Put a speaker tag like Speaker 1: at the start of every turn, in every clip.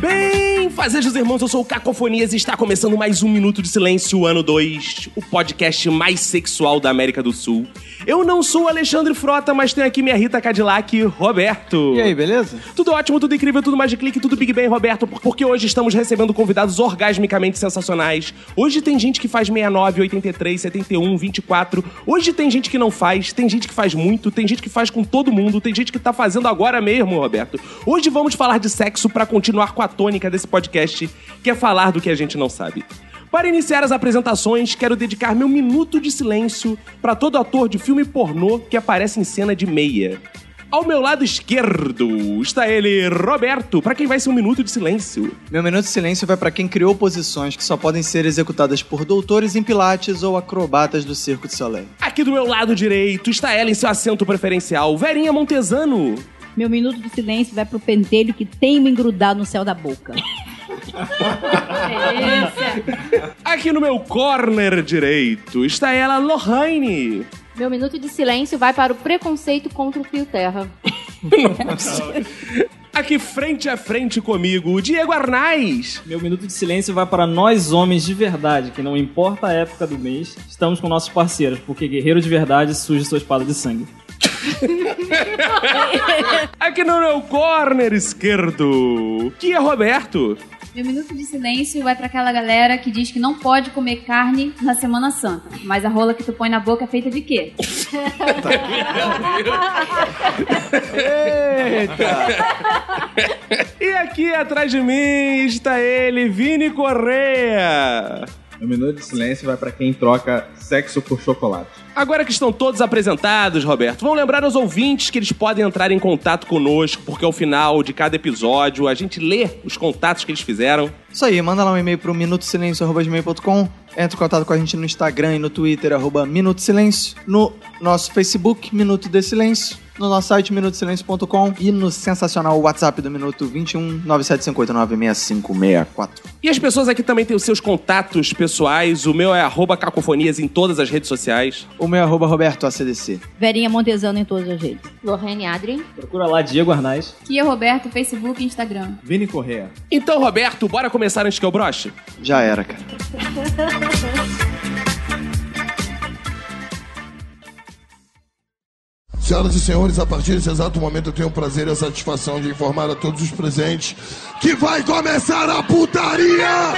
Speaker 1: Bem, fazejos irmãos, eu sou o Cacofonias e está começando mais um Minuto de Silêncio, ano 2, o podcast mais sexual da América do Sul. Eu não sou o Alexandre Frota, mas tenho aqui minha Rita Cadillac, Roberto.
Speaker 2: E aí, beleza?
Speaker 1: Tudo ótimo, tudo incrível, tudo mais de clique, tudo Big Bang, Roberto, porque hoje estamos recebendo convidados orgasmicamente sensacionais. Hoje tem gente que faz 69, 83, 71, 24. Hoje tem gente que não faz, tem gente que faz muito, tem gente que faz com todo mundo, tem gente que tá fazendo agora mesmo, Roberto. Hoje vamos falar de sexo pra continuar com a tônica desse podcast, que é falar do que a gente não sabe. Para iniciar as apresentações, quero dedicar meu minuto de silêncio para todo ator de filme pornô que aparece em cena de meia. Ao meu lado esquerdo está ele, Roberto, para quem vai ser um minuto de silêncio.
Speaker 2: Meu minuto de silêncio vai pra quem criou posições que só podem ser executadas por doutores em pilates ou acrobatas do Circo de Soleil.
Speaker 1: Aqui do meu lado direito está ela em seu assento preferencial, Verinha Montesano.
Speaker 3: Meu minuto de silêncio vai pro pentelho que tem me engrudado no céu da boca.
Speaker 1: Aqui no meu corner direito está ela, Lohane.
Speaker 4: Meu minuto de silêncio vai para o preconceito contra o fio terra.
Speaker 1: Aqui frente a frente comigo, o Diego Arnaz.
Speaker 5: Meu minuto de silêncio vai para nós homens de verdade, que não importa a época do mês, estamos com nossos parceiros, porque guerreiro de verdade suja sua espada de sangue.
Speaker 1: Aqui É no meu corner esquerdo, que é Roberto.
Speaker 6: Meu minuto de silêncio vai pra aquela galera que diz que não pode comer carne na Semana Santa. Mas a rola que tu põe na boca é feita de quê?
Speaker 1: E aqui atrás de mim está ele, Vini Correa.
Speaker 7: Um minuto de silêncio vai pra quem troca sexo por chocolate.
Speaker 1: Agora que estão todos apresentados, Roberto, vão lembrar aos ouvintes que eles podem entrar em contato conosco, porque ao final de cada episódio a gente lê os contatos que eles fizeram.
Speaker 2: Isso aí, manda lá um e-mail pro minutosilencio.com, entra em contato com a gente no Instagram e no Twitter, arroba Minuto Silêncio, no nosso Facebook, Minuto de Silêncio, no nosso site minutosilencio.com e no sensacional WhatsApp do Minuto 21 975896564.
Speaker 1: E as pessoas aqui também têm os seus contatos pessoais. O meu é arroba cacofonias em todas as redes sociais.
Speaker 2: O meu é arroba Roberto ACDC.
Speaker 3: Verinha Montesano em todas as redes.
Speaker 4: Lorraine Adrien.
Speaker 5: Procura lá Diego Arnaz.
Speaker 6: Kia Roberto, Facebook e Instagram.
Speaker 7: Vini Correa.
Speaker 1: Então, Roberto, bora começar antes que eu broche?
Speaker 2: Já era, cara.
Speaker 8: Senhoras e senhores, a partir desse exato momento eu tenho o prazer e a satisfação de informar a todos os presentes que vai começar a putaria!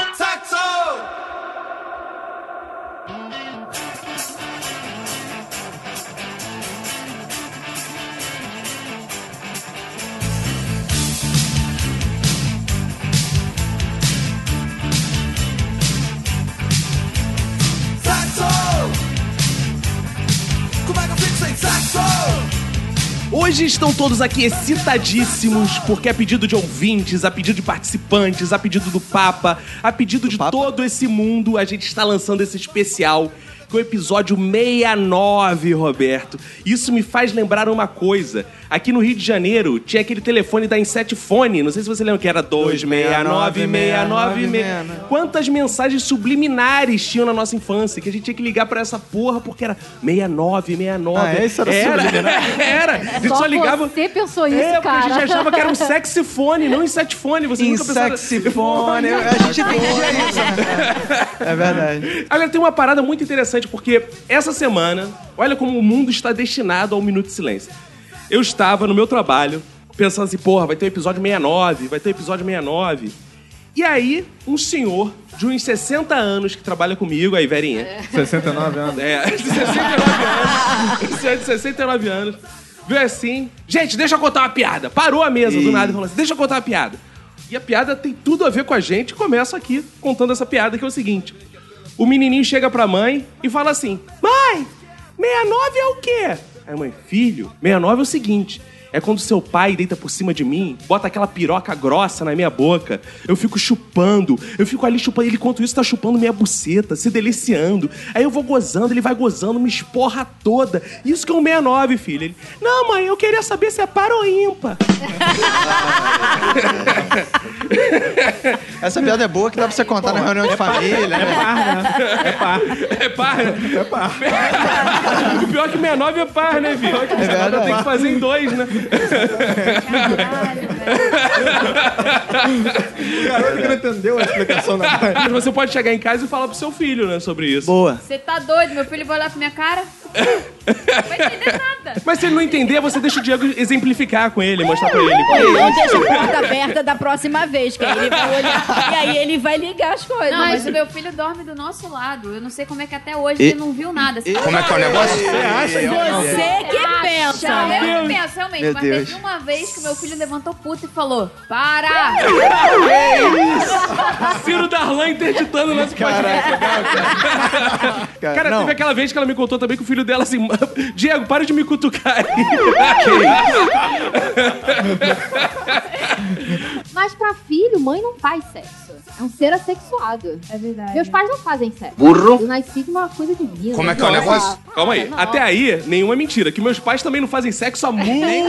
Speaker 1: Hoje estão todos aqui excitadíssimos, porque a pedido de ouvintes, a pedido de participantes, a pedido do Papa, a pedido de
Speaker 2: Papa?
Speaker 1: todo esse mundo, a gente está lançando esse especial. Que é o episódio 69, Roberto. Isso me faz lembrar uma coisa. Aqui no Rio de Janeiro tinha aquele telefone da Inset Fone. Não sei se você lembra que era 269 696. Quantas mensagens subliminares tinham na nossa infância que a gente tinha que ligar pra essa porra porque era 69, 69.
Speaker 2: Ah, é? Isso era subliminar?
Speaker 1: era. A gente É só, ligava.
Speaker 4: É Você pensou isso,
Speaker 1: é, porque a
Speaker 4: cara.
Speaker 1: gente achava que era um sexifone, não um insetfone. Você nunca pensava...
Speaker 2: Insexifone. A gente entendia isso, né? É verdade.
Speaker 1: Olha, tem uma parada muito interessante, porque essa semana, olha como o mundo está destinado ao Minuto de Silêncio. Eu estava no meu trabalho, pensando assim, porra, vai ter o episódio 69, vai ter o episódio 69. E aí, um senhor de uns 60 anos que trabalha comigo, aí, Verinha.
Speaker 7: 69 anos.
Speaker 1: É, 69 anos. Um senhor de 69 anos. Veio assim. Gente, deixa eu contar uma piada. Parou a mesa do nada e falou assim: deixa eu contar uma piada. E a piada tem tudo a ver com a gente. Começa aqui contando essa piada que é o seguinte: o menininho chega pra mãe e fala assim: Mãe, 69 é o quê? Aí a mãe, filho, 69 é o seguinte: É quando seu pai deita por cima de mim, bota aquela piroca grossa na minha boca. Eu fico chupando, eu fico ali chupando. Ele, enquanto isso, tá chupando minha buceta, se deliciando. Aí eu vou gozando, ele vai gozando, me esporra toda. Isso que é um 69, filho. Ele, não, mãe, eu queria saber se é par ou ímpar.
Speaker 2: Essa piada é boa que dá pra você contar na reunião de família. né?
Speaker 1: É par. É par. É par. O pior é que 69 é par, né, filho? É
Speaker 2: verdade.
Speaker 1: Tem que fazer em dois, né? um
Speaker 7: O garoto que não entendeu a explicação da mãe.
Speaker 1: Mas você pode chegar em casa e falar pro seu filho, né, sobre isso.
Speaker 2: Boa.
Speaker 6: Você tá doido? Meu filho vai olhar pra minha cara? Não vai entender nada.
Speaker 1: Mas se ele não entender, você deixa o Diego exemplificar com ele, mostrar pra ele.
Speaker 3: Ou deixa a porta aberta da próxima vez, que aí ele vai olhar e aí ele vai ligar as coisas.
Speaker 6: Não,
Speaker 3: mas
Speaker 6: isso, meu filho dorme do nosso lado. Eu não sei como é que até hoje ele não viu nada. Você
Speaker 9: Como é que é o negócio?
Speaker 3: você que pensa, né?
Speaker 6: Eu que penso, realmente.
Speaker 2: Meu
Speaker 6: mas
Speaker 2: Deus.
Speaker 6: teve uma vez que meu filho levantou puto e falou: Para!
Speaker 1: Ciro Darlan interditando nosso podcast.
Speaker 2: Cara,
Speaker 1: Cara,
Speaker 2: não.
Speaker 1: teve aquela vez que ela me contou também que o filho dela assim... Diego, para de me cutucar aí.
Speaker 4: Mas pra filho, mãe não faz sexo. É um ser assexuado.
Speaker 6: É verdade.
Speaker 4: Meus pais não fazem sexo.
Speaker 9: Burro.
Speaker 4: Eu nasci de uma coisa divina.
Speaker 9: Como é que é o negócio?
Speaker 1: Calma aí. Até aí, nenhuma mentira. Que meus pais também não fazem sexo há muito tempo.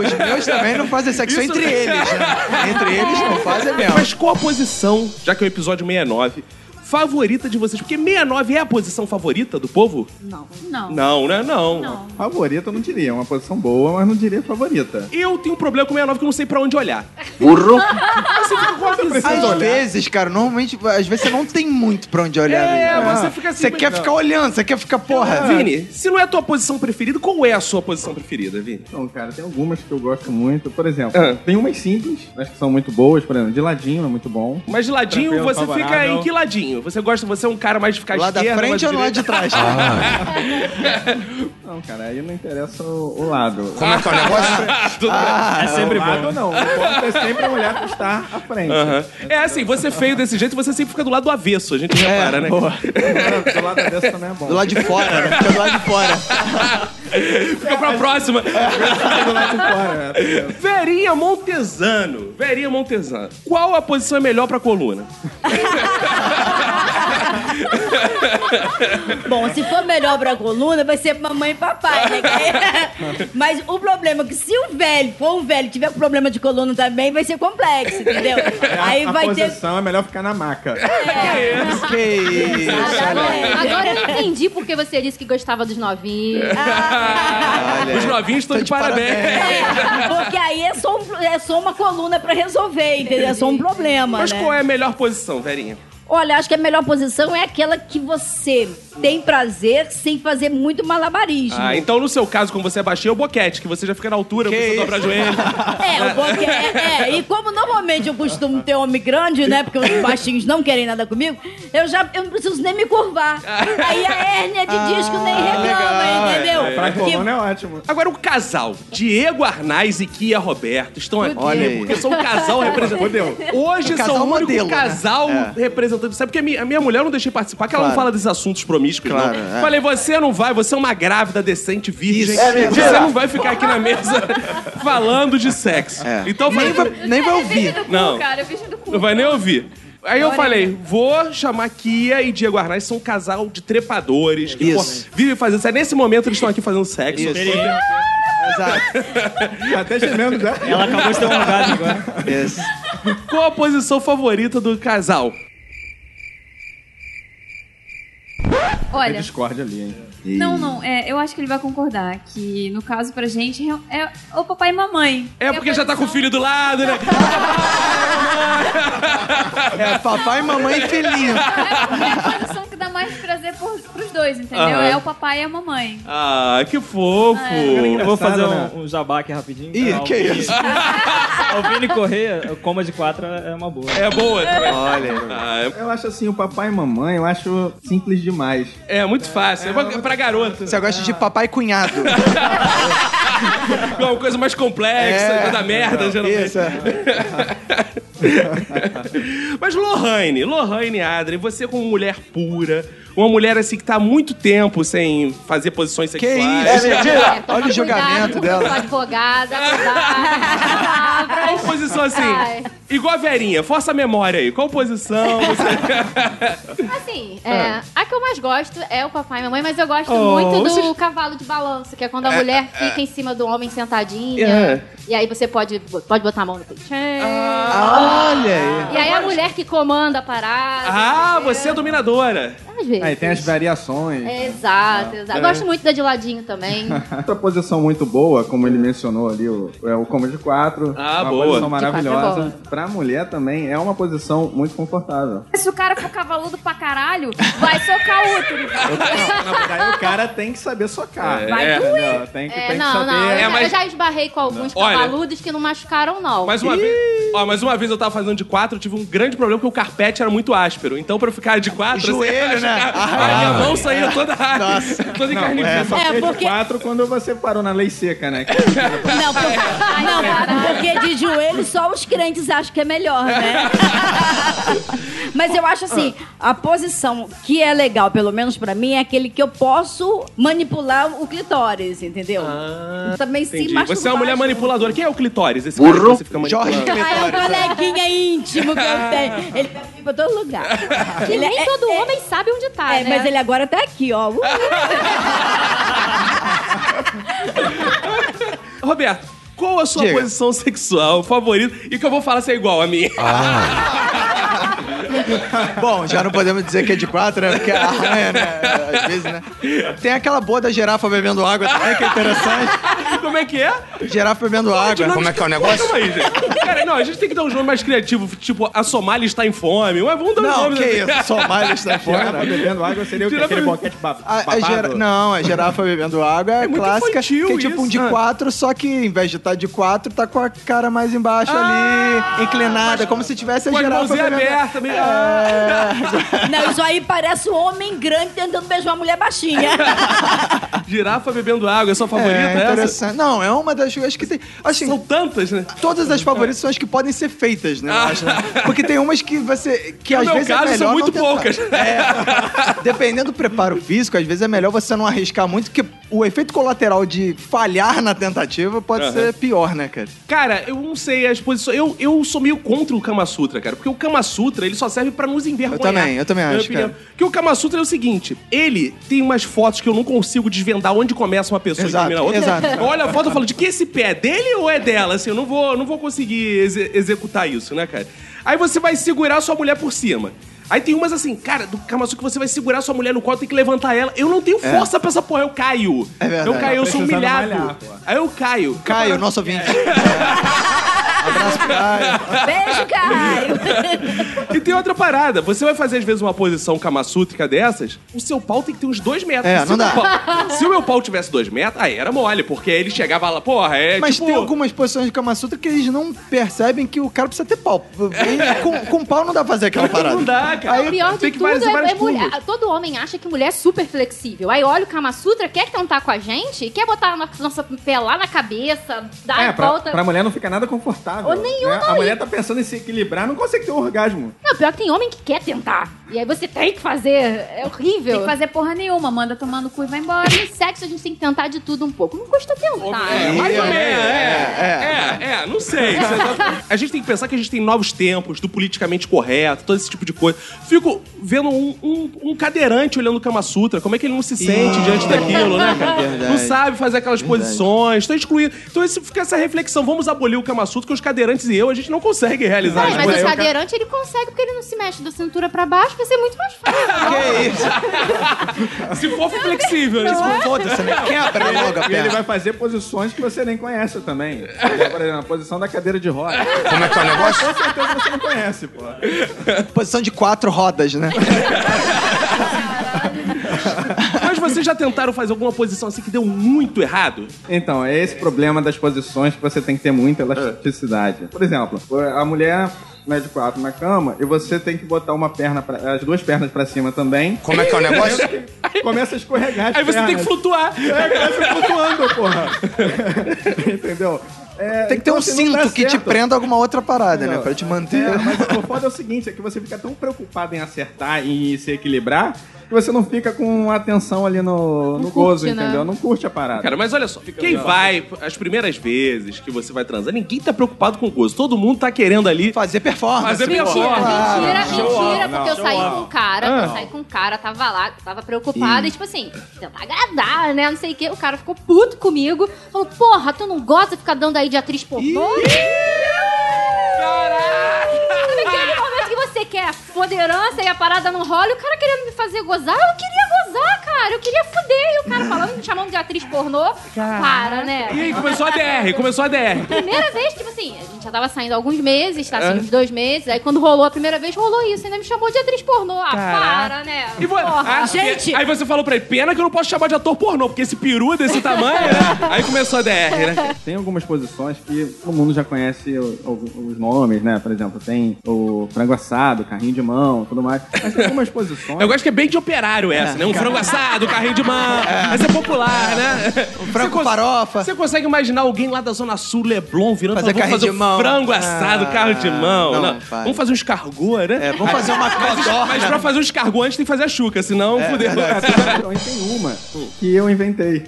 Speaker 2: Os meus também não fazem sexo
Speaker 1: Isso- é
Speaker 2: entre eles, né? Entre eles não fazem mesmo.
Speaker 1: Mas qual a posição, já que é o episódio 69, favorita de vocês? Porque 69 é a posição favorita do povo?
Speaker 4: Não.
Speaker 6: Não.
Speaker 1: Não, né? Não.
Speaker 6: Não.
Speaker 7: Favorita, eu não diria. É uma posição boa, mas não diria favorita.
Speaker 1: Eu tenho um problema com 69 que eu não sei pra onde olhar.
Speaker 9: Burro.
Speaker 1: Você fica com a visão.
Speaker 2: Às vezes, cara, normalmente, às vezes você não tem muito pra onde olhar.
Speaker 1: É,
Speaker 2: né?
Speaker 1: você fica assim,
Speaker 2: Você
Speaker 1: mas
Speaker 2: quer
Speaker 1: não.
Speaker 2: ficar olhando, você quer ficar, porra.
Speaker 1: Vini, se não é a tua posição preferida, qual é a sua posição preferida, Vini?
Speaker 7: Então, cara, tem algumas que eu gosto muito. Por exemplo,
Speaker 1: Ah.
Speaker 7: tem umas simples, mas que são muito boas. Por exemplo, de ladinho é muito bom.
Speaker 1: Mas de ladinho,
Speaker 7: Tranquilo,
Speaker 1: você fica
Speaker 7: favorável.
Speaker 1: em que ladinho? Você gosta, você é um cara mais de ficar à
Speaker 2: Lá da
Speaker 1: esquerda,
Speaker 2: frente ou
Speaker 1: mais
Speaker 2: lá
Speaker 1: direita?
Speaker 2: de Ah. trás?
Speaker 7: Não, Então, cara, aí não interessa o, o lado.
Speaker 9: Como é que é o negócio?
Speaker 1: Tudo bem.
Speaker 2: Ah.
Speaker 5: é sempre
Speaker 7: o
Speaker 5: bom.
Speaker 7: lado não. O ponto é sempre a mulher que está à frente.
Speaker 1: Aham. É assim, você feio desse jeito, você sempre fica do lado do avesso, a gente
Speaker 2: É,
Speaker 1: repara, né?
Speaker 7: O lado dessa também é bom.
Speaker 2: Do lado de fora, né? Fica do lado de fora.
Speaker 1: Fica pra próxima.
Speaker 7: do lado de fora. né?
Speaker 1: Verinha Montesano. Verinha Montesano. Qual a posição é melhor pra coluna?
Speaker 3: Bom, se for melhor pra coluna, vai ser mamãe e papai, né? Que- Mas o problema é que se o velho for um velho e tiver com problema de coluna também, vai ser complexo, entendeu? Aí
Speaker 7: a
Speaker 3: vai ter.
Speaker 7: posição é melhor ficar na maca.
Speaker 2: Que isso, olha aí.
Speaker 4: Agora eu entendi porque você disse que gostava dos novinhos.
Speaker 1: É. Os novinhos estão
Speaker 2: Ah. Tô
Speaker 1: de, parabéns.
Speaker 3: Porque aí é só, um- é só uma coluna pra resolver, entendeu? É só um problema.
Speaker 1: Mas
Speaker 3: né?
Speaker 1: qual é a melhor posição, Verinha?
Speaker 3: Olha, acho que a melhor posição é aquela que você tem prazer sem fazer muito malabarismo.
Speaker 1: Ah, então no seu caso, como você é baixinho, é o boquete, que você já fica na altura, você dobra joelho.
Speaker 3: É, o boque- é, é, e como normalmente eu costumo ter homem grande, né? Porque os baixinhos não querem nada comigo, eu já eu não preciso nem me curvar. Aí a hérnia de disco nem
Speaker 1: Ah,
Speaker 3: reclama, entendeu?
Speaker 7: Pra
Speaker 3: Que-
Speaker 7: coluna é ótimo.
Speaker 1: Agora, o casal, Diego Arnaz e Kia Roberto, estão aqui
Speaker 2: Olha aí.
Speaker 1: porque são um casal representante. Hoje
Speaker 2: O casal
Speaker 1: são o único
Speaker 2: modelo, né?
Speaker 1: casal
Speaker 2: É.
Speaker 1: representante. Sabe porque a minha, a minha mulher eu não deixei participar, que ela não
Speaker 2: Claro.
Speaker 1: fala desses assuntos promíscuos,
Speaker 2: Claro,
Speaker 1: não.
Speaker 2: é.
Speaker 1: Falei, você não vai, você é uma grávida decente, virgem.
Speaker 2: Isso. É mentira.
Speaker 1: Você não vai ficar aqui na mesa falando de sexo.
Speaker 2: É.
Speaker 1: Então eu falei,
Speaker 2: Nem vai, nem vai ouvir.
Speaker 6: Do cu,
Speaker 1: Não.
Speaker 6: cara, eu bicho do cu.
Speaker 1: não vai nem ouvir. Aí eu falei, vou chamar Kia e Diego Arnaz, são um casal de trepadores. Que
Speaker 2: Isso.
Speaker 1: pô, vivem fazendo sexo. Nesse momento eles estão aqui fazendo sexo.
Speaker 2: Exato.
Speaker 7: Até gemendo já.
Speaker 5: Ela acabou de ter um orgasmo agora.
Speaker 2: Isso.
Speaker 1: Qual a posição favorita do casal?
Speaker 6: Olha,
Speaker 7: Discord ali, hein?
Speaker 6: não, não. é, eu acho que ele vai concordar que, no caso, pra gente, é, é o papai e mamãe.
Speaker 1: É porque já tá com o filho do lado, né?
Speaker 2: É papai, mamãe e filhinho.
Speaker 6: É a posição que dá mais prazer por, pros dois, entendeu?
Speaker 1: Aham.
Speaker 6: É o papai e a mamãe.
Speaker 1: Ah, que fofo!
Speaker 5: Eu
Speaker 7: Ah,
Speaker 5: vou fazer
Speaker 7: Engraçado, né?
Speaker 5: um, um jabá aqui rapidinho.
Speaker 2: Ih,
Speaker 5: Ah, o
Speaker 2: que
Speaker 5: Vini-
Speaker 2: isso?
Speaker 5: Ah, O Vini Correia, o coma de quatro é uma boa.
Speaker 1: É boa também.
Speaker 2: Olha.
Speaker 1: Ah, é-
Speaker 7: Eu acho assim, o papai e mamãe, eu acho simples demais.
Speaker 1: é muito fácil. É, pra- pra garoto.
Speaker 2: Você gosta de papai e cunhado.
Speaker 1: É uma coisa mais complexa,
Speaker 2: É.
Speaker 1: da merda, geralmente.
Speaker 2: Isso. é.
Speaker 1: Mas Lohane, Lohane Adri, você como mulher pura, uma mulher assim que tá há muito tempo sem fazer posições sexuais.
Speaker 2: isso? É mentira? Olha o
Speaker 4: Toma
Speaker 2: julgamento
Speaker 4: cuidado,
Speaker 2: dela.
Speaker 4: Advogada, advogada.
Speaker 1: Qual posição assim?
Speaker 4: Ai.
Speaker 1: Igual a Verinha, força a memória aí. Qual posição?
Speaker 4: Assim, é, a que eu mais gosto é o papai e mamãe, mas eu gosto
Speaker 1: Oh,
Speaker 4: muito do
Speaker 1: vocês-
Speaker 4: cavalo de balanço, que é quando a
Speaker 1: É,
Speaker 4: mulher
Speaker 1: é.
Speaker 4: fica em cima do homem sentadinha.
Speaker 1: É.
Speaker 4: E aí você pode, pode botar a mão no peitinho.
Speaker 7: Olha
Speaker 4: E aí a mulher que comanda a parada.
Speaker 1: Ah, você é dominadora.
Speaker 4: Às vezes.
Speaker 7: Aí tem as variações.
Speaker 4: Exato, exato.
Speaker 7: É.
Speaker 4: Gosto muito da de ladinho também.
Speaker 7: Outra posição muito boa, como ele mencionou ali, o, é o combo de quatro.
Speaker 1: Ah,
Speaker 7: uma
Speaker 1: boa.
Speaker 7: posição
Speaker 1: De quatro é
Speaker 7: maravilhosa.
Speaker 4: boa.
Speaker 7: pra mulher também é uma posição muito confortável.
Speaker 6: Se o cara for cavaludo pra caralho, vai socar o útero.
Speaker 7: Aí o cara tem que saber socar.
Speaker 1: É, Vai é. doer.
Speaker 7: Entendeu? Tem que,
Speaker 4: É,
Speaker 7: tem que
Speaker 4: não,
Speaker 7: saber.
Speaker 4: não. Eu,
Speaker 1: É,
Speaker 4: já-
Speaker 1: mas-
Speaker 4: eu já esbarrei com alguns
Speaker 1: Não. Olha-
Speaker 4: cavaludos que não machucaram, não.
Speaker 1: Mais uma vez. Ó, mais uma vez eu tava fazendo de quatro, eu tive um grande problema porque o carpete era muito áspero. Então, pra eu ficar de quatro,
Speaker 7: Joelho,
Speaker 1: assim,
Speaker 7: né?
Speaker 1: a minha
Speaker 7: Ah.
Speaker 1: mão saía toda, toda em
Speaker 7: Não,
Speaker 1: carne
Speaker 7: é,
Speaker 1: viva.
Speaker 7: só
Speaker 3: É,
Speaker 7: fez
Speaker 3: porque-
Speaker 7: quatro quando você parou na lei seca, né?
Speaker 3: Não, por- não, porque de joelho só os crentes acham que é melhor, né? Mas eu acho assim,
Speaker 1: Ah.
Speaker 3: a posição que é legal, pelo menos pra mim, é aquele que eu posso manipular o clitóris, entendeu? Também se
Speaker 1: Entendi.
Speaker 3: masturbar.
Speaker 1: Você é uma mulher manipuladora. Quem é o clitóris? Esse Burro. que você fica manipulando.
Speaker 2: Jorge.
Speaker 3: Ah, é um coleguinha íntimo que eu tenho. Ele vai pra todo lugar.
Speaker 4: Que
Speaker 3: Ele
Speaker 4: nem
Speaker 3: é-
Speaker 4: todo
Speaker 3: é-
Speaker 4: homem sabe onde tá,
Speaker 3: é,
Speaker 4: né?
Speaker 3: mas ele agora tá aqui, ó. Uh!
Speaker 1: Roberto, qual a sua
Speaker 2: Diga.
Speaker 1: posição sexual favorita? E que eu vou falar se é igual a minha.
Speaker 9: Ah.
Speaker 2: Bom, já não podemos dizer que é de quatro, né? Porque arranha, né? Às vezes, né? Tem aquela boa da girafa bebendo água também, que é interessante.
Speaker 1: Como é que é?
Speaker 2: Girafa bebendo água.
Speaker 9: Como é que é o negócio?
Speaker 1: Calma aí, gente. Cara, não, a gente tem que dar uns nomes mais criativos, tipo, a Somália está em fome. Mas vamos dar uns
Speaker 2: Não,
Speaker 1: nomes. assim.
Speaker 2: que isso? Somália está
Speaker 7: Fora,
Speaker 2: fora.
Speaker 7: bebendo água seria o quê?
Speaker 1: Tira
Speaker 7: Aquele
Speaker 1: pra-
Speaker 7: boquete ba-
Speaker 2: A, a
Speaker 7: babado?
Speaker 2: gera- Não, a girafa bebendo água é,
Speaker 1: muito
Speaker 2: clássica. Que
Speaker 1: infantil
Speaker 2: é tipo um
Speaker 1: isso,
Speaker 2: de
Speaker 1: né?
Speaker 2: quatro, só que em vez de estar de quatro, tá com a cara mais embaixo ali, inclinada, como se tivesse
Speaker 1: Ah,
Speaker 2: a
Speaker 1: Com as
Speaker 2: girafa
Speaker 1: mãozinhas
Speaker 2: bebendo
Speaker 1: abertas, meio...
Speaker 3: Não, isso aí parece um homem grande tentando beijar uma mulher baixinha.
Speaker 1: Ah, Girafa bebendo água, é sua favorita
Speaker 2: É,
Speaker 1: essa?
Speaker 2: interessante. Não, é uma das. Acho que tem. Assim,
Speaker 1: São tantas, né?
Speaker 2: Todas as favoritas são as que podem ser feitas, né? eu acho, né? Porque tem umas que você. Que
Speaker 1: Ah. No
Speaker 2: às
Speaker 1: meu
Speaker 2: vezes
Speaker 1: caso,
Speaker 2: é
Speaker 1: são
Speaker 2: melhor não
Speaker 1: muito
Speaker 2: tentar.
Speaker 1: poucas.
Speaker 2: É. Dependendo do preparo físico, às vezes é melhor você não arriscar muito, porque o efeito colateral de falhar na tentativa pode
Speaker 1: Aham.
Speaker 2: ser pior, né, cara?
Speaker 1: Cara, eu não sei as posições. Eu, eu sou meio contra o Kama Sutra, cara. Porque o Kama Sutra, ele só serve pra nos envergonhar.
Speaker 2: Eu também, eu também
Speaker 1: Na minha
Speaker 2: acho,
Speaker 1: opinião.
Speaker 2: cara.
Speaker 1: Porque o Kama Sutra é o seguinte: ele tem umas fotos que eu não consigo desvendar onde começa uma pessoa
Speaker 2: Exato,
Speaker 1: e termina a outra.
Speaker 2: exato.
Speaker 1: Eu olho a foto e falo: de que esse pé é dele ou é dela? Assim, eu não vou, não vou conseguir exe- executar isso, né, cara? Aí você vai segurar sua mulher por cima. Aí tem umas assim, cara, do Kama Sutra que você vai segurar sua mulher no colo, tem que levantar ela. Eu não tenho força pra essa porra, eu caio.
Speaker 2: É verdade.
Speaker 1: Eu caio, eu sou
Speaker 7: Tá precisando
Speaker 1: humilhado.
Speaker 7: malhar, pô.
Speaker 1: Aí eu caio.
Speaker 2: Caio, nosso ouvinte.
Speaker 7: é.
Speaker 2: É.
Speaker 3: Beijo, caralho.
Speaker 1: E tem outra parada. Você vai fazer, às vezes, uma posição camassutrica dessas, o seu pau tem que ter uns dois metros.
Speaker 2: É,
Speaker 1: se,
Speaker 2: não
Speaker 1: o
Speaker 2: dá.
Speaker 1: pau- se o meu pau tivesse dois metros, aí era mole, porque aí ele chegava lá, porra, é
Speaker 2: Mas
Speaker 1: tipo...
Speaker 2: tem algumas posições de Kama Sutra que eles não percebem que o cara precisa ter pau. E Com, com pau não dá pra fazer aquela parada.
Speaker 1: Não dá, cara.
Speaker 4: É O pior de
Speaker 1: tem que
Speaker 4: tudo
Speaker 1: fazer
Speaker 4: é,
Speaker 1: várias
Speaker 4: é mulher.
Speaker 1: curvas.
Speaker 4: Todo homem acha que mulher é super flexível. Aí olha o Kama Sutra, quer tentar com a gente, quer botar a no- nossa pé lá na cabeça, dar
Speaker 7: É,
Speaker 4: a
Speaker 7: pra,
Speaker 4: volta.
Speaker 7: pra mulher não fica nada confortável.
Speaker 4: Ou nenhum
Speaker 7: né? A
Speaker 4: daí.
Speaker 7: mulher tá pensando em se equilibrar, não consegue ter um orgasmo.
Speaker 4: Não, pior que tem homem que quer tentar. E aí você tem que fazer. É horrível.
Speaker 6: Tem que fazer porra nenhuma, manda tomar no cu e vai embora.
Speaker 4: Em sexo a gente tem que tentar de tudo um pouco. Não custa tentar.
Speaker 1: É,
Speaker 4: né?
Speaker 1: mais ou menos, é. É, é, não sei. Isso é só- A gente tem que pensar que a gente tem novos tempos, do politicamente correto, todo esse tipo de coisa. Fico vendo um, um- um cadeirante olhando o Kama Sutra, como é que ele não se sente diante daquilo, né, cara?
Speaker 2: Verdade.
Speaker 1: Não sabe fazer aquelas posições, tá excluído. Então esse, fica essa reflexão, vamos abolir o Kama Sutra, que os cadeirantes e eu, a gente não consegue realizar.
Speaker 4: Ué,
Speaker 1: as
Speaker 4: mas
Speaker 1: coisas.
Speaker 4: o cadeirante ele consegue porque ele não se mexe da cintura pra baixo, vai ser muito mais fácil.
Speaker 2: Que isso?
Speaker 1: Se for flexível, né? Se for-
Speaker 2: Foda-se, né? Quebra logo a
Speaker 7: E ele
Speaker 2: perna.
Speaker 7: vai fazer posições que você nem conhece também. Por exemplo, a posição da cadeira de roda.
Speaker 9: Como é que é o negócio?
Speaker 7: Com certeza você não conhece, pô.
Speaker 2: Posição de quatro rodas, né?
Speaker 1: Mas vocês já tentaram fazer alguma posição assim que deu muito errado?
Speaker 7: Então, é esse problema das posições que você tem que ter muita elasticidade. Por exemplo, a mulher mede 4 na cama e você tem que botar uma perna, pra, as duas pernas pra cima também.
Speaker 9: Como é que é o negócio?
Speaker 7: Começa a escorregar as
Speaker 1: Aí você tem que
Speaker 7: pernas.
Speaker 1: flutuar.
Speaker 7: É, começa flutuando, porra. Entendeu?
Speaker 2: Tem que ter um cinto que te prenda alguma outra parada, né? Pra te manter.
Speaker 7: tá É, mas o foda é o seguinte, é que você fica tão preocupado em acertar e se equilibrar que você não fica com atenção ali no, no gozo,
Speaker 1: curte, né?
Speaker 7: entendeu? Não curte a parada.
Speaker 1: Cara, mas olha só, quem
Speaker 7: legal.
Speaker 1: vai, as primeiras vezes que você vai transar, ninguém tá preocupado com o gozo. Todo mundo tá querendo ali.
Speaker 2: Fazer performance.
Speaker 1: Fazer
Speaker 4: Mentira,
Speaker 1: performance.
Speaker 4: mentira, mentira, porque eu saí com um
Speaker 1: o
Speaker 4: cara,
Speaker 1: Ah.
Speaker 4: eu saí com um cara, tava lá, tava preocupada,
Speaker 1: Ih.
Speaker 4: e tipo assim, tentar agradar, né, não sei o quê. O cara ficou puto comigo, falou, porra, tu não gosta de ficar dando aí de atriz pornô? Sabe aquele momento que você quer poderança e a parada não rola, e o cara querendo me fazer gozar, eu queria gozar, cara, eu queria fuder, e o cara falando, me chamando de atriz pornô, para, né?
Speaker 1: E aí, começou a DR, começou a DR.
Speaker 4: Primeira vez, tipo assim, a gente já tava saindo há alguns meses, tá assim,
Speaker 1: É.
Speaker 4: uns dois meses. Aí quando rolou a primeira vez, rolou isso. Ainda me chamou de atriz pornô. Ah,
Speaker 1: Caraca.
Speaker 4: para, né?
Speaker 1: E vo-
Speaker 4: Porra.
Speaker 1: Ah, Aí você falou pra ele, pena que eu não posso chamar de ator pornô, porque esse peru é desse tamanho, né? Aí começou a DR, né?
Speaker 7: Tem algumas posições que todo mundo já conhece o- o- os nomes, né? Por exemplo, tem o frango assado, carrinho de mão, tudo mais. Mas tem algumas posições.
Speaker 1: Eu gosto que é bem de operário essa, né? Um frango assado, carrinho de mão. Essa é popular, né? Um frango
Speaker 2: farofa.
Speaker 1: Você consegue imaginar alguém lá da Zona Sul, Leblon, virando
Speaker 2: Fazer
Speaker 1: e falando,
Speaker 2: carrinho
Speaker 1: vamos fazer um
Speaker 2: de mão.
Speaker 1: frango assado,
Speaker 2: Ah,
Speaker 1: carro de mão.
Speaker 2: não,
Speaker 1: Não,
Speaker 2: faz.
Speaker 1: Vamos fazer um escargot, né?
Speaker 2: É, vamos fazer uma
Speaker 1: mas,
Speaker 2: codorna.
Speaker 1: mas pra fazer um escargot antes tem que fazer a chuca, senão
Speaker 7: É,
Speaker 1: fudeu.
Speaker 7: verdade. Mas
Speaker 1: assim.
Speaker 7: tem uma que eu inventei.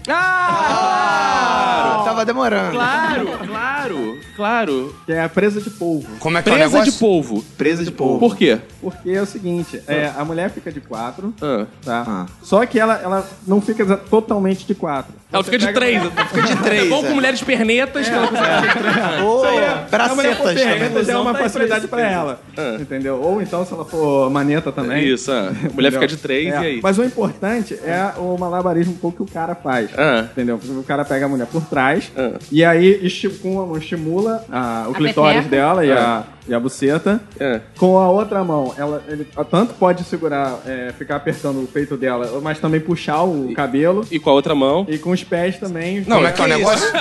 Speaker 2: Ah! Tava demorando.
Speaker 1: Claro, claro, claro.
Speaker 7: Que é a presa de polvo.
Speaker 9: Como é
Speaker 2: um
Speaker 9: que é o
Speaker 1: Presa de
Speaker 9: negócio?
Speaker 1: polvo.
Speaker 7: Presa de polvo.
Speaker 1: Por quê?
Speaker 7: Porque é o seguinte, é, a mulher fica de quatro,
Speaker 1: Ah.
Speaker 7: tá? Só que ela, ela não fica exa- totalmente de quatro.
Speaker 1: Ela fica de três. Fica de
Speaker 2: três,
Speaker 1: Bom
Speaker 2: é.
Speaker 1: com mulheres pernetas. que ela consegue-
Speaker 2: Ou
Speaker 7: A é mulher for
Speaker 2: bracetas
Speaker 7: perna,
Speaker 2: também.
Speaker 7: É uma
Speaker 1: Tá É. aí pra
Speaker 7: facilidade
Speaker 1: isso,
Speaker 7: pra ela, entendeu? Ou então se ela for maneta também.
Speaker 1: Isso, é. Mulher fica de três
Speaker 7: É,
Speaker 1: e aí?
Speaker 7: Mas o importante é o malabarismo um pouco que o cara faz.
Speaker 1: Ah.
Speaker 7: Entendeu? Porque O cara pega a mulher por trás
Speaker 1: Ah.
Speaker 7: e aí estimula, estimula a- o
Speaker 6: A
Speaker 7: clitóris
Speaker 6: pepeca.
Speaker 7: dela e,
Speaker 1: Ah.
Speaker 7: a, e a buceta.
Speaker 1: É.
Speaker 7: Com a outra mão, ela ele tanto pode segurar, é, ficar apertando o peito dela, mas também puxar o cabelo.
Speaker 1: E com a outra mão.
Speaker 7: E com os pés também.
Speaker 9: Não, como é que é o negócio?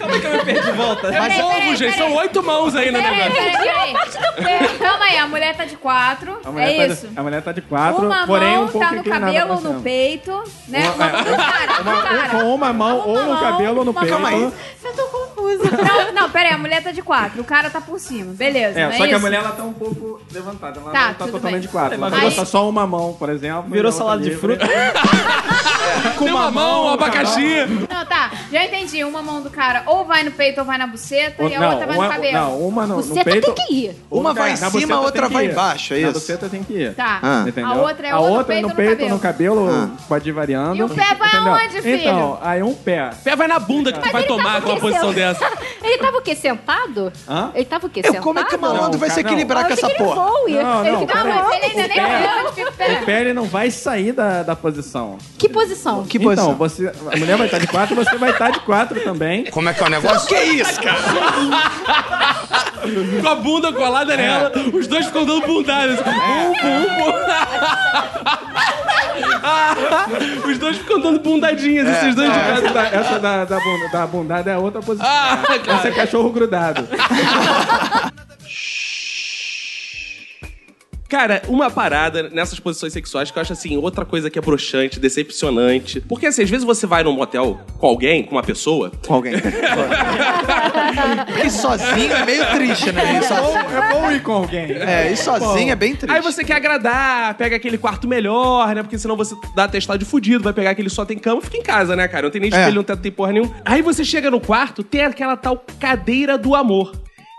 Speaker 1: Como é que eu me perdi de volta? É
Speaker 6: Peraí,
Speaker 1: polvo,
Speaker 6: peraí,
Speaker 1: gente.
Speaker 6: peraí.
Speaker 1: São oito mãos aí né, no
Speaker 6: Peraí,
Speaker 1: negócio.
Speaker 6: peraí, peraí. Pera- Calma aí, a mulher tá de quatro.
Speaker 7: A mulher,
Speaker 6: É
Speaker 7: tá
Speaker 6: isso.
Speaker 7: De, a mulher tá de quatro,
Speaker 6: Uma
Speaker 7: porém
Speaker 6: mão
Speaker 7: um pouco
Speaker 6: tá no
Speaker 7: inclinada
Speaker 6: cabelo
Speaker 7: pra
Speaker 6: ou no
Speaker 7: cima.
Speaker 6: peito, né?
Speaker 7: Uma-
Speaker 6: Uma, do cara, do
Speaker 7: Uma-
Speaker 6: cara.
Speaker 7: com uma mão, ou no
Speaker 6: mão,
Speaker 7: cabelo ou no
Speaker 6: uma
Speaker 7: peito.
Speaker 6: mão.
Speaker 4: Eu tô confusa.
Speaker 6: Não, não, pera aí, a mulher tá de quatro, o cara tá por cima, beleza.
Speaker 7: É,
Speaker 6: não é
Speaker 7: só que a
Speaker 6: isso?
Speaker 7: mulher ela tá um pouco levantada. Ela
Speaker 6: Tá,
Speaker 7: não tá
Speaker 6: tudo
Speaker 7: totalmente
Speaker 6: bem.
Speaker 7: de quatro. Ela
Speaker 6: Aí-
Speaker 7: vai botar só uma mão, por exemplo. e a
Speaker 5: Virou
Speaker 7: outra
Speaker 5: salada de
Speaker 7: livre. É.
Speaker 5: fruta.
Speaker 1: Com uma mão, um abacaxi.
Speaker 6: Não, tá, já entendi. Uma mão do cara ou vai no peito ou vai na buceta
Speaker 7: Ou-
Speaker 6: e a
Speaker 7: não,
Speaker 6: outra vai
Speaker 7: uma-
Speaker 6: no cabelo.
Speaker 7: Não, uma no, no
Speaker 4: Você até
Speaker 7: peito.
Speaker 4: tem que ir.
Speaker 7: ou no
Speaker 2: Uma vai
Speaker 7: cara.
Speaker 2: em cima,
Speaker 7: Na buceta
Speaker 2: outra
Speaker 7: tem que
Speaker 2: vai
Speaker 7: ir.
Speaker 2: embaixo, é
Speaker 7: Na
Speaker 2: isso?
Speaker 7: buceta tem que ir.
Speaker 6: Tá.
Speaker 2: Ah.
Speaker 7: Entendeu?
Speaker 6: A outra é
Speaker 7: a
Speaker 6: ou no
Speaker 7: outra é
Speaker 6: peito
Speaker 7: no
Speaker 6: ou no
Speaker 7: peito, no cabelo,
Speaker 2: Ah.
Speaker 7: pode ir variando.
Speaker 6: E o pé vai
Speaker 7: entendeu?
Speaker 6: aonde, filho?
Speaker 7: Então, aí um pé.
Speaker 1: Pé vai na bunda que tu vai
Speaker 4: ele
Speaker 1: tomar
Speaker 6: tá
Speaker 4: tava
Speaker 1: com uma
Speaker 4: aquecendo.
Speaker 1: posição dessa.
Speaker 4: Ele tava o quê? Sentado?
Speaker 7: Hã?
Speaker 4: Ele tava o quê?
Speaker 2: Eu,
Speaker 4: Sentado?
Speaker 2: como é que o malandro
Speaker 7: Não,
Speaker 2: vai se
Speaker 7: cara, não.
Speaker 2: equilibrar com
Speaker 4: Eu achei
Speaker 2: essa
Speaker 4: que ele
Speaker 2: porra?
Speaker 4: voa.
Speaker 7: Não,
Speaker 4: ele
Speaker 7: não,
Speaker 4: ficava
Speaker 7: pera aí.
Speaker 4: voando.
Speaker 6: Ele ainda nem
Speaker 7: pé.
Speaker 6: olhou de
Speaker 7: O
Speaker 6: pé.
Speaker 7: pé ele não vai sair da, da posição.
Speaker 4: Que posição?
Speaker 2: Que
Speaker 7: Então,
Speaker 2: posição?
Speaker 7: você, a mulher vai estar de quatro, você vai estar de quatro também.
Speaker 9: Como é que é o negócio?
Speaker 2: Que isso, cara?
Speaker 1: Com a bunda colada nela. Os dois ficam dando bundada. assim, Bum, bum, bum. Os dois ficam dando bundadinhas, esses dois de cada.
Speaker 7: Essa, da, essa da, da, bunda- da bundada é outra posição.
Speaker 1: Ah,
Speaker 7: Essa é cachorro grudado.
Speaker 1: Cara, uma parada nessas posições sexuais que eu acho assim, outra coisa que é broxante, decepcionante. Porque assim, às vezes você vai num motel com alguém, com uma pessoa.
Speaker 2: Com alguém. Porque sozinho é meio triste, né? E
Speaker 7: Ou
Speaker 2: sozinho,
Speaker 7: é bom ir com alguém.
Speaker 2: é, e sozinho é bem triste.
Speaker 1: Aí você quer agradar, pega aquele quarto melhor, né? Porque senão você dá testado de fudido, vai pegar aquele só tem cama, fica em casa, né, cara? Não tem nem
Speaker 2: É.
Speaker 1: espelho, não tem tem porra nenhuma. Aí você chega no quarto, tem aquela tal cadeira do amor.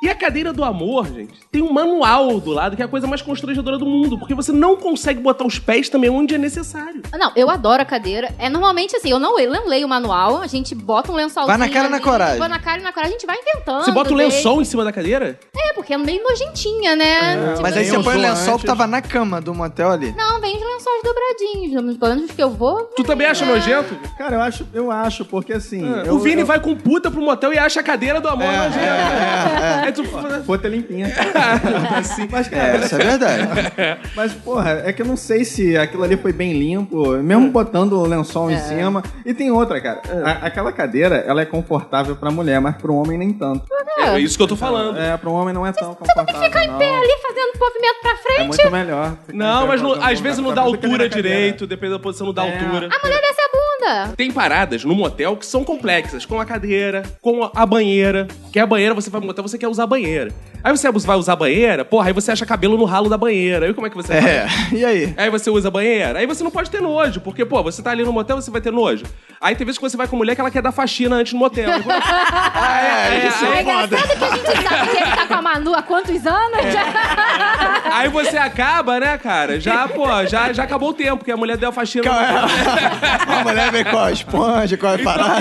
Speaker 1: E a cadeira do amor, gente, tem um manual do lado que é a coisa mais constrangedora do mundo, porque você não consegue botar os pés também onde é necessário.
Speaker 4: Não, eu adoro a cadeira. É normalmente assim, eu não, eu não leio o manual, a gente bota um lençolzinho.
Speaker 2: Vai na cara e na
Speaker 4: ali,
Speaker 2: coragem.
Speaker 4: Vai na cara e na coragem, a gente vai inventando.
Speaker 1: Você bota o
Speaker 4: vem.
Speaker 1: lençol em cima da cadeira?
Speaker 4: É, porque é meio nojentinha, né? Tipo
Speaker 2: Mas aí
Speaker 4: assim,
Speaker 2: você põe o lençol
Speaker 7: antes.
Speaker 2: que tava na cama do motel ali.
Speaker 4: Não, vem os lençóis dobradinhos. Pelo menos os que eu vou. né?
Speaker 1: Tu também
Speaker 4: É.
Speaker 1: acha nojento?
Speaker 7: Cara, eu acho, eu acho, porque assim. eu,
Speaker 1: o Vini
Speaker 7: eu,
Speaker 1: vai com puta pro motel e acha a cadeira do amor nojenta. É, tu...
Speaker 7: Vou ter limpinha. né? Assim, mas,
Speaker 2: É,
Speaker 7: cara,
Speaker 2: isso é verdade.
Speaker 7: mas, porra, é que eu não sei se aquilo ali foi bem limpo, mesmo botando o lençol em cima. E tem outra, cara. A- aquela cadeira, ela é confortável pra mulher, mas pro homem nem tanto.
Speaker 1: é isso que eu tô falando.
Speaker 7: É, pro homem não é tão confortável. Você ficar em
Speaker 4: Pé ali fazendo movimento pra
Speaker 7: É
Speaker 4: frente.
Speaker 7: muito melhor.
Speaker 1: Não, mas não- às vezes não dá
Speaker 9: um
Speaker 7: Fica na
Speaker 1: altura
Speaker 7: cadeira.
Speaker 1: direito, dependendo da posição, não dá
Speaker 7: É.
Speaker 1: altura.
Speaker 4: A mulher desce a bunda. nada.
Speaker 1: Ah, Tem paradas no motel que são complexas, com a cadeira, com a banheira. Que a banheira você vai pro motel, você quer usar a banheira. Aí você vai usar a banheira, porra, aí você acha cabelo no ralo da banheira. Aí como é que você
Speaker 2: É,
Speaker 1: faz?
Speaker 2: e aí?
Speaker 1: Aí você usa a banheira. Aí você não pode ter nojo, porque, pô, você tá ali no motel, você vai ter nojo. Aí tem vezes que você vai com mulher que ela quer dar faxina antes no motel. Aí você-
Speaker 4: é,
Speaker 1: isso é
Speaker 4: engraçado que a gente sabe que ele tá com a Manu há quantos anos?
Speaker 1: Aí você acaba, né, cara? Já, pô, já, já acabou o tempo, porque a mulher deu a faxina.
Speaker 2: é? A mulher vem com a esponja, com a parada.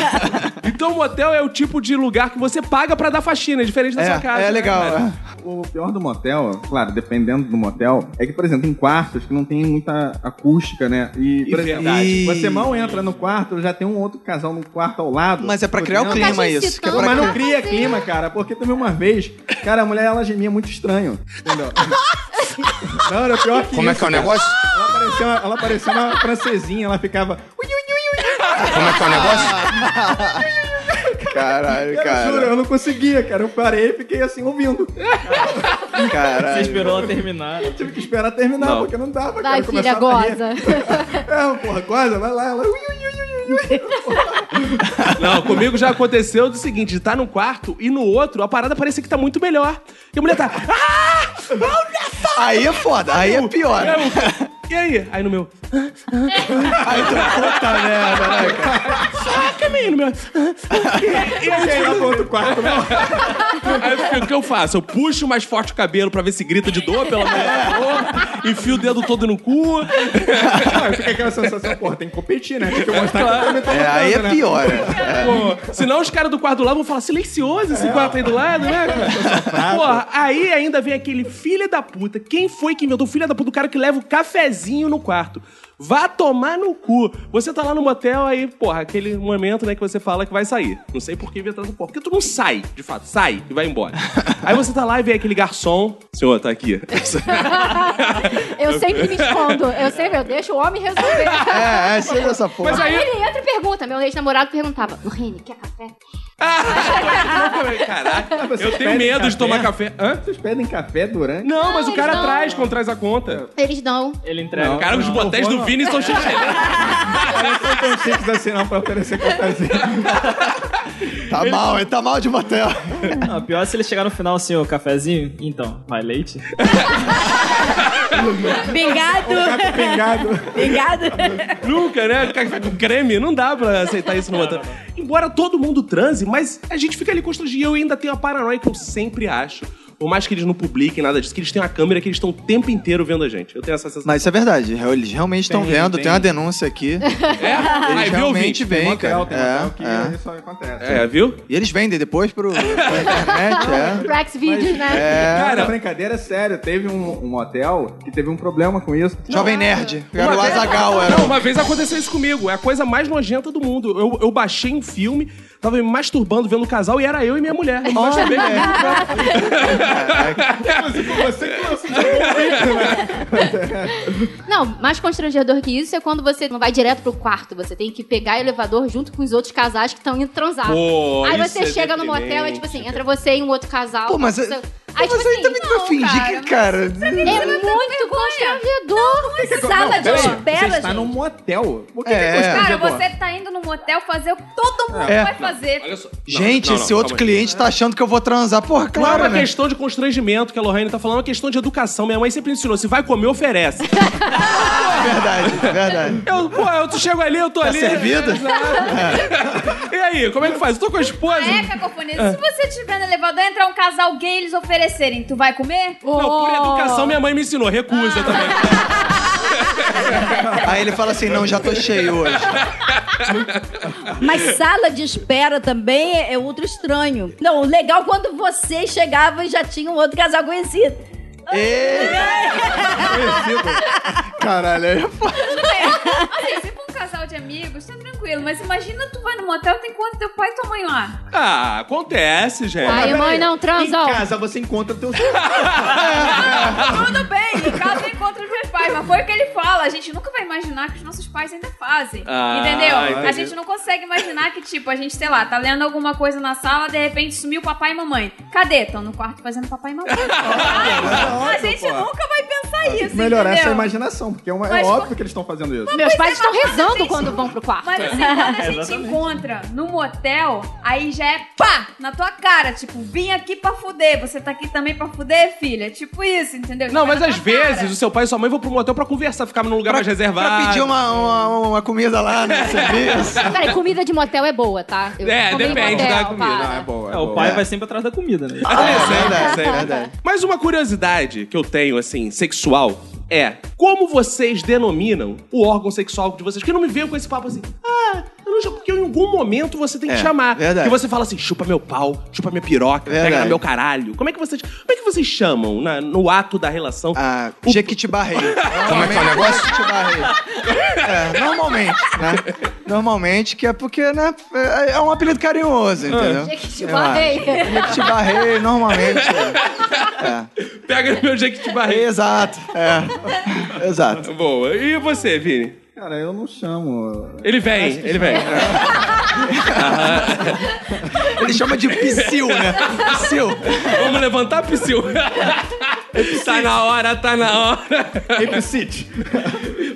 Speaker 1: Então, motel é o tipo de lugar que você paga pra dar faxina, é diferente da
Speaker 7: É,
Speaker 1: sua casa.
Speaker 7: é
Speaker 1: né,
Speaker 7: legal,
Speaker 1: cara?
Speaker 7: é. O pior do motel, claro, dependendo do motel, é que, por exemplo, tem quartos que não tem muita acústica, né? E,
Speaker 1: E
Speaker 7: por exemplo,
Speaker 1: é verdade.
Speaker 7: você mal entra no quarto, já tem um outro casal no quarto ao lado.
Speaker 2: Mas é pra criar o
Speaker 7: Não,
Speaker 2: clima Tá te isso, que é pra
Speaker 7: Não, mas não
Speaker 2: criar-
Speaker 7: cria clima, cara, porque também uma vez, cara, a mulher, ela gemia muito estranho, entendeu? Não, era pior que
Speaker 9: Como é
Speaker 7: isso,
Speaker 9: que é o
Speaker 7: cara.
Speaker 9: negócio?
Speaker 7: Ela parecia, uma, ela parecia uma francesinha, ela ficava...
Speaker 9: Como é que é o negócio?
Speaker 2: Caralho,
Speaker 7: Eu juro, eu não conseguia, cara. Eu parei e fiquei assim, ouvindo.
Speaker 5: Você
Speaker 2: Caralho.
Speaker 5: esperou ela terminar.
Speaker 7: Eu tive que esperar terminar,
Speaker 1: Não.
Speaker 7: porque não dava,
Speaker 4: Vai,
Speaker 7: cara.
Speaker 4: filha,
Speaker 7: Começava a rir.
Speaker 4: goza.
Speaker 7: É, porra, goza, vai lá. Ela...
Speaker 1: Não, comigo já aconteceu do seguinte: de tá num quarto e no outro a parada parecia que tá muito melhor. E a mulher tá. Ah! Olha só!
Speaker 2: Aí é foda, aí é pior.
Speaker 1: Aí eu, E aí? Aí no meu. "Ah,
Speaker 2: Aí tu puta merda, né, cara?
Speaker 1: Caraca, menino, meu. "Ah,
Speaker 7: E aí, ela volta o quarto, né?
Speaker 1: tipo, Aí eu fico, o que eu faço? Eu puxo mais forte o cabelo pra ver se grita de dor pela mulher.
Speaker 2: É.
Speaker 1: Enfio o dedo todo no cu.
Speaker 7: Ah, fica aquela sensação, porra, tem que competir, né? Tem que mostrar que eu também tô
Speaker 2: É, aí é pior. né?
Speaker 1: Pô, senão os caras do quarto do lado vão falar silencioso esse quarto aí do lado, né, cara? Porra, aí ainda vem aquele filho da puta. Quem foi que inventou o filho da puta do cara que leva o cafezinho no quarto? Vá tomar no cu. Você tá lá no motel, aí, porra, aquele momento, né, que você fala que vai sair. Não sei por que inventaram essa porra. Porque tu não sai, de fato. Sai e vai embora. Aí você tá lá e vê aquele garçom. Senhor, tá aqui.
Speaker 4: Eu sempre me escondo. Eu sempre, eu deixo o homem resolver.
Speaker 2: É, é, seja essa porra.
Speaker 4: Aí ele entra e pergunta. Meu ex-namorado perguntava, Lorraine, quer café?
Speaker 1: Caraca,
Speaker 7: Vocês
Speaker 1: eu tenho
Speaker 7: pedem
Speaker 1: medo de tomar café. Hã?
Speaker 7: Vocês pedem café durante?
Speaker 1: Não, mas o
Speaker 4: eles
Speaker 1: cara
Speaker 4: não.
Speaker 1: traz quando traz a conta.
Speaker 4: Eles dão.
Speaker 5: Ele entrega.
Speaker 1: Cara, os
Speaker 5: Não.
Speaker 1: botéis do Vini são cheios de
Speaker 7: Não sou tão simples assim, não, pra oferecer cafezinho.
Speaker 2: Tá mal, hein? Tá mal de motel.
Speaker 5: Não, o pior é se ele chegar no final assim, ô cafezinho. Então, mais leite?
Speaker 3: Obrigado.
Speaker 7: Tá pingado.
Speaker 3: Obrigado.
Speaker 1: Nunca, né? Café com creme. Não dá pra aceitar isso no motel. Embora todo mundo transe, mas a gente fica ali constrangido. E eu ainda tenho a paranoia que eu sempre acho. Por mais que eles não publiquem nada disso, que eles têm uma câmera que eles estão o tempo inteiro vendo a gente. Eu tenho essa sensação.
Speaker 2: Mas isso é verdade. Eles realmente estão
Speaker 7: Tem,
Speaker 2: vendo. Tem.
Speaker 7: tem.
Speaker 2: uma denúncia aqui.
Speaker 1: É?
Speaker 2: Eles
Speaker 1: Aí, viu,
Speaker 2: realmente
Speaker 1: ouvinte?
Speaker 7: Tem
Speaker 2: vêm,
Speaker 7: motel,
Speaker 2: cara.
Speaker 7: tem motel que
Speaker 2: É, é.
Speaker 7: isso acontece.
Speaker 1: É, viu?
Speaker 2: E eles vendem depois pro, pra internet, é.
Speaker 4: Pro X-Videos, né?
Speaker 2: É.
Speaker 7: Cara,
Speaker 1: Cara,
Speaker 7: brincadeira é sério. Teve um, um hotel que teve um problema com isso.
Speaker 2: Jovem Nerd. Era o
Speaker 1: é. vez-
Speaker 2: Azagal, era.
Speaker 1: Não, uma vez aconteceu isso comigo. É a coisa mais nojenta do mundo. Eu, eu baixei um filme, tava me masturbando vendo o casal e era eu e minha mulher. Eu me masturbei.
Speaker 7: Inclusive, você assim? que lançou.
Speaker 4: Não, mais constrangedor que isso é quando você não vai direto pro quarto. Você tem que pegar o elevador junto com os outros casais que estão indo transar.
Speaker 1: Pô,
Speaker 4: Aí
Speaker 1: isso
Speaker 4: você
Speaker 1: é
Speaker 4: chega no motel, é tipo assim, entra você e um outro casal. tipo assim,
Speaker 2: Pô, mas-
Speaker 4: você...
Speaker 2: Mas
Speaker 1: tipo assim,
Speaker 2: aí também tu vai fingir que, cara. né?
Speaker 4: É muito constrangedor.
Speaker 3: Sala de
Speaker 4: É
Speaker 7: Você
Speaker 3: espera,
Speaker 7: está num
Speaker 3: gente.
Speaker 7: motel. Por que
Speaker 2: É.
Speaker 7: que é
Speaker 6: Cara,
Speaker 7: constrangedor?
Speaker 6: você tá indo num motel fazer o que todo mundo
Speaker 2: É.
Speaker 6: vai fazer.
Speaker 1: Olha só. Não,
Speaker 2: Gente,
Speaker 1: não, não,
Speaker 2: esse outro
Speaker 1: calma aí.
Speaker 2: cliente tá achando que eu vou transar. Porra,
Speaker 1: Não é
Speaker 2: claro,
Speaker 1: uma
Speaker 2: né?
Speaker 1: questão de constrangimento que a Lorraine tá falando, é uma questão de educação. Minha mãe sempre ensinou: se vai comer, oferece.
Speaker 2: É Verdade, verdade.
Speaker 1: Eu, pô, eu tu chego ali, eu tô ali.
Speaker 2: Tá servido?
Speaker 1: Exato. E aí, como é que faz? Eu tô com a esposa.
Speaker 6: É, cacofonia. Se você estiver no elevador, entrar um casal gay eles oferecerem, tu vai comer?
Speaker 1: Não, por educação minha mãe me ensinou,
Speaker 6: Ah.
Speaker 1: recusa também.
Speaker 2: Aí ele fala assim: não, já tô cheio hoje.
Speaker 3: Mas sala de espera também é é outro estranho. Não, o legal é quando você chegava e já tinha um outro casal conhecido.
Speaker 2: Ei, Caralho, aí é foda.
Speaker 6: Assim, se for um casal de amigos, tá tranquilo. Mas imagina tu vai no motel, tem quanto teu pai e tua mãe lá.
Speaker 1: Ah, acontece, gente.
Speaker 4: Aí, mãe, não, transam.
Speaker 7: Em casa você encontra teus
Speaker 6: Tudo bem, no caso eu encontro os meus pais. Mas foi o que ele fala. A gente nunca vai imaginar que os nossos pais ainda fazem.
Speaker 1: Ah,
Speaker 6: entendeu? A
Speaker 1: entendi.
Speaker 6: gente não consegue imaginar que, tipo, a gente, sei lá, tá lendo alguma coisa na sala, de repente sumiu papai e mamãe. Cadê? Estão no quarto fazendo papai e mamãe. a Ah, gente nunca vai pensar
Speaker 3: pensar isso,
Speaker 7: Melhorar
Speaker 3: entendeu?
Speaker 7: essa imaginação, porque é, uma- é
Speaker 6: Mas
Speaker 7: óbvio que eles estão fazendo isso.
Speaker 6: Meus pais
Speaker 4: estão
Speaker 6: rezando
Speaker 4: quando vão pro quarto.
Speaker 6: Mas assim, quando a gente
Speaker 7: Exatamente.
Speaker 6: encontra no motel, aí já é pá! Na tua cara, tipo, vim aqui pra fuder, você tá aqui também pra fuder, filha? Tipo isso, entendeu?
Speaker 1: Não,
Speaker 6: Joga
Speaker 1: mas
Speaker 6: na
Speaker 1: às
Speaker 6: tua
Speaker 1: vezes
Speaker 6: cara.
Speaker 1: o seu pai e sua mãe vão pro motel pra conversar, ficar num lugar mais reservado.
Speaker 2: Pra pedir uma, uma, uma comida lá no serviço.
Speaker 4: Peraí, comida de motel é boa, tá? Eu
Speaker 1: É,
Speaker 4: comi em
Speaker 1: depende
Speaker 4: motel,
Speaker 1: da comida.
Speaker 4: para.
Speaker 1: é boa.
Speaker 5: É, o pai vai
Speaker 1: sempre atrás da comida,
Speaker 5: É,
Speaker 1: né? é,
Speaker 5: verdade,
Speaker 1: sempre,
Speaker 5: verdade.
Speaker 1: Mas uma curiosidade que eu tenho, assim, sexual, é como vocês denominam o órgão sexual de vocês? Porque não me veio com esse papo assim, ah, eu não chamo, porque em algum momento você tem que
Speaker 10: É,
Speaker 1: chamar.
Speaker 10: verdade.
Speaker 1: Que você fala assim, chupa meu pau, chupa minha piroca, pega
Speaker 10: Verdade.
Speaker 1: no meu caralho. Como é que vocês, como é que vocês chamam na- no ato da relação? Ah, o...
Speaker 2: Jequitibarrei. Como é que é o negócio? É, normalmente, né? Normalmente, que é porque, né? É é um apelido carinhoso, entendeu?
Speaker 4: Jequitibarrei.
Speaker 1: Ah.
Speaker 2: Eu acho. Jequitibarrei, normalmente. é.
Speaker 1: Pega no meu Jequitibarrei.
Speaker 2: Exato, é. Exato.
Speaker 1: Boa. E você, Vini?
Speaker 7: Cara, eu não chamo.
Speaker 1: Ele vem, ele vem.
Speaker 2: Ele chama de psil, né? Psil.
Speaker 1: Vamos levantar, psil. tá na hora, tá na hora.
Speaker 7: Epicite.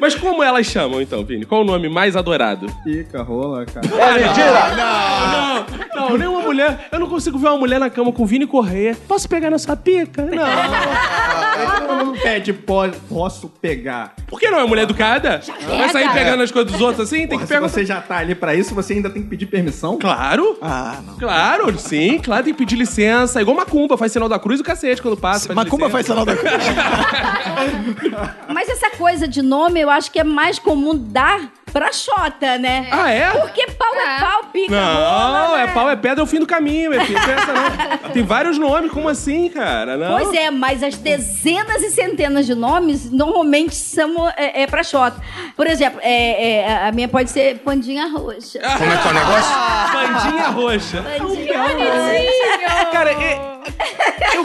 Speaker 1: Mas como elas chamam, então, Vini? Qual o nome mais adorado?
Speaker 7: Pica, rola, cara.
Speaker 1: É mentira! Não, não, não, nenhuma mulher. Eu não consigo ver uma mulher na cama com o Vini correr. Posso pegar na sua pica? Não.
Speaker 7: Todo mundo pede, po- posso pegar.
Speaker 1: Por que não? É mulher educada? Vai sair
Speaker 7: pega.
Speaker 1: pegando as coisas dos outros assim? Tem que
Speaker 7: Se
Speaker 1: pegar.
Speaker 7: você já tá ali pra isso, você ainda tem que pedir permissão?
Speaker 1: Claro!
Speaker 2: Ah, não.
Speaker 1: Claro, sim, claro, tem que pedir licença. É igual macumba, faz sinal da cruz e o cacete quando passa. Macumba
Speaker 2: faz sinal da
Speaker 9: é
Speaker 2: cruz.
Speaker 3: Mas essa coisa de nome, eu acho que é mais comum dar pra Xota, né?
Speaker 1: Ah, é?
Speaker 3: Porque pau é, pau, pica
Speaker 1: Não,
Speaker 3: rola,
Speaker 1: é
Speaker 3: né?
Speaker 1: pau, é pedra, é o fim do caminho, meu filho. Pensa, não. Tem vários nomes, como assim, cara? Não.
Speaker 3: Pois é, mas as dezenas e centenas de nomes normalmente são é, é pra Xota. Por exemplo, é, é, a minha pode ser Pandinha Roxa.
Speaker 9: Como é que é o negócio?
Speaker 1: Bandinha roxa. Cara, é- eu,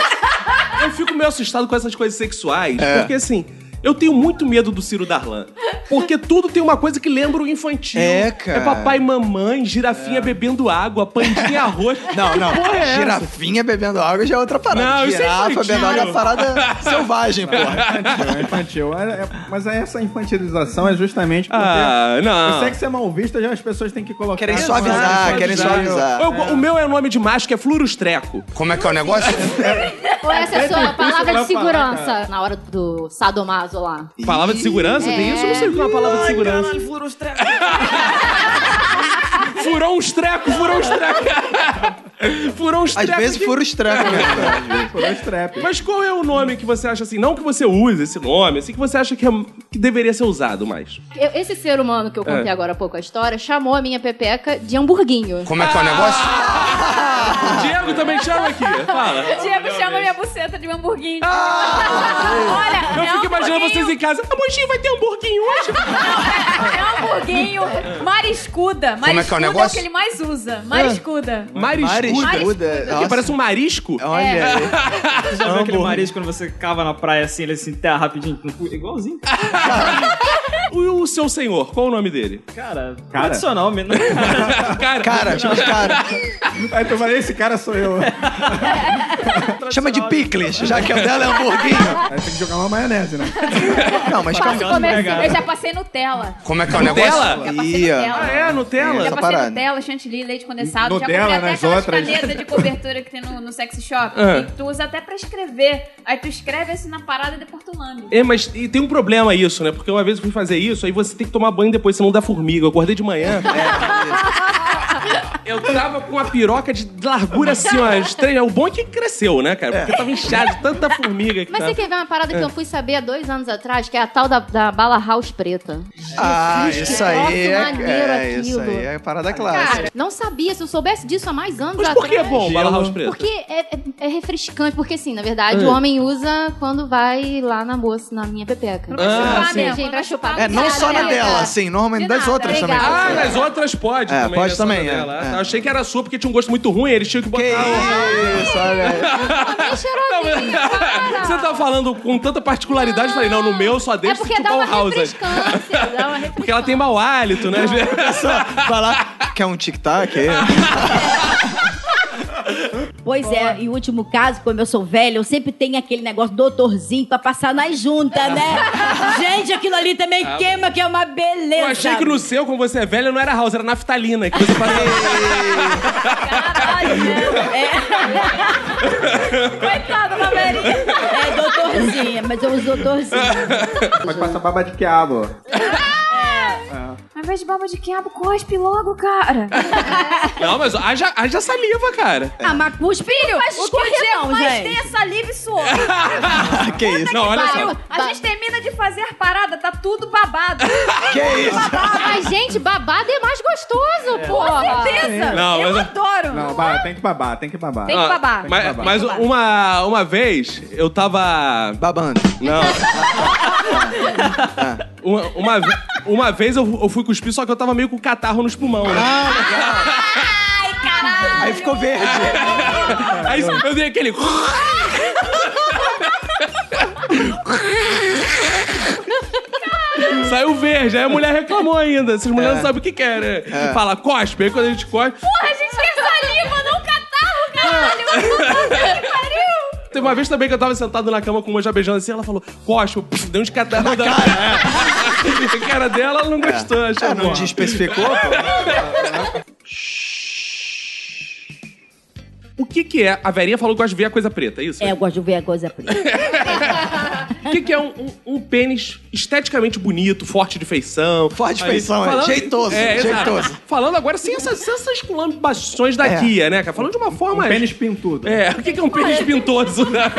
Speaker 1: eu fico meio assustado com essas coisas sexuais,
Speaker 10: É.
Speaker 1: porque assim. Eu tenho muito medo do Ciro Darlan. Porque tudo tem uma coisa que lembra o infantil.
Speaker 2: É, cara. É.
Speaker 1: É papai e mamãe, girafinha bebendo água, pandinha roxa.
Speaker 2: Não,
Speaker 1: Que
Speaker 2: Ah, não.
Speaker 1: porra é essa?
Speaker 2: Girafinha bebendo água já é outra parada.
Speaker 1: Não, isso é
Speaker 2: Girafa
Speaker 1: infantil.
Speaker 2: bebendo água é uma parada selvagem, porra.
Speaker 7: É infantil. É- é- mas essa infantilização é justamente porque
Speaker 1: Ah, não.
Speaker 7: o sexo é mal visto, já as pessoas têm que colocar.
Speaker 2: Querem suavizar, querem suavizar.
Speaker 1: Eu- O meu é o nome de macho, que é Flurustreco.
Speaker 9: Como é que é o negócio?
Speaker 4: Ou essa é a
Speaker 9: É
Speaker 4: sua
Speaker 9: difícil
Speaker 4: palavra
Speaker 9: pra
Speaker 4: de segurança
Speaker 9: falar,
Speaker 4: na hora do sadomaso lá.
Speaker 1: Palavra de segurança? Tem isso? Eu não sei o que é uma palavra de segurança. Furou um estreco, furou um estreco. furou um estreco.
Speaker 2: vezes fura o estreco, né?
Speaker 7: Furou estreco.
Speaker 1: Mas qual é o nome que você acha assim? Não que você use esse nome, assim que você acha que, é- que deveria ser usado mais.
Speaker 4: Eu- esse ser humano que eu contei
Speaker 1: É.
Speaker 4: agora há pouco a história chamou a minha pepeca de hamburguinho.
Speaker 9: Como é que é o negócio?
Speaker 1: Diego também chama aqui. Fala.
Speaker 6: Diego chama minha buceta de um hamburguinho.
Speaker 1: Ah! Eu
Speaker 6: Olha,
Speaker 1: fico
Speaker 6: é um
Speaker 1: imaginando vocês em casa. Amorzinho, vai ter hamburguinho hoje?
Speaker 6: É um hamburguinho. Mariscuda. Mariscuda
Speaker 9: Como é que é o negócio?
Speaker 6: o que ele mais usa. Mariscuda.
Speaker 1: Ah.
Speaker 2: é
Speaker 1: Mariscuda.
Speaker 2: Mariscuda,
Speaker 1: Que
Speaker 2: nossa.
Speaker 1: parece um marisco?
Speaker 2: Olha
Speaker 6: É.
Speaker 2: aí.
Speaker 5: Você já viu aquele
Speaker 2: Hambúrguer.
Speaker 5: marisco quando você cava na praia assim, ele se enterra rapidinho? no cu? Igualzinho.
Speaker 1: O, o seu senhor, qual o nome dele?
Speaker 5: Cara,
Speaker 7: Cara.
Speaker 5: tradicional mesmo.
Speaker 1: Cara,
Speaker 2: Cara, chama de cara.
Speaker 7: Aí tu fala, esse cara sou eu.
Speaker 2: Chama de picles, já que o dela é hamburguinho.
Speaker 7: Aí tem que jogar uma maionese, né?
Speaker 2: Não, mas
Speaker 4: Passo
Speaker 2: calma.
Speaker 4: comercial. Eu já passei Nutella.
Speaker 9: Como é que é o negócio?
Speaker 1: Nutella?
Speaker 2: Ih, ó.
Speaker 1: Ah, é? Nutella?
Speaker 6: Já
Speaker 2: Essa
Speaker 6: passei
Speaker 2: parada.
Speaker 6: Nutella, chantilly, leite condensado. já
Speaker 7: Nutella,
Speaker 6: comprei até
Speaker 7: nas
Speaker 6: aquelas
Speaker 7: outras.
Speaker 6: canetas de cobertura que tem no, no sexy shop.
Speaker 1: Ah.
Speaker 6: que tu usa até pra escrever. Aí tu escreve assim na parada e depois tu lame.
Speaker 1: É, mas e tem um problema isso, né? Porque uma vez eu fui fazer isso, aí você tem que tomar banho depois, senão dá formiga. Eu acordei de manhã. né? Eu tava com uma piroca de largura assim, ó. as três- O bom é que cresceu, né, cara? Porque eu tava inchado de tanta formiga que
Speaker 4: Mas
Speaker 2: Tá.
Speaker 1: tava.
Speaker 4: você quer ver uma parada
Speaker 2: É.
Speaker 4: que eu fui saber há dois anos atrás, que é a tal da, da bala house preta.
Speaker 2: Ah, isso aí é,
Speaker 4: Nossa, maneiro
Speaker 2: é, isso
Speaker 4: aquilo.
Speaker 2: aí é parada clássica.
Speaker 4: Cara, não sabia. Se eu soubesse disso há mais anos
Speaker 1: Mas
Speaker 4: atrás...
Speaker 1: por que é bom bala house preta? Ah.
Speaker 4: Porque é, é- é refrescante, porque assim, na verdade, o homem usa quando vai lá na moça, na minha pepeca.
Speaker 6: Pra chupar
Speaker 1: sim.
Speaker 6: mesmo.
Speaker 4: Gente, pra chupar
Speaker 2: É, não
Speaker 4: Obrigada,
Speaker 2: só na
Speaker 4: amiga.
Speaker 2: dela, assim, normalmente das
Speaker 6: nada,
Speaker 2: outras também.
Speaker 4: obrigada.
Speaker 1: Ah, nas outras pode
Speaker 2: É,
Speaker 1: também.
Speaker 2: pode
Speaker 1: né, só
Speaker 2: também,
Speaker 1: na
Speaker 2: é,
Speaker 1: dela. Ah,
Speaker 2: é.
Speaker 1: tá. Eu Achei que era sua porque tinha um gosto muito ruim, eles tinham que botar.
Speaker 2: Que
Speaker 1: o-
Speaker 2: isso, olha aí.
Speaker 4: Não,
Speaker 1: Não, mas-
Speaker 4: cheirosinho, para.
Speaker 1: Você tá falando com tanta particularidade, eu falei, não, no meu só
Speaker 4: É
Speaker 1: deixa
Speaker 4: porque
Speaker 1: se
Speaker 4: dá
Speaker 1: chupar
Speaker 4: uma
Speaker 1: o house. aí.
Speaker 4: refrescância. Dá uma refrescância.
Speaker 1: Porque ela tem mau hálito, né?
Speaker 2: Vai lá, quer um tic-tac aí?
Speaker 3: Pois é, e o último caso, como eu sou velha, eu sempre tenho aquele negócio doutorzinho pra passar nas juntas, né? Gente, aquilo ali também
Speaker 1: Ah,
Speaker 3: queima, que é uma beleza.
Speaker 1: Eu achei que no seu, como você é velha, não era house, era naftalina. Que você fala...
Speaker 3: Ah, Coitada É. da Maria. É doutorzinha, mas eu uso doutorzinho.
Speaker 7: Pode passar baba de quiabo.
Speaker 4: Ao invés de baba de quiabo, cospe logo, cara.
Speaker 1: Não, mas haja, haja saliva, cara.
Speaker 3: Ah, mas cuspe não faz
Speaker 4: o que
Speaker 3: escolha
Speaker 4: que
Speaker 3: não,
Speaker 4: mais
Speaker 3: é gente.
Speaker 4: tem essa saliva e suor?
Speaker 1: que isso? Não, olha
Speaker 4: Pariu.
Speaker 1: só.
Speaker 4: A gente termina de fazer a parada, tá tudo babado.
Speaker 1: Que
Speaker 4: Tudo
Speaker 1: isso?
Speaker 4: Babado. Mas, gente, babado é mais gostoso, pô. Com certeza.
Speaker 1: Não,
Speaker 4: eu
Speaker 1: mas-
Speaker 4: adoro.
Speaker 7: Não, ba- tem que babar, tem que babar.
Speaker 4: Tem que babar.
Speaker 7: Tem que
Speaker 1: Mas,
Speaker 7: babar.
Speaker 1: mas uma, uma vez, eu tava...
Speaker 9: Babando.
Speaker 1: Não. uma, uma, ve- uma vez eu, eu fui cuspir, só que eu tava meio com catarro nos pulmões. Né?
Speaker 3: Ai, caralho.
Speaker 2: Aí ficou verde.
Speaker 1: Aí eu dei aquele... Saiu verde, aí a mulher reclamou ainda. Essas mulheres não sabem o que querem. né? Fala, cospe. Aí quando a gente cospe...
Speaker 4: Porra, a gente quer saliva, não catarro, caralho. Puta que pariu.
Speaker 1: Teve uma vez também que eu tava sentado na cama com uma já beijando assim, ela falou, Cosmo, pff, deu uns catarros um da cara. cara dela, ela não gostou, achou
Speaker 2: Ah, não te especificou?
Speaker 1: O que que é? A Verinha falou que gosta de ver a coisa preta, é isso?
Speaker 3: É, eu gosto de ver a coisa preta.
Speaker 1: O que que é um, um- um pênis esteticamente bonito, forte de feição?
Speaker 2: Forte de
Speaker 1: Aí,
Speaker 2: feição, é.
Speaker 1: falando-
Speaker 2: Jeitoso,
Speaker 1: exato.
Speaker 2: jeitoso. É.
Speaker 1: Falando agora sem essas, sem essas culambações da Kia, né, cara? Falando de uma forma...
Speaker 7: Um Pênis pintudo.
Speaker 1: É, o que que é um pênis pintoso? né?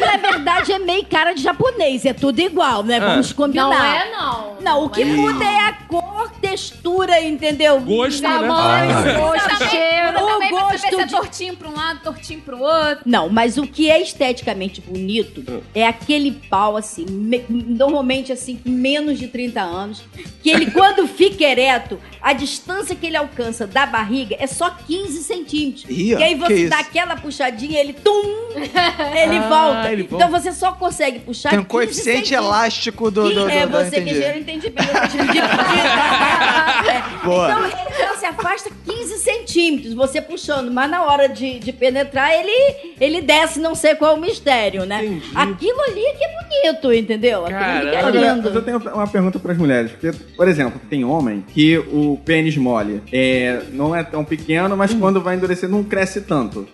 Speaker 3: Na verdade, é meio cara de japonês, é tudo igual, né? Vamos combinar.
Speaker 4: Não é, não.
Speaker 3: Não, o que muda é a cor, textura, entendeu?
Speaker 1: Gosto, né?
Speaker 2: é Ah,
Speaker 4: Tamanho, gosto, cheiro.
Speaker 3: O
Speaker 6: também pra saber
Speaker 3: gosto
Speaker 6: se é
Speaker 3: de-
Speaker 6: tortinho pra um lado, tortinho pro outro.
Speaker 3: Não, mas o que é esteticamente bonito
Speaker 2: Hum.
Speaker 3: é aquele pau, assim, me- normalmente, assim, com menos de 30 anos, que ele, quando fica ereto, a distância que ele alcança da barriga é só 15 centímetros.
Speaker 2: Ih, ó,
Speaker 3: e aí
Speaker 2: que
Speaker 3: você tá
Speaker 2: isso? Ah,
Speaker 3: dá aquela puxadinha, ele tum, ele volta.
Speaker 1: ele volta.
Speaker 3: então você só consegue puxar
Speaker 2: Tem um
Speaker 3: 15
Speaker 2: coeficiente
Speaker 3: centímetros.
Speaker 2: elástico do.
Speaker 3: Que-
Speaker 2: do, do
Speaker 3: Tá é
Speaker 2: do-
Speaker 3: você que
Speaker 2: entendi.
Speaker 3: gera, eu entendi bem. Eu tive que pedir.
Speaker 2: Boa.
Speaker 3: Então, ele só se afasta 15 centímetros, você puxando, mas na hora de, de penetrar, ele, ele desce, não sei qual é o mistério, né? Aquilo ali é que é bonito, entendeu? Aquilo ali que é
Speaker 7: Agora, mas eu
Speaker 3: lindo.
Speaker 7: tenho uma pergunta pras mulheres. Porque, por exemplo, tem homem que o pênis mole é, não é tão pequeno, mas quando vai endurecer não cresce tanto.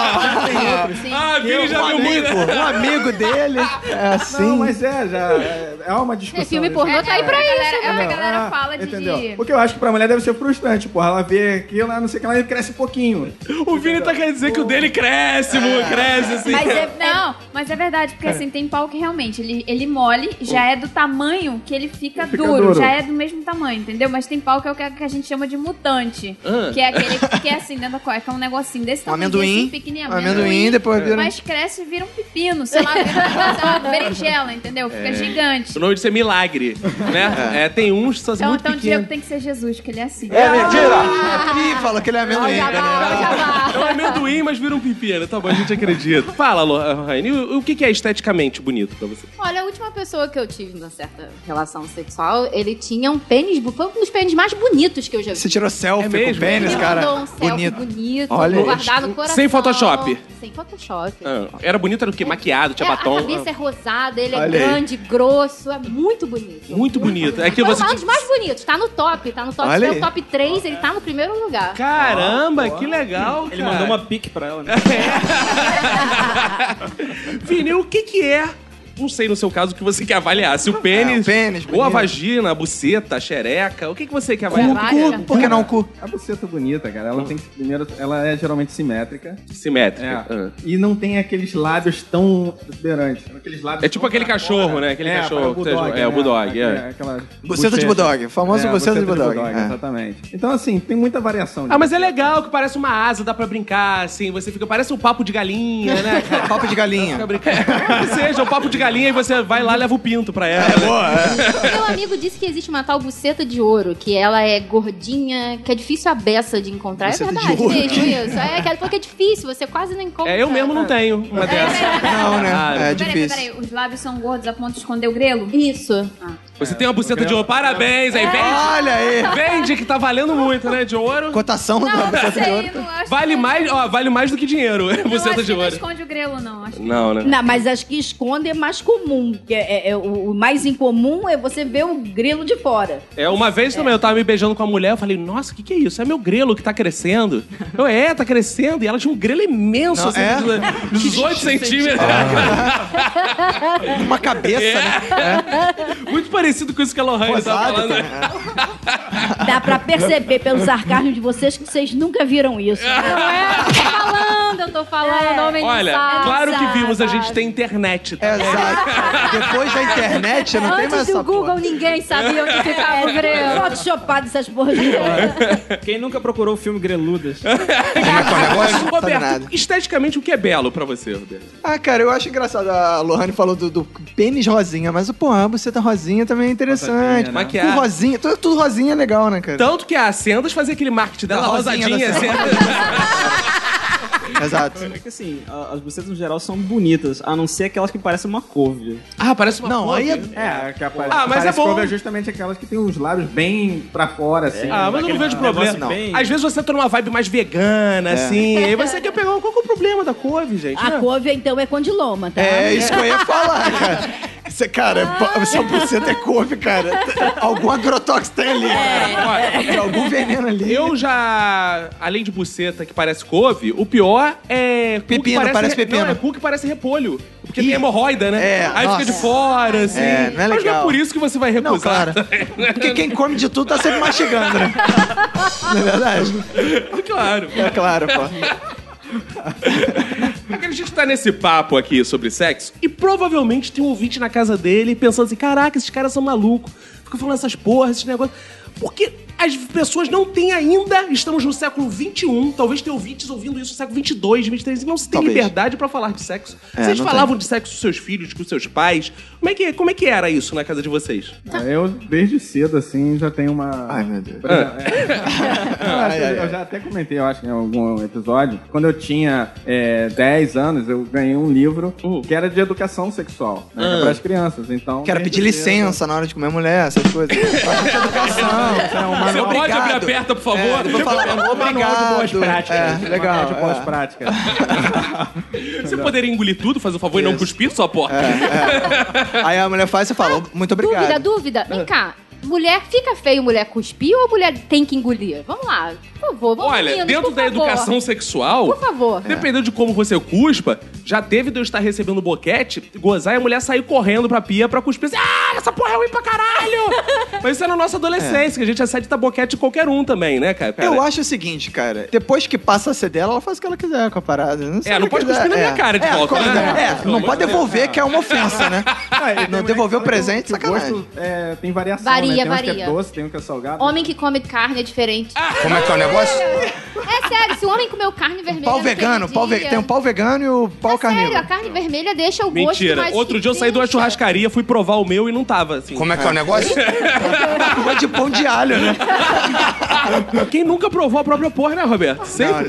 Speaker 1: Ah, a Vini já viu muito.
Speaker 2: Amigo, Hum. um amigo dele. É assim.
Speaker 7: Não, mas é, já. É, é uma discussão.
Speaker 4: É filme
Speaker 7: né?
Speaker 4: pornô, tá aí pra
Speaker 6: a galera,
Speaker 4: isso.
Speaker 6: é o que a
Speaker 7: Não,
Speaker 6: galera
Speaker 7: ah,
Speaker 6: fala de...
Speaker 7: Entendeu? Porque eu acho que pra mulher deve ser frustrante, porra. Ela vê aquilo, ela não sei o que, ela cresce um pouquinho.
Speaker 1: O Vini tá querendo dizer que o dele
Speaker 2: É.
Speaker 1: cresce, mu, cresce, assim.
Speaker 3: Mas é,
Speaker 6: Não, mas é verdade, porque assim, tem pau que realmente, ele, ele mole, já é do tamanho que ele fica,
Speaker 7: Ele fica
Speaker 6: duro,
Speaker 7: duro.
Speaker 6: já é do mesmo tamanho, entendeu? Mas tem pau que é o que a, que a gente chama de mutante,
Speaker 1: Ah.
Speaker 6: que é aquele que é assim, dentro da cueca, é um negocinho desse
Speaker 2: Um
Speaker 6: tamanho, assim,
Speaker 2: amendoim.
Speaker 6: pequenininho,
Speaker 2: Um amendoim, depois vira.
Speaker 6: mas cresce e vira um pepino, sei lá, vira uma berinjela, entendeu? Fica gigante.
Speaker 1: O nome disso é milagre, né? É, tem uns que são assim,
Speaker 6: Então,
Speaker 1: muito
Speaker 6: então o
Speaker 1: pequenos.
Speaker 6: Diego tem que ser Jesus, que ele é assim.
Speaker 2: É mentira! Ih, falou que ele é amendoim.
Speaker 1: É um amendoim, mas vira um pepino. Tá bom, a gente acredita. Fala, Lo- eh, Raine, o o que que é esteticamente bonito pra você?
Speaker 4: Olha, a última pessoa que eu tive numa certa relação sexual, ele tinha um pênis, foi um dos pênis mais bonitos que eu já vi.
Speaker 2: Você tirou
Speaker 1: É
Speaker 2: selfie com
Speaker 1: mesmo?
Speaker 2: o pênis,
Speaker 4: Ele
Speaker 2: cara.
Speaker 4: mandou um selfie
Speaker 2: Bonito.
Speaker 4: bonito,
Speaker 2: Olha
Speaker 4: vou
Speaker 2: isso.
Speaker 4: guardar no coração.
Speaker 1: Sem Photoshop.
Speaker 4: Sem Photoshop.
Speaker 1: Ah, era bonito, era o quê? Maquiado, tinha
Speaker 4: É,
Speaker 1: batom. né?
Speaker 4: A cabeça é rosada, ele é
Speaker 2: Olha aí.
Speaker 4: grande, grosso, é muito bonito.
Speaker 1: Muito bonito. É que
Speaker 4: Foi
Speaker 1: você-
Speaker 4: um dos mais bonitos, tá no top, tá no top,
Speaker 2: Olha
Speaker 4: é
Speaker 2: aí.
Speaker 4: o top 3, ele tá no primeiro lugar.
Speaker 1: Caramba, que legal,
Speaker 5: Ele
Speaker 1: cara.
Speaker 5: mandou uma pique pra ela, né?
Speaker 1: Vini, o que que é... Não sei, no seu caso, o que você quer avaliar. Se o pênis,
Speaker 2: o pênis,
Speaker 1: ou a
Speaker 2: bonito.
Speaker 1: vagina, a buceta, a xereca, o que que você quer avaliar?
Speaker 2: Cu, por que não cu?
Speaker 7: A buceta é bonita, cara. Ela tem que, primeiro, ela é geralmente simétrica. É.
Speaker 1: Simétrica. Ah.
Speaker 7: E não tem aqueles lábios tão exuberantes. Aqueles lábios
Speaker 1: É tipo
Speaker 7: tão
Speaker 1: aquele
Speaker 7: pra
Speaker 1: cachorro,
Speaker 7: fora.
Speaker 1: né? Aquele
Speaker 7: é,
Speaker 1: cachorro
Speaker 7: o
Speaker 1: que você
Speaker 7: bulldog,
Speaker 1: joga- é, o
Speaker 7: né?
Speaker 1: bulldog, é.
Speaker 7: Aquela- aquela
Speaker 2: Buceta de bulldog, famoso buceta de bulldog, é.
Speaker 7: Exatamente. Então, assim, tem muita variação.
Speaker 1: Ah, mas é legal que parece uma asa, dá pra brincar, assim. Você fica, parece um papo de galinha, né, cara?
Speaker 2: Papo É de
Speaker 1: Fica
Speaker 2: galinha.
Speaker 1: brincando. Que seja, o papo de galinha e você vai lá e leva o pinto pra ela. né?
Speaker 2: é.
Speaker 4: Meu amigo disse que existe uma tal buceta de ouro, que ela é gordinha, que é difícil a beça de encontrar.
Speaker 2: Buceta
Speaker 4: é
Speaker 2: de
Speaker 4: verdade
Speaker 2: ouro.
Speaker 4: mesmo isso. É, que ela falou que é difícil, você quase não encontra.
Speaker 1: É, eu mesmo não tenho uma dessa.
Speaker 2: Não,
Speaker 1: Ah,
Speaker 2: né? É
Speaker 6: Peraí,
Speaker 2: difícil.
Speaker 6: peraí, os lábios são gordos a ponto de esconder o grelo?
Speaker 4: Isso.
Speaker 1: Você tem uma buceta de ouro, parabéns! Aí vende!
Speaker 2: Olha aí!
Speaker 1: Vende que tá valendo muito, né? De ouro.
Speaker 2: Cotação da buceta de ouro.
Speaker 1: Vale mais, ó, vale mais do que dinheiro, buceta tá de
Speaker 6: Não
Speaker 1: ouro.
Speaker 6: esconde o grelo, não. Acho que
Speaker 1: Não, né?
Speaker 3: Não, mas as que escondem é mais comum. Que é, é- é o, o mais incomum é você ver o grilo de fora.
Speaker 1: É, uma vez também eu tava me beijando com a mulher, eu falei, nossa, o que, que é isso? É meu grelo que tá crescendo. Eu, é, tá crescendo. E ela tinha um grelo imenso,
Speaker 2: Não,
Speaker 1: assim,
Speaker 2: é?
Speaker 1: de 18 centímetros.
Speaker 2: Uma cabeça, né?
Speaker 1: Muito parecido com isso que a Lohane tava
Speaker 2: Rosado,
Speaker 1: falando.
Speaker 2: cara.
Speaker 1: né?
Speaker 3: Dá pra perceber pelo sarcasmo de vocês que vocês nunca viram isso.
Speaker 2: Ah,
Speaker 3: né?
Speaker 6: é.
Speaker 4: Eu tô falando, eu tô falando, homem de
Speaker 1: Olha,
Speaker 4: sal.
Speaker 1: claro que vimos, a gente tem internet. Tá?
Speaker 2: É, Exato. Depois da internet, não tem
Speaker 4: Antes
Speaker 2: mais
Speaker 4: do
Speaker 2: essa
Speaker 4: Google,
Speaker 2: porra. É,
Speaker 4: ninguém sabia onde ficava o grelo.
Speaker 3: Photoshopado essas porras de fora.
Speaker 5: Quem nunca procurou o filme Greludas?
Speaker 2: Tá,
Speaker 1: Mas,
Speaker 2: nada.
Speaker 1: Roberto, esteticamente, o que é belo pra você, Roberto?
Speaker 2: Ah, cara, eu acho engraçado. A Lohane falou do, do pênis rosinha, mas, porra, a buceta rosinha também é interessante.
Speaker 7: Rosadinha, né?
Speaker 2: Com
Speaker 1: Maquiagem.
Speaker 2: rosinha, tudo, tudo rosinha é legal, né, cara?
Speaker 1: Tanto que a Sendas fazia aquele marketing dela,
Speaker 2: Da rosinha
Speaker 1: rosadinha, assim, né?
Speaker 2: da Sendas.
Speaker 1: Sendas.
Speaker 2: Então- Exato.
Speaker 5: É que assim, a- as bucetas no geral são bonitas, a não ser aquelas que parecem uma couve.
Speaker 1: Ah, parece uma
Speaker 2: Não,
Speaker 1: flor,
Speaker 2: aí é...
Speaker 1: né?
Speaker 7: É, que apa-
Speaker 1: Ah, mas é
Speaker 7: aparece
Speaker 1: bom.
Speaker 7: couve justamente aquelas que tem os lábios bem pra fora, assim.
Speaker 1: Ah, mas eu não
Speaker 5: Aquele
Speaker 1: vejo problema.
Speaker 5: negócio bem-
Speaker 1: Às vezes você tá numa vibe mais
Speaker 2: É.
Speaker 1: vegana, assim, aí você quer pegar um. Qual que é o problema da couve, gente?
Speaker 3: A couve, então, é condiloma, tá?
Speaker 2: É isso que eu ia falar, cara. Você, cara, ah. sua buceta é couve, cara. Algum agrotóxico tem ali.
Speaker 4: É.
Speaker 1: Olha,
Speaker 2: Tem algum veneno ali.
Speaker 1: Eu já, além de buceta que parece couve, o pior é. cu que
Speaker 2: Pepino, parece pepino.
Speaker 1: Não, é cu que parece repolho. Porque
Speaker 2: Ih.
Speaker 1: tem hemorroida, né?
Speaker 2: É,
Speaker 1: Aí
Speaker 2: nossa.
Speaker 1: fica de fora, assim.
Speaker 2: É, não
Speaker 1: Mas
Speaker 2: é
Speaker 1: não é
Speaker 2: legal.
Speaker 1: por isso que você vai recusar.
Speaker 2: Não, claro. Porque quem come de tudo tá sempre mastigando, né? Não é verdade?
Speaker 1: claro.
Speaker 2: É claro, pô.
Speaker 1: Agora a gente tá nesse papo aqui sobre sexo e provavelmente tem um ouvinte na casa dele pensando assim: caraca, esses caras são malucos. Ficam falando essas porras, esses negócios. Porque as pessoas não têm ainda, estamos no século XXI, talvez tenha ouvintes ouvindo isso no século XXII, XXIII, não então se tem
Speaker 2: Talvez.
Speaker 1: liberdade pra falar de sexo.
Speaker 2: É,
Speaker 1: vocês
Speaker 2: não
Speaker 1: falavam de sexo com seus filhos, com seus pais. Como é, que, como é que era isso na casa de vocês?
Speaker 7: Eu, desde cedo, assim, já tenho uma...
Speaker 2: Ai, meu Deus.
Speaker 7: Por exemplo, é. Eu acho-
Speaker 2: Ai, ai,
Speaker 7: Eu já até comentei, eu acho, em algum episódio. Quando eu tinha é, 10 anos, eu ganhei um livro que era de educação sexual, né? Para as crianças. Então.
Speaker 2: Quero
Speaker 7: desde
Speaker 2: pedir
Speaker 7: cedo-
Speaker 2: licença na hora de comer mulher, essas coisas. Bastante educação. é um manual.
Speaker 4: Tá
Speaker 2: Obrigado.
Speaker 1: aberta, por favor?
Speaker 2: É, depois falar,
Speaker 7: Manual de boas
Speaker 2: obrigado.
Speaker 7: práticas.
Speaker 2: É, legal.
Speaker 7: Manual de
Speaker 2: é.
Speaker 7: boas práticas.
Speaker 1: Você poderia engolir tudo, fazer o favor e não cuspir sua porta?
Speaker 2: É. Aí a mulher faz e você fala, muito obrigado.
Speaker 4: Dúvida, dúvida.
Speaker 1: Ah.
Speaker 4: Vem cá. Mulher fica feio, mulher cuspir ou a mulher tem que engolir? Vamos lá. Por favor, vamos
Speaker 1: Olha,
Speaker 4: meninos,
Speaker 1: dentro
Speaker 4: por
Speaker 1: da
Speaker 4: favor.
Speaker 1: educação sexual.
Speaker 4: Por favor.
Speaker 1: Dependendo de como você cuspa, já teve de eu estar recebendo boquete, gozar e a mulher sair correndo pra pia pra cuspir assim, ah, essa porra é ruim pra caralho! Mas isso é na nossa adolescência, que a gente acede dar boquete de qualquer um também, né, cara?
Speaker 2: Eu acho o seguinte, cara. Depois que passa a ser dela, ela faz o que ela quiser com a parada. Não sei
Speaker 1: É,
Speaker 2: o
Speaker 1: não
Speaker 2: que
Speaker 1: pode
Speaker 2: quiser.
Speaker 1: cuspir na minha
Speaker 2: É.
Speaker 1: cara de
Speaker 2: É,
Speaker 1: volta,
Speaker 2: quando-
Speaker 1: né?
Speaker 2: É, não pode devolver, que é uma ofensa, né?
Speaker 7: Ah, e tem
Speaker 2: Não
Speaker 7: mulher
Speaker 2: devolver o
Speaker 7: que fala que
Speaker 2: presente,
Speaker 7: que o
Speaker 2: sacanagem.
Speaker 7: gosto, é, tem variação.
Speaker 4: Varia,
Speaker 7: né? tem Tem que
Speaker 4: varia.
Speaker 7: é doce, tem um que é salgado.
Speaker 4: Homem que come carne é diferente.
Speaker 1: Ah!
Speaker 9: Como é que é o negócio?
Speaker 4: É sério, se o homem comeu carne vermelha.
Speaker 2: Um Pau
Speaker 4: naquele
Speaker 2: vegano, pau ve-
Speaker 4: um dia-
Speaker 2: tem o pau vegano e o pau
Speaker 4: É sério, a
Speaker 2: carnívoro.
Speaker 4: carne vermelha deixa o gosto
Speaker 1: Mentira.
Speaker 4: mais
Speaker 1: Outro dia eu saí de uma
Speaker 4: fininho, cara.
Speaker 1: churrascaria, fui provar o meu e não tava, assim.
Speaker 9: Como é que é o negócio?
Speaker 2: Uma de pão de alho, né?
Speaker 1: Quem nunca provou a própria porra, né, Roberto? Sempre.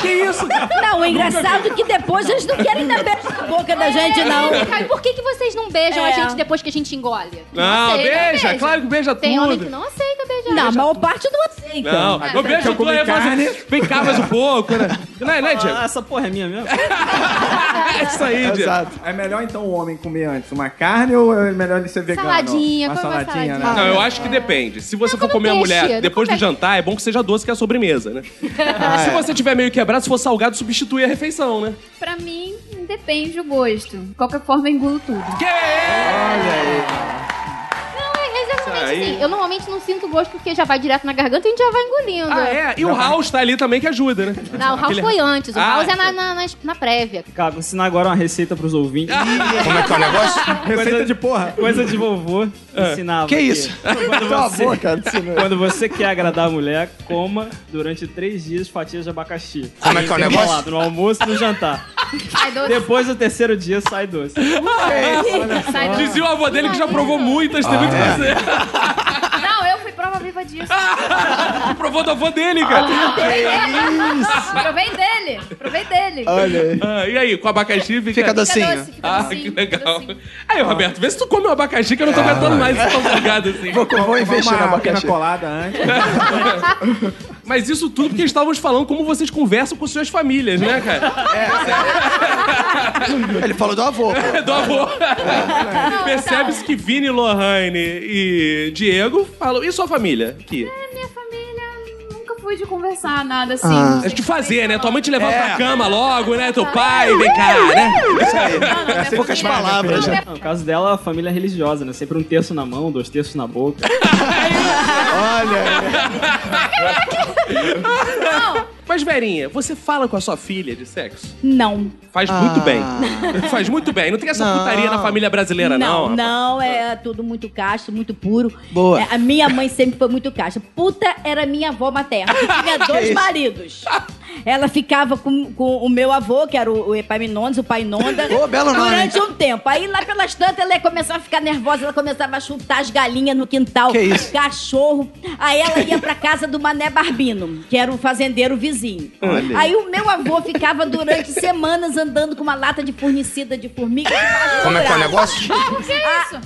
Speaker 1: que isso, cara?
Speaker 3: Não, o engraçado é que depois eles não querem dar beijo na boca da gente, não.
Speaker 4: Cara, por que, que vocês não beijam
Speaker 3: É.
Speaker 4: a gente depois que a gente engole?
Speaker 1: Não,
Speaker 4: aceita,
Speaker 1: beija, claro que beija
Speaker 4: né, Tem
Speaker 1: tudo.
Speaker 4: homem que não aceita beijar.
Speaker 3: Não, a maior parte não aceita.
Speaker 1: Não, eu beijo eu
Speaker 7: comi carne.
Speaker 1: Vem cá mais um pouco, né? Não é, né, Diego?
Speaker 5: Ah, essa porra é minha mesmo?
Speaker 1: É isso aí, Diego.
Speaker 2: Exato.
Speaker 7: É melhor então o homem comer antes uma carne ou é melhor ele ser vegano?
Speaker 4: Saladinha,
Speaker 7: uma
Speaker 4: come uma
Speaker 7: saladinha, né?
Speaker 4: saladinha.
Speaker 1: Não, eu acho que depende. Se você
Speaker 4: Não,
Speaker 1: for
Speaker 4: como
Speaker 1: comer a
Speaker 4: peixe,
Speaker 1: mulher
Speaker 4: não
Speaker 1: depois do
Speaker 4: come-
Speaker 1: jantar, é bom que seja doce, que é a sobremesa, né?
Speaker 2: Ah, é.
Speaker 1: se você tiver meio quebrado, se for salgado, substitui a refeição, né?
Speaker 6: Pra mim, depende o gosto. De qualquer forma, eu engulo tudo.
Speaker 1: Que é?
Speaker 4: Não, é exatamente
Speaker 1: Aí.
Speaker 4: assim. Eu normalmente não sinto gosto porque já vai direto na garganta e a gente já vai engolindo.
Speaker 1: Ah, é? E o House tá ali também que ajuda, né?
Speaker 4: Não, o House
Speaker 1: Aquele-
Speaker 4: foi antes. O
Speaker 1: Ah,
Speaker 4: House é na, na, na, na prévia.
Speaker 5: Cara, vou ensinar agora uma receita pros ouvintes.
Speaker 9: Como é que é o negócio?
Speaker 7: Receita de porra.
Speaker 5: Coisa de vovô ensinava.
Speaker 2: Que isso?
Speaker 5: Quando
Speaker 2: Cala a
Speaker 5: você,
Speaker 2: boca, ensinou.
Speaker 5: quando você quer agradar a mulher, coma durante três dias fatias de abacaxi.
Speaker 9: Como é que é o negócio?
Speaker 5: Intercalado, No almoço e no jantar.
Speaker 4: Sai doce.
Speaker 5: Depois do terceiro dia, sai doce.
Speaker 4: Sai doce.
Speaker 1: Ah. Dizia o avô dele que já provou muitas, tem muito prazer.
Speaker 4: Não, eu fui prova viva
Speaker 6: raiva disso.
Speaker 1: Provou do avô dele, cara.
Speaker 6: Provei dele. Provei dele.
Speaker 1: Ah, e aí, com abacaxi fica...
Speaker 6: Fica docinho. Fica doce, fica
Speaker 1: ah, que legal. Aí, Roberto, vê se tu come o abacaxi que eu não tô aguentando mais esse tão salgado assim.
Speaker 7: Vou- vou investir no abacaxi. colada antes.
Speaker 1: Mas isso tudo porque estávamos falando como vocês conversam com suas famílias, né, cara?
Speaker 2: Ele falou do avô.
Speaker 1: do avô.
Speaker 3: tá.
Speaker 1: Percebe-se que Vini, Lohane e Diego falam... E sua família?
Speaker 3: É,
Speaker 1: Aqui.
Speaker 6: Nunca fui de conversar nada assim.
Speaker 2: Ah.
Speaker 1: É de fazer, né? Tua mãe te levava pra cama logo, né? Teu pai, vem cá, né?
Speaker 5: Isso aí.
Speaker 2: Essas poucas palavras. né?
Speaker 5: Não, No caso dela, a família é religiosa, né? Sempre um terço na mão, dois terços na boca.
Speaker 2: Olha.
Speaker 1: Mas, Verinha, você fala com a sua filha de sexo?
Speaker 3: Não.
Speaker 1: Faz muito bem. Faz muito bem. Não tem essa
Speaker 3: Não.
Speaker 1: putaria na família brasileira, não.
Speaker 3: Não, não, é tudo muito casto, muito puro. Boa. a minha mãe sempre foi muito casta. Puta era minha avó materna, que tinha dois
Speaker 10: isso?
Speaker 3: maridos. Ela ficava com, com o meu avô, que era o, o Epaminondas, o pai Nonda,
Speaker 10: Ô, belo nome,
Speaker 3: durante
Speaker 10: hein?
Speaker 3: um tempo. Aí lá pelas tantas ela começava a ficar nervosa, ela começava a chutar as galinhas no quintal,
Speaker 10: Que isso?
Speaker 3: cachorro. Aí ela ia pra casa do Mané Barbino, que era o fazendeiro vizinho.
Speaker 10: Olha aí.
Speaker 3: Aí o meu avô ficava durante semanas andando com uma lata de fornicida de formiga debaixo do
Speaker 9: Como é que é o
Speaker 3: braço.
Speaker 9: negócio?
Speaker 4: Ah,
Speaker 3: Como que é isso?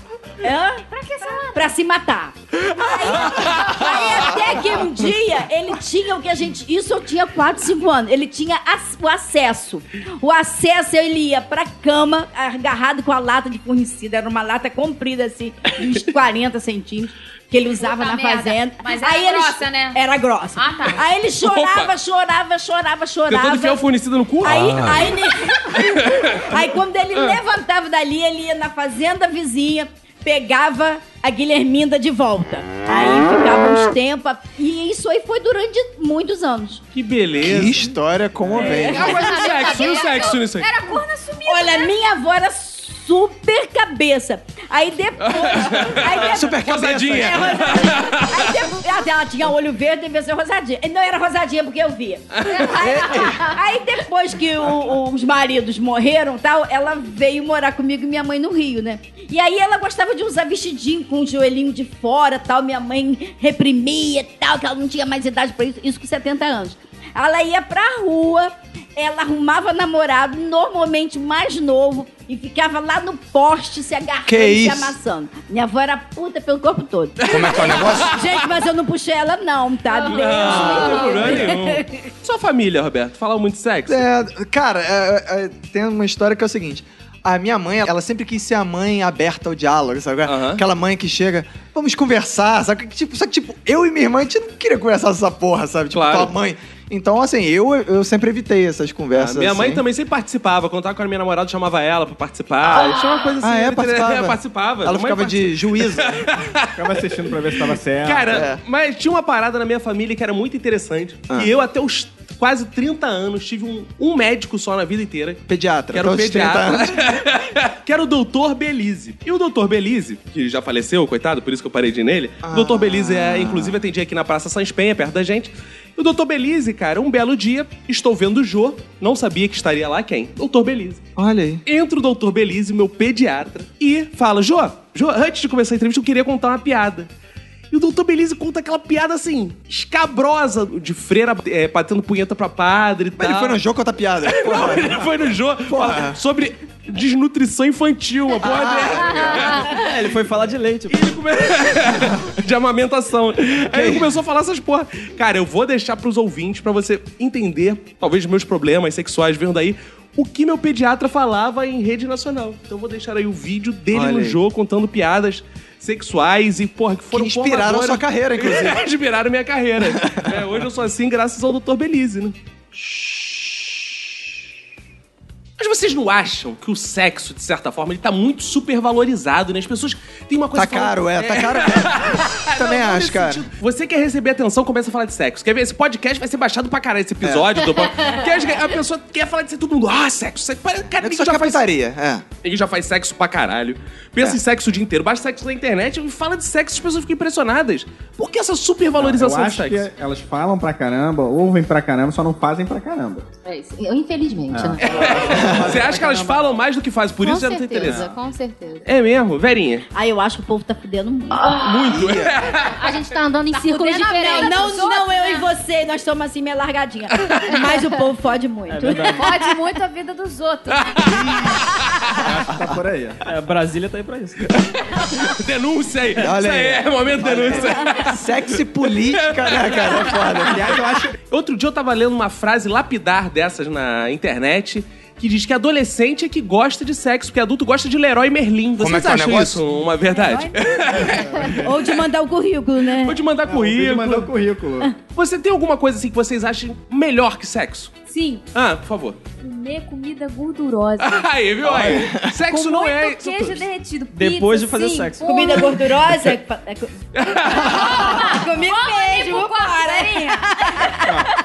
Speaker 3: Pra que essa lata? Pra se matar. Aí, aí até que um dia ele tinha o que a gente. Isso eu tinha 4, 5 anos. Ele tinha ac- o acesso. O acesso ele ia pra cama, agarrado com a lata de fornicida. Era uma lata comprida, assim, de uns 40 centímetros. Que ele usava
Speaker 6: Puta
Speaker 3: na
Speaker 6: merda.
Speaker 3: fazenda.
Speaker 6: Mas era
Speaker 3: ele-
Speaker 6: grossa, né?
Speaker 3: Era grossa.
Speaker 6: Ah, tá.
Speaker 3: Aí ele chorava,
Speaker 1: Opa.
Speaker 3: chorava, chorava, chorava.
Speaker 1: Tentando enfiar o fornecido no cu?
Speaker 3: Aí,
Speaker 1: Ah.
Speaker 3: aí, ne- aí quando ele levantava dali, ele ia na fazenda vizinha, pegava a Guilherminda de volta. Aí ficava uns tempos. E isso aí foi durante muitos anos.
Speaker 1: Ah, Que beleza.
Speaker 2: Que história comovente.
Speaker 1: Agora, e o sexo? E o sexo nisso aí?
Speaker 3: Era corna sumida. Olha, minha avó era super cabeça. Aí depois. aí depois
Speaker 1: Super cabeça. Rosadinha.
Speaker 3: É, rosadinha. Aí depois, ela- ela tinha olho verde, devia ser rosadinha. Não era rosadinha porque eu via. Aí, aí depois que o- o- os maridos morreram e tal, ela veio morar comigo e minha mãe no Rio, né? E aí ela gostava de usar vestidinho com o joelhinho de fora tal. Minha mãe reprimia e tal, que ela não tinha mais idade pra isso. Isso com 70 anos. Ela ia pra rua, ela arrumava namorado, normalmente mais novo, e ficava lá no poste se agarrando
Speaker 10: Que
Speaker 3: e se
Speaker 10: isso?
Speaker 3: amassando. Minha avó era puta pelo corpo todo.
Speaker 9: Como é que é o negócio?
Speaker 3: Gente, mas eu não puxei ela, não, tá? Deus
Speaker 1: Não,
Speaker 3: me
Speaker 1: não,
Speaker 3: livre.
Speaker 1: nenhum. Sua família, Roberto, fala muito de sexo?
Speaker 2: É, cara, é, é, tem uma história que é o seguinte. A minha mãe, ela sempre quis ser a mãe aberta ao diálogo, sabe? Aquela mãe que chega, vamos conversar, sabe? Que, tipo, só que, tipo, eu e minha irmã, a gente não queria conversar essa porra, sabe? Tipo,
Speaker 1: Claro.
Speaker 2: tua mãe. Então, assim, eu, eu sempre evitei essas conversas.
Speaker 1: Ah, Minha mãe
Speaker 2: assim.
Speaker 1: também sempre participava. Quando tava com a minha namorada, chamava ela pra participar. Tinha uma coisa assim.
Speaker 2: Ah, é?
Speaker 1: entre-
Speaker 2: Participava?
Speaker 1: É, participava. Minha
Speaker 2: Ela
Speaker 1: mãe
Speaker 2: ficava de juíza.
Speaker 7: Ficava assistindo pra ver se tava certo.
Speaker 1: Cara,
Speaker 2: É.
Speaker 1: mas tinha uma parada na minha família que era muito interessante.
Speaker 2: Ah.
Speaker 1: E eu, até os quase 30 anos, tive um, um médico só na vida inteira.
Speaker 2: Pediatra.
Speaker 1: Que era um
Speaker 2: até os 30
Speaker 1: pediatra. que era o doutor Belize. E o doutor Belize, que já faleceu, coitado, por isso que eu parei de ir nele. O
Speaker 2: Ah.
Speaker 1: doutor Belize, é, inclusive, atendia aqui na Praça Sans Penha, perto da gente. E o doutor Belize, cara, um belo dia, estou vendo o Jô, não sabia que estaria lá quem? Doutor Belize.
Speaker 2: Olha aí.
Speaker 1: Entra o doutor Belize, meu pediatra, e fala: Jô, Jô, antes de começar a entrevista, eu queria contar uma piada. E o doutor Belize conta aquela piada assim, escabrosa, de freira é, batendo punheta pra padre e
Speaker 2: Mas ele
Speaker 1: tal.
Speaker 2: foi no jogo com outra piada.
Speaker 1: Tá. Não, ele foi no jogo fala sobre desnutrição infantil, uma porra
Speaker 2: Ah.
Speaker 1: dessa.
Speaker 5: É, ele foi falar de leite.
Speaker 1: Ele come... de amamentação. Aí ele começou a falar essas porra. Cara, eu vou deixar pros ouvintes pra você entender, talvez, meus problemas sexuais vindo daí, o que meu pediatra falava em rede nacional. Então eu vou deixar aí o vídeo dele
Speaker 2: Olha
Speaker 1: no
Speaker 2: aí.
Speaker 1: jogo contando piadas sexuais e, porra, que foram
Speaker 2: Que inspiraram
Speaker 1: formadoras.
Speaker 2: sua carreira, inclusive.
Speaker 1: inspiraram minha carreira. É, hoje eu sou assim graças ao Dr. Belize, né? Mas vocês não acham que o sexo, de certa forma, ele tá muito supervalorizado, né? As pessoas têm uma coisa... É.
Speaker 2: Tá caro, é, tá caro mesmo. Também
Speaker 1: Não, não
Speaker 2: acho, é."
Speaker 1: nesse
Speaker 2: cara.
Speaker 1: sentido. Você quer receber atenção, começa a falar de sexo. Quer ver? Esse podcast vai ser baixado pra caralho, esse episódio.
Speaker 2: É.
Speaker 1: Do... Porque a pessoa quer falar de sexo, todo mundo... Ah, sexo, sexo. Cara,
Speaker 2: É que
Speaker 1: ninguém
Speaker 2: só
Speaker 1: já
Speaker 2: que
Speaker 1: faz...
Speaker 2: putaria, é.
Speaker 1: Ele já faz sexo pra caralho. Pensa em sexo o dia inteiro. Baixa sexo na internet e fala de sexo, as pessoas ficam impressionadas. Por que essa supervalorização
Speaker 7: Eu
Speaker 1: do
Speaker 7: acho
Speaker 1: sexo?
Speaker 7: que elas falam pra caramba, ouvem pra caramba, só não fazem pra caramba.
Speaker 11: É isso. Eu, Infelizmente, né?
Speaker 1: Você acha que elas falam mais do que fazem, por
Speaker 4: com
Speaker 1: isso já não tem
Speaker 4: certeza,
Speaker 1: interesse.
Speaker 4: com certeza.
Speaker 1: É mesmo, Verinha. É,
Speaker 3: Aí eu acho que o povo tá fudendo muito.
Speaker 1: Muito.
Speaker 4: A gente tá andando em círculos
Speaker 3: Fudendo a merda.
Speaker 4: diferentes.
Speaker 3: Não,
Speaker 4: dos
Speaker 3: não,
Speaker 4: outros,
Speaker 3: eu
Speaker 4: né?
Speaker 3: e você, nós estamos assim meio largadinha. Mas o povo fode muito.
Speaker 4: Pode muito a vida dos outros.
Speaker 5: Tá por aí. Brasília tá aí pra isso.
Speaker 1: denúncia aí.
Speaker 5: Olha
Speaker 1: isso aí,
Speaker 5: aí.
Speaker 1: é momento de denúncia.
Speaker 2: Sexy política, né, cara? É foda. Aliás, eu acho.
Speaker 1: Outro dia eu tava lendo uma frase lapidar dessas na internet que diz que adolescente é que gosta de sexo, porque adulto gosta de Leroy Merlin. Vocês
Speaker 9: Como é que é o
Speaker 1: acham
Speaker 9: negócio?
Speaker 1: isso uma verdade?
Speaker 3: Ou de mandar o currículo, né?
Speaker 1: Ou de mandar currículo.
Speaker 7: Mandou o currículo.
Speaker 1: Você tem alguma coisa assim que vocês achem melhor que sexo?
Speaker 6: Sim,
Speaker 1: Ah, por favor.
Speaker 6: comer comida gordurosa.
Speaker 1: Aí, viu? Aí. Sexo
Speaker 6: Com
Speaker 1: não é
Speaker 6: muito
Speaker 1: isso
Speaker 6: queijo
Speaker 1: tudo.
Speaker 6: derretido. pizza,
Speaker 5: Depois de fazer
Speaker 6: sim,
Speaker 5: sexo.
Speaker 6: porra.
Speaker 3: Comida gordurosa. é co- é co- Comigo
Speaker 6: Vamos ali pro
Speaker 3: mesmo,
Speaker 6: quarto,
Speaker 3: para, hein?
Speaker 6: hein?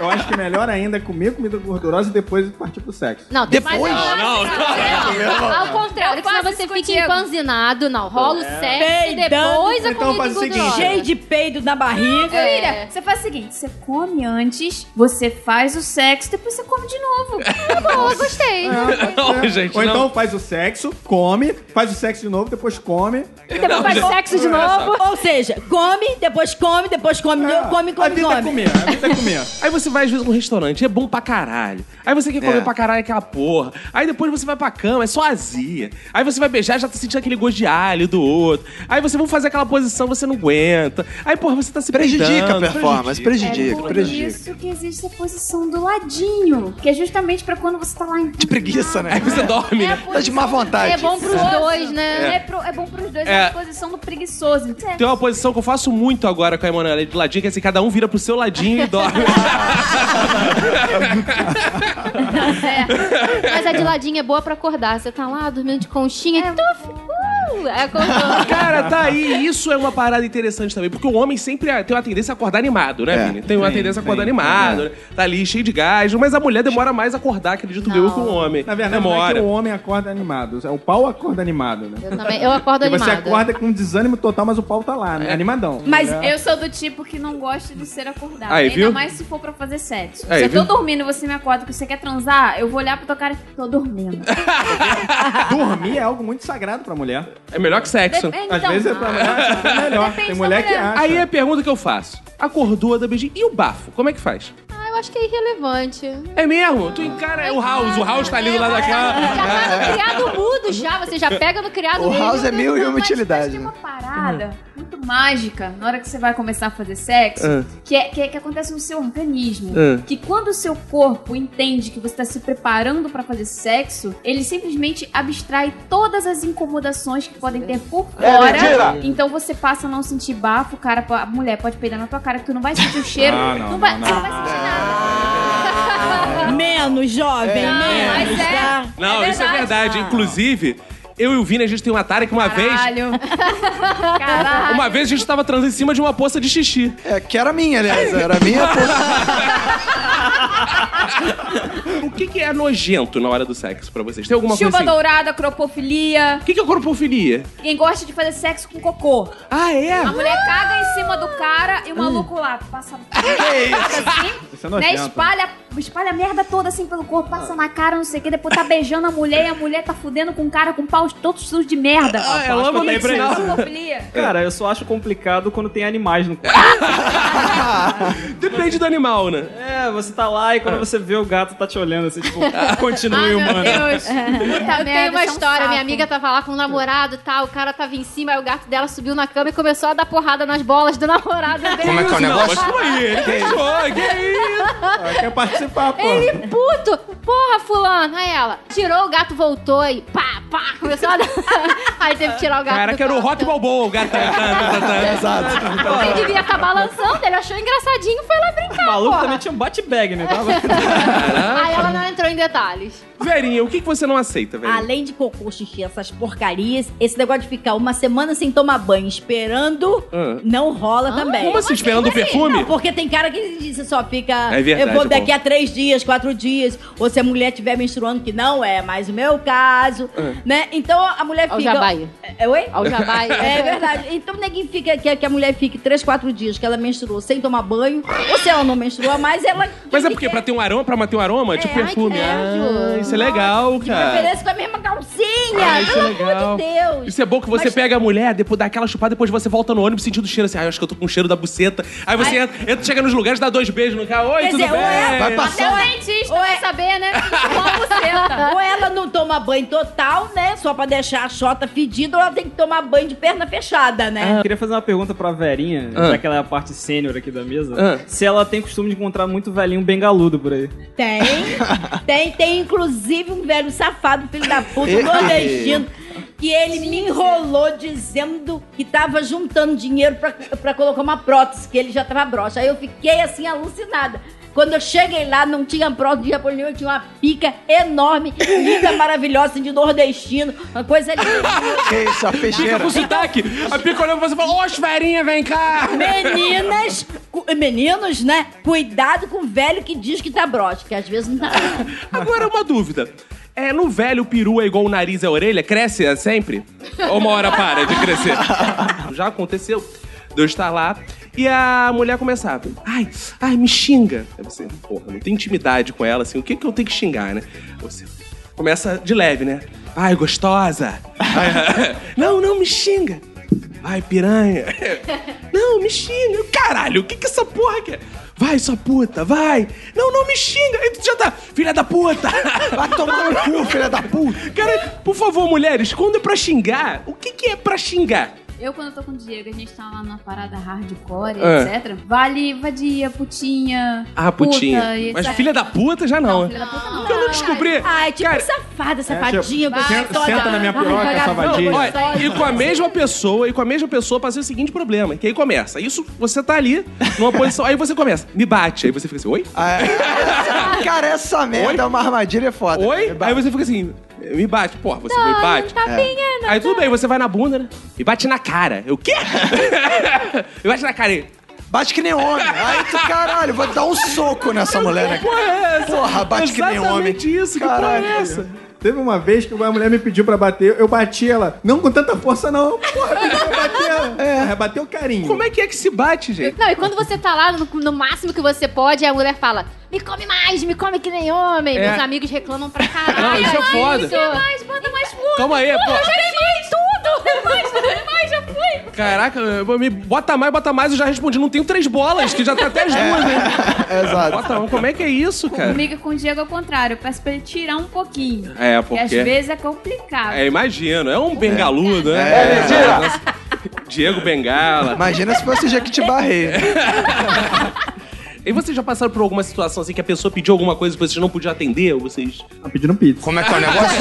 Speaker 7: Ó, eu acho que melhor ainda é comer comida gordurosa e depois partir pro sexo.
Speaker 4: Não, depois. Não,
Speaker 1: não,
Speaker 4: Ao contrário, que senão você fica empanzinado. Não, rola o sexo e
Speaker 3: Peidando.
Speaker 4: depois a
Speaker 7: Então
Speaker 4: comida
Speaker 7: faz o seguinte,
Speaker 4: gordurosa.
Speaker 3: Cheio de peido na barriga.
Speaker 6: Filha, você faz o seguinte: você come antes, você faz o sexo, depois você come de novo.
Speaker 4: Tá bom, eu gostei.
Speaker 1: Não, gente,
Speaker 7: é. Ou
Speaker 1: não.
Speaker 7: então faz o sexo, come, faz o sexo de novo, depois come.
Speaker 6: é
Speaker 4: E depois faz sexo de novo.
Speaker 3: Ou seja, come, depois come, depois come, de novo, come,
Speaker 7: a
Speaker 3: come,
Speaker 7: vida é
Speaker 3: come.
Speaker 7: comer, a vida é comer.
Speaker 1: Aí você vai às vezes num restaurante, é bom pra caralho. Aí você quer comer
Speaker 2: É.
Speaker 1: pra caralho aquela porra. Aí depois você vai pra cama, é só azia. Aí você vai beijar, já tá sentindo aquele gosto de alho do outro. Aí você vai fazer aquela posição, você não aguenta. Aí, porra, você tá se
Speaker 2: Prejudica a
Speaker 1: peidando,
Speaker 2: performance,
Speaker 6: É
Speaker 2: prejudica,
Speaker 6: por
Speaker 2: prejudica.
Speaker 6: isso que existe a posição do ladinho, que é justamente pra quando você tá lá em
Speaker 2: De preguiça, né?
Speaker 1: Aí você dorme, né?
Speaker 2: Tá de má vontade.
Speaker 4: É bom pros dois, né?
Speaker 6: É, pro- é bom pros dois, é,
Speaker 1: É.
Speaker 6: a posição do preguiçoso. É.
Speaker 1: Tem uma posição que eu faço muito agora com a Emanuela de ladinho, que é assim, cada um vira pro seu ladinho e dorme.
Speaker 4: É. Mas a de ladinho é boa pra acordar. Você tá lá dormindo de conchinha. tuf, uh, aí acordou.
Speaker 1: Cara, tá aí. Isso é uma parada interessante também. Porque o homem sempre ah, tem uma tendência a acordar animado, né,
Speaker 2: É,
Speaker 1: Vini? Tem uma
Speaker 7: tem,
Speaker 1: tendência a acordar
Speaker 7: tem,
Speaker 1: animado, né? Tá ali cheio de gás. Mas a mulher demora mais a acordar, acredito eu, que o homem.
Speaker 7: Na verdade, não é
Speaker 1: demora.
Speaker 7: que o homem acorda animado. é O pau acorda animado, né?
Speaker 4: Eu também. Eu acordo
Speaker 7: Porque você
Speaker 4: animada.
Speaker 7: acorda com desânimo total, mas o pau tá lá,
Speaker 5: É.
Speaker 7: né? Animadão.
Speaker 3: Mas
Speaker 6: Eu sou do tipo que não gosta de ser acordado.
Speaker 1: Aí,
Speaker 6: ainda
Speaker 1: viu?
Speaker 6: mais se for pra fazer sexo.
Speaker 1: Aí,
Speaker 6: se eu
Speaker 1: viu?
Speaker 6: tô dormindo e você me acorda que você quer transar, eu vou olhar pra tua cara e tô dormindo.
Speaker 7: Dormir é algo muito sagrado pra mulher.
Speaker 1: É melhor que sexo.
Speaker 6: Depende,
Speaker 7: Às
Speaker 6: então.
Speaker 7: vezes é pra mulher é até melhor.
Speaker 6: Depende
Speaker 7: Tem mulher
Speaker 6: da
Speaker 7: que
Speaker 6: mulher.
Speaker 7: acha.
Speaker 1: Aí a pergunta que eu faço. Acordou, da beijinho. E o bafo? Como é que faz?
Speaker 4: Ah, eu acho que é irrelevante.
Speaker 1: É mesmo? Tu encara é o House. O House tá ali do lado da
Speaker 4: Já
Speaker 1: cama. É.
Speaker 4: tá no criado mudo já. Você já pega no criado
Speaker 2: O
Speaker 4: mudo.
Speaker 2: House é mil e uma
Speaker 6: Mas- Mas
Speaker 2: utilidade.
Speaker 6: tem
Speaker 2: né?
Speaker 6: uma parada muito mágica na hora que você vai começar a fazer sexo, que, é, que, é- que acontece no seu organismo.
Speaker 1: Ah.
Speaker 6: Que quando o seu corpo entende que você tá se preparando pra fazer sexo, ele simplesmente abstrai todas as incomodações que podem ter por fora. então você passa a não sentir bafo, cara, a mulher pode peidar na tua cara que tu não vai sentir o cheiro,
Speaker 7: Ah,
Speaker 6: não,
Speaker 7: não,
Speaker 6: vai,
Speaker 7: não,
Speaker 6: você
Speaker 7: não.
Speaker 6: não vai
Speaker 1: É.
Speaker 6: sentir nada.
Speaker 3: Menos, jovem, menos.
Speaker 6: mas é.
Speaker 3: tá?
Speaker 1: Não, isso é verdade. Inclusive, eu e o Vini, a gente tem um Atari que uma vez...
Speaker 6: Caralho. Caralho.
Speaker 1: Uma vez a gente tava transando em cima de uma poça de xixi.
Speaker 2: É, que era minha, aliás. Era minha, pô.
Speaker 1: O que, que é nojento na hora do sexo pra vocês? Tem alguma
Speaker 6: Chuva
Speaker 1: coisa assim?
Speaker 6: dourada, acropofilia.
Speaker 1: O que, que é corpofilia?
Speaker 6: Quem gosta de fazer sexo com cocô.
Speaker 1: Ah, é?
Speaker 6: A mulher caga em cima do cara e o maluco lá passa assim,
Speaker 7: Isso é
Speaker 6: né?
Speaker 7: nojento.
Speaker 6: Espalha, espalha a merda toda assim pelo corpo, passa na cara, não sei o que, depois tá beijando a mulher e a mulher tá fudendo com o cara com paus todos sujos de merda.
Speaker 1: Ah, é lama
Speaker 5: que eu tenho
Speaker 1: medicinal.
Speaker 6: Pedofilia.
Speaker 5: Cara, eu só acho complicado quando tem animais no
Speaker 7: É.
Speaker 5: corpo.
Speaker 1: Depende do animal, né?
Speaker 5: É, você tá lá e quando você vê o gato tá te olhando assim, tipo, continue,
Speaker 4: Ah,
Speaker 5: humano.
Speaker 6: Puta
Speaker 4: Eu tenho
Speaker 6: isso é
Speaker 4: uma
Speaker 6: um
Speaker 4: história. Minha
Speaker 6: saco.
Speaker 4: amiga tava lá com o namorado e tal. O cara tava em cima, aí o gato dela subiu na cama e começou a dar porrada nas bolas do namorado dele.
Speaker 9: Como é
Speaker 3: um
Speaker 9: que é o
Speaker 1: Não, mas
Speaker 9: negócio?
Speaker 1: calma aí, ele beijou, que é isso?
Speaker 7: Ah, Quer participar, pô.
Speaker 4: Ele puto! Porra, fulano! Aí ela tirou o gato, voltou e pá, pá, começou a dar. Aí teve que tirar o gato.
Speaker 1: Cara,
Speaker 4: do
Speaker 1: que era o rock
Speaker 4: quarto.
Speaker 1: balboa, o gato. tá, tá, tá, tá.
Speaker 4: Ele devia estar balançando, ele achou engraçadinho e foi lá
Speaker 5: O
Speaker 4: brincar.
Speaker 5: maluco
Speaker 4: porra.
Speaker 5: também tinha um bate-bag, né? Tava...
Speaker 4: Aí ela não entrou em detalhes.
Speaker 1: Verinha, o que, que você não aceita, Verinha?
Speaker 3: Além de cocô, xixi, essas porcarias, esse negócio de ficar uma semana sem tomar banho esperando,
Speaker 1: Ah.
Speaker 3: não rola também.
Speaker 1: Como assim, esperando o perfume?
Speaker 3: Não, porque tem cara que diz, você só fica.
Speaker 1: É verdade,
Speaker 3: eu vou
Speaker 1: bom.
Speaker 3: daqui a três dias, quatro dias. Ou se a mulher estiver menstruando, que não é mais o meu caso,
Speaker 1: É.
Speaker 3: né? Então a mulher
Speaker 4: Ó o
Speaker 3: fica.
Speaker 4: jabai.
Speaker 3: É, oi?
Speaker 4: Ao jabai.
Speaker 3: É verdade. Então ninguém fica que, que a mulher fique três, quatro dias que ela menstruou sem tomar banho. Ou se ela não menstrua mais, ela.
Speaker 1: é Mas é porque pra ter um aroma, pra manter um aroma, tipo
Speaker 3: ai, que
Speaker 1: perfume.
Speaker 3: nojo.
Speaker 1: Ah, isso isso é legal,
Speaker 3: De
Speaker 1: cara.
Speaker 3: preferência com a mesma calcinha.
Speaker 1: Ah, isso é
Speaker 3: pelo
Speaker 1: legal.
Speaker 3: amor de Deus.
Speaker 1: Isso é bom que você
Speaker 3: Mas-
Speaker 1: pega a mulher, depois dá aquela chupada, depois você volta no ônibus sentindo o cheiro assim, ah, eu acho que eu tô com o cheiro da buceta. Aí você
Speaker 3: Ai.
Speaker 1: entra, entra, chega nos lugares, dá dois beijos no cara, oi,
Speaker 3: Quer
Speaker 1: tudo
Speaker 3: dizer,
Speaker 1: bem?
Speaker 3: ou é- Vai passar.
Speaker 4: Até o dentista vai saber, né? Como senta.
Speaker 3: Ou ela não toma banho total, né? Só pra deixar a xota fedida, ou ela tem que tomar banho de perna fechada, né?
Speaker 5: Eu queria fazer uma pergunta pra Verinha,
Speaker 1: Ah.
Speaker 5: já que ela é a parte sênior aqui da mesa,
Speaker 1: Ah.
Speaker 5: se ela tem costume de encontrar muito velhinho bengaludo por
Speaker 7: Ah.
Speaker 5: aí.
Speaker 3: Tem. tem, tem inclusive um velho safado, filho da puta,
Speaker 5: Ei.
Speaker 3: nordestino, que ele me enrolou dizendo que tava juntando dinheiro pra, pra colocar uma prótese, que ele já tava broxa. Aí eu fiquei assim, alucinada. Quando eu cheguei lá, não tinha prótese de japonês, eu tinha uma pica enorme, linda, maravilhosa, assim, de nordestino. Uma coisa linda.
Speaker 2: Que isso, a
Speaker 1: Fica
Speaker 2: peixeira.
Speaker 1: com sotaque. A pica olhou pra você e falou, oxe, verinha, vem cá.
Speaker 3: Meninas, cu- meninos, né? Cuidado com o velho que diz que tá broxa, que às vezes não tá.
Speaker 1: Agora, uma dúvida. É, no velho, o peru é igual o nariz e a orelha? Cresce é, sempre? Ou uma hora para de crescer? Já aconteceu de eu estar lá e a mulher começava. Ai, ai, me xinga. Aí você, porra, não tem intimidade com ela, assim, o que que eu tenho que xingar, né? Você começa de leve, né? Ai, gostosa. Ai, não, não, me xinga. Ai, piranha. Não, me xinga. Caralho, o que que essa porra quer? Vai, sua puta, vai. Não, não me xinga. Aí tu já tá, filha da puta.
Speaker 2: Vai tomar no cu, filha da puta.
Speaker 1: Cara, por favor, mulheres, quando é pra xingar, o que que é pra xingar?
Speaker 6: Eu, quando eu tô com o Diego, a gente tá lá na parada hardcore,
Speaker 1: É.
Speaker 6: etc. Vale vadia, putinha.
Speaker 1: Ah, putinha.
Speaker 6: puta, etc.
Speaker 1: Mas
Speaker 2: é.
Speaker 1: filha da puta já não, né?
Speaker 6: Filha da é puta não.
Speaker 1: Porque eu não descobri.
Speaker 3: Ai, tipo
Speaker 2: é,
Speaker 3: safada, safadinha,
Speaker 6: tipo,
Speaker 3: gostosa.
Speaker 6: senta- senta na minha
Speaker 3: Ai,
Speaker 6: piroca,
Speaker 3: vagabunda.
Speaker 6: safadinha.
Speaker 1: Olha,
Speaker 6: Gostosa.
Speaker 1: e com a mesma pessoa, e com a mesma pessoa passei o seguinte problema, que aí começa. Isso, você tá ali, numa posição, aí você começa, me bate. Aí você fica assim, oi?
Speaker 2: Ah, é. Cara, essa merda é uma armadilha foda.
Speaker 1: Oi? Aí você fica assim, me bate. Porra, você me bate.
Speaker 4: Tá bem, é,
Speaker 1: Aí tudo bem, você vai na bunda, né? Me bate na cara. Eu, o quê? me bate na cara. aí.
Speaker 2: Bate que nem homem. Aí tu, caralho, vou dar um soco nessa mulher, né?
Speaker 1: Porra, é essa?
Speaker 2: Porra, bate que nem homem.
Speaker 1: Exatamente isso, que porra
Speaker 2: Caralho.
Speaker 1: é essa?
Speaker 7: Teve uma vez que uma mulher me pediu pra bater, eu bati ela. Não com tanta força, não. Porra, pediu pra bater ela. É, bateu carinho.
Speaker 1: Como é que é que se bate, gente?
Speaker 4: Não, e quando você tá lá no, no máximo que você pode, aí a mulher fala: me come mais, me come que nem homem.
Speaker 1: É.
Speaker 4: Meus amigos reclamam pra caralho.
Speaker 1: Não, isso é foda.
Speaker 4: Quer mais, bota mais porra.
Speaker 1: Calma aí, é
Speaker 4: porra,
Speaker 1: pô.
Speaker 4: Eu já fiz tudo. Mais, mais, mais, já fui.
Speaker 1: Caraca, eu- me bota mais, bota mais, eu já respondi. Não tenho três bolas, que já tá até as duas,
Speaker 2: É.
Speaker 1: né?
Speaker 2: Exato.
Speaker 1: Bota um, como é que é isso, cara?
Speaker 6: Comigo e com o Diego é o contrário. Eu peço pra ele tirar um pouquinho.
Speaker 1: É,
Speaker 6: Porque às
Speaker 1: porque.
Speaker 6: vezes é complicado.
Speaker 1: É, imagino, é um bengaludo, né? É, Diego Bengala.
Speaker 2: Imagina se fosse Jequitibá Rei.
Speaker 1: E vocês já passaram por alguma situação assim que a pessoa pediu alguma coisa que vocês não podiam atender? Ou vocês.
Speaker 7: Tá pedindo pizza.
Speaker 9: Como é que é o negócio?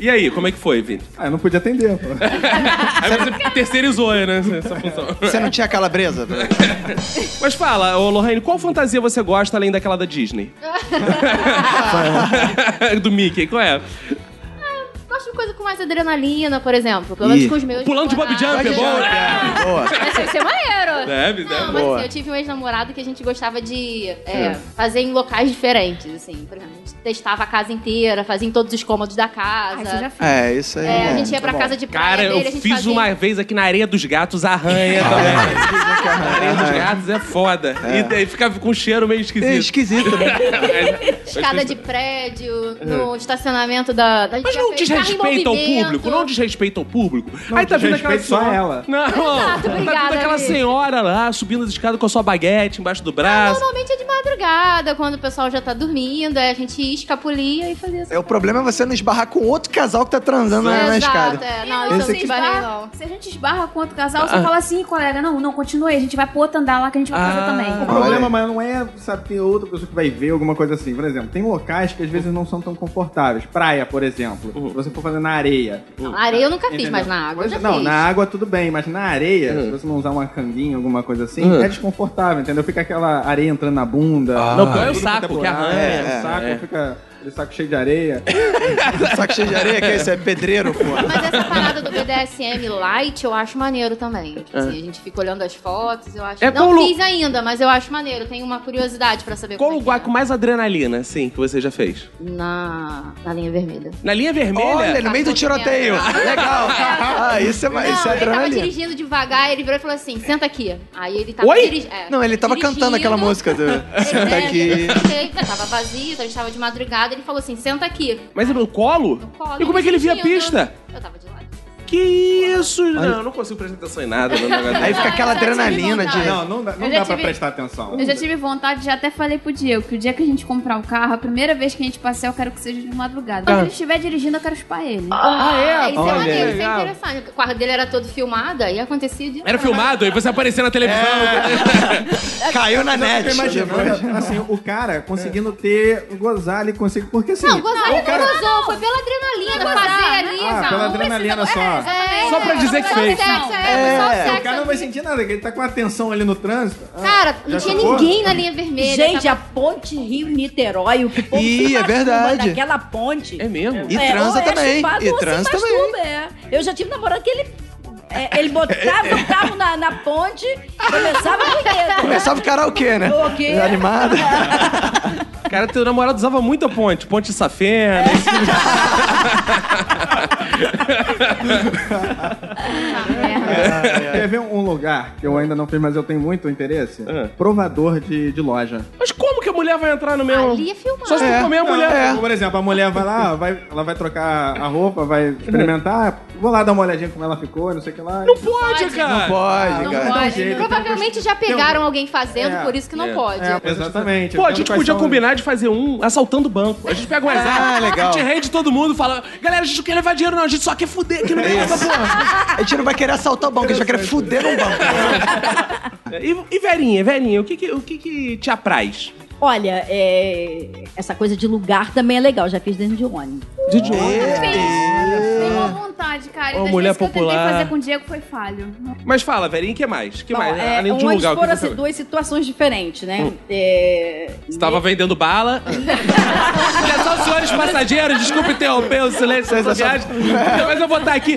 Speaker 1: E aí, como é que foi, Vini?
Speaker 7: Ah, eu não podia atender, pô.
Speaker 1: Aí você terceirizou, né? essa- Essa função.
Speaker 2: Você não tinha calabresa?
Speaker 1: Mas fala, ô Lorraine, qual fantasia você gosta além daquela da Disney? Do Mickey, qual é?
Speaker 4: Gosto de coisa com mais adrenalina, por exemplo. Pelo menos
Speaker 2: Ih.
Speaker 4: com os meus.
Speaker 1: Pulando de bob jump, é bom? É,
Speaker 2: Boa, boa.
Speaker 4: Achei que ser é maneiro.
Speaker 1: Deve,
Speaker 4: Não,
Speaker 1: deve.
Speaker 4: mas
Speaker 2: Boa.
Speaker 4: assim, eu tive um ex-namorado que a gente gostava de é, fazer em locais diferentes, assim. Por exemplo, a gente testava a casa inteira, fazia em todos os cômodos da casa.
Speaker 6: Ai, você já fez.
Speaker 2: É, isso aí.
Speaker 4: É,
Speaker 2: é.
Speaker 4: a gente ia pra
Speaker 2: Tá bom.
Speaker 4: casa de praia
Speaker 1: Cara,
Speaker 4: dele,
Speaker 1: eu
Speaker 4: a gente
Speaker 1: fiz
Speaker 4: fazia...
Speaker 1: uma vez aqui na Areia dos Gatos, arranha também. Areia dos Gatos é foda. E daí ficava com um cheiro meio
Speaker 2: É
Speaker 1: esquisito.
Speaker 2: esquisito, né?
Speaker 4: Escada de prédio, no estacionamento da... da
Speaker 1: É. Mas não desrespeita ao público, não desrespeita ao público. Aí tá vindo aquela
Speaker 7: desrespeita só
Speaker 1: senhora.
Speaker 7: ela.
Speaker 1: Não,
Speaker 4: Exato,
Speaker 1: tá vindo
Speaker 4: obrigada,
Speaker 1: aquela
Speaker 4: Vivi.
Speaker 1: senhora lá subindo as escadas com a sua baguete embaixo do braço.
Speaker 4: Normalmente é de madrugada, quando o pessoal já tá dormindo, aí a gente escapulia e fazia assim.
Speaker 2: É, o problema é você não esbarrar com outro casal que tá transando
Speaker 1: né,
Speaker 2: na, na
Speaker 4: Exato,
Speaker 2: escada.
Speaker 4: é.
Speaker 6: E
Speaker 4: Não,
Speaker 6: não,
Speaker 4: isso
Speaker 6: se,
Speaker 4: eu não
Speaker 1: tá-
Speaker 4: esbarrei,
Speaker 6: esbarra,
Speaker 4: não.
Speaker 6: Ah, se a gente esbarra com outro casal,
Speaker 1: Ah.
Speaker 6: você fala assim, colega, não, não, continue, a gente vai pro outro andar lá que a gente vai fazer
Speaker 1: Ah.
Speaker 7: O
Speaker 6: também.
Speaker 7: problema, mas não é, sabe, tem outra pessoa que vai ver alguma coisa assim. Por exemplo, tem locais que às vezes não são tão confortáveis. Praia, por exemplo.
Speaker 1: Uhum.
Speaker 7: Se você for fazer na areia.
Speaker 4: Não, areia eu nunca fiz,
Speaker 7: Entendeu?
Speaker 4: mas na água eu
Speaker 7: Pois-
Speaker 4: já
Speaker 7: Não,
Speaker 4: fiz.
Speaker 7: na água tudo bem, mas na areia,
Speaker 1: Uhum.
Speaker 7: se você não usar uma canguinha, alguma coisa assim,
Speaker 1: Hum.
Speaker 7: é desconfortável, entendeu? Fica aquela areia entrando na bunda.
Speaker 2: Ah.
Speaker 1: Não, pior é o
Speaker 7: tudo
Speaker 1: saco,
Speaker 7: quanto
Speaker 1: que
Speaker 7: buraco,
Speaker 1: arranha.
Speaker 7: é, o saco
Speaker 1: É.
Speaker 7: fica. de saco cheio de areia.
Speaker 2: saco cheio de areia, que é isso? É pedreiro, pô.
Speaker 4: Essa parada do BDSM light eu acho maneiro também. Assim,
Speaker 2: É.
Speaker 4: A gente fica olhando as fotos, eu acho.
Speaker 1: É
Speaker 4: não
Speaker 1: como-
Speaker 4: fiz ainda, mas eu acho maneiro. Tenho uma curiosidade pra saber
Speaker 1: Qual
Speaker 4: como é
Speaker 1: lugar com mais adrenalina, assim, que você já fez?
Speaker 4: que é. Na... na linha vermelha.
Speaker 1: Na linha vermelha?
Speaker 2: Olha, no meio do tiroteio. Legal. Ah, isso é, mais- isso é
Speaker 4: é, Não, ele tava
Speaker 2: adrenalina.
Speaker 4: dirigindo devagar, ele virou e falou assim: senta aqui. Aí ele tava
Speaker 2: Oi?
Speaker 4: dirigindo. É,
Speaker 2: Não, ele tava cantando aquela música do... Senta
Speaker 4: É,
Speaker 2: aqui.
Speaker 4: eu sentei, Tava vazio, então a gente tava de madrugada. Ele falou assim: senta aqui.
Speaker 1: Mas no colo?
Speaker 4: Cola,
Speaker 1: E como é que ele via a
Speaker 4: dirigindo.
Speaker 1: pista?
Speaker 4: Eu tava de lado.
Speaker 1: Que isso? Não, eu não consigo prestar atenção em nada. no negócio desse.
Speaker 7: Aí fica aquela adrenalina de-
Speaker 6: vontade.
Speaker 7: Não, não dá, não
Speaker 6: Eu já
Speaker 7: dá pra
Speaker 6: tive-
Speaker 7: prestar atenção.
Speaker 6: Eu já tive vontade, já até falei pro Diego que o dia que a gente comprar o carro, a primeira vez que a gente passear, eu quero que seja de madrugada. Quando
Speaker 4: Ah.
Speaker 6: ele estiver dirigindo, eu quero chupar ele.
Speaker 4: Ah, é? Isso é maneiro, isso é
Speaker 1: legal.
Speaker 4: interessante. O quarto dele era todo filmado e acontecia de.
Speaker 1: Era filmado, aí você aparecia na
Speaker 2: É.
Speaker 1: televisão.
Speaker 2: Caiu Tipo,
Speaker 7: Não, eu tô imaginando, assim, o cara conseguindo ter, gozar ali consigo, porque assim...
Speaker 4: Não, gozar
Speaker 7: o
Speaker 4: ele
Speaker 7: cara...
Speaker 4: não gozou, foi pela adrenalina,
Speaker 6: Não é
Speaker 4: fazer
Speaker 6: gozar,
Speaker 4: ali,
Speaker 7: Ah,
Speaker 4: cara.
Speaker 7: pela
Speaker 4: Não precisa-
Speaker 7: adrenalina só.
Speaker 4: É, Só pra dizer que só fez. sexo, é, só sexo.
Speaker 7: O cara não vai sentir nada, que ele tá com atenção ali no trânsito. Ah,
Speaker 4: Cara,
Speaker 7: já
Speaker 4: não tinha
Speaker 7: chupou?
Speaker 4: ninguém na linha vermelha.
Speaker 3: Gente,
Speaker 4: tava-
Speaker 3: a ponte Rio-Niterói, o que o povo
Speaker 2: Ih,
Speaker 3: se
Speaker 2: é
Speaker 3: masturba
Speaker 2: verdade.
Speaker 3: naquela ponte.
Speaker 1: É mesmo?
Speaker 2: E transa
Speaker 3: ou
Speaker 2: também,
Speaker 3: chupado
Speaker 2: e
Speaker 3: ou se
Speaker 2: transa também.
Speaker 3: masturba, é. Eu já tive namorado que ele... é, ele botava o carro na, na ponte, começava a punheta.
Speaker 2: Começava o karaokê, né?
Speaker 3: O quê?
Speaker 2: Animado.
Speaker 1: Cara, teu namorado usava muita ponte. Ponte safena. esse tipo de-
Speaker 7: Quer ver um lugar que eu ainda não fiz, mas eu tenho muito interesse?
Speaker 1: Ah.
Speaker 7: Provador de, de loja.
Speaker 1: Mas como que a mulher vai entrar no meu...
Speaker 4: Ali é filmado.
Speaker 1: Só se um tu comer a
Speaker 7: Não,
Speaker 1: mulher.
Speaker 7: tipo, Por exemplo, a mulher vai lá, vai, ela vai trocar a roupa, vai experimentar, vou lá dar uma olhadinha como ela ficou, não sei o que lá.
Speaker 1: Não pode,
Speaker 2: Não
Speaker 1: né, cara.
Speaker 2: pode,
Speaker 7: não
Speaker 2: cara.
Speaker 7: pode. um jeito.
Speaker 4: Provavelmente já pegaram alguém
Speaker 7: É.
Speaker 4: fazendo, por isso que não
Speaker 1: É.
Speaker 4: pode.
Speaker 7: É, exatamente.
Speaker 1: Pô, a
Speaker 7: Vendo
Speaker 1: gente
Speaker 7: quais
Speaker 1: podia
Speaker 7: são- Ah,
Speaker 1: combinar de fazer um assaltando o banco. A gente pega um azar,
Speaker 2: Ah, legal.
Speaker 1: a gente rende todo mundo, fala, galera, a gente não quer levar dinheiro não, a gente só quer fuder aqui no meio dessa porra.
Speaker 2: É A gente não vai querer assaltar o banco, a gente vai querer fuder um banco.
Speaker 1: E, e Verinha, Verinha, o que que, o que que te apraz?
Speaker 3: Olha, é, essa coisa de lugar também é legal. Já fiz dentro de ônibus.
Speaker 1: Didi,
Speaker 2: É
Speaker 6: Tem uma vontade, cara. E
Speaker 1: Ô,
Speaker 6: das
Speaker 1: mulher
Speaker 6: vezes que eu
Speaker 1: popular.
Speaker 6: tentei fazer com o Diego foi falho.
Speaker 1: Mas fala, Verinha, o que mais? que
Speaker 3: Bom,
Speaker 1: mais?
Speaker 3: é,
Speaker 1: Além de um
Speaker 3: onde
Speaker 1: lugar, o que
Speaker 3: foram
Speaker 1: você... Hum.
Speaker 3: assim, duas situações diferentes, né? É,
Speaker 1: Você tá tava vendendo bala. Atenção, senhores passageiros, desculpe interromper o silêncio dessa viagem. Mas eu vou estar aqui.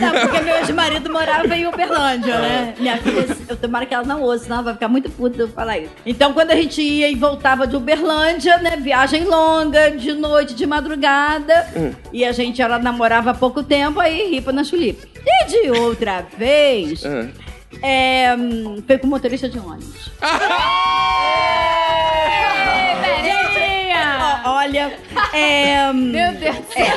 Speaker 3: Não, porque meu ex-marido morava em Uberlândia, né? Minha filha, eu tomara que ela não ouça, senão ela vai ficar muito puta de eu falar isso. Então, quando a gente ia e voltava de Uberlândia, né? Viagem longa, de noite, de madrugada. E a gente, ela namorava há pouco tempo, aí ripa na chulipa. E de outra vez, é, hum, foi com motorista de ônibus.
Speaker 6: Perinha!
Speaker 3: Ó, Olha, é, hum,
Speaker 6: Meu Deus do céu.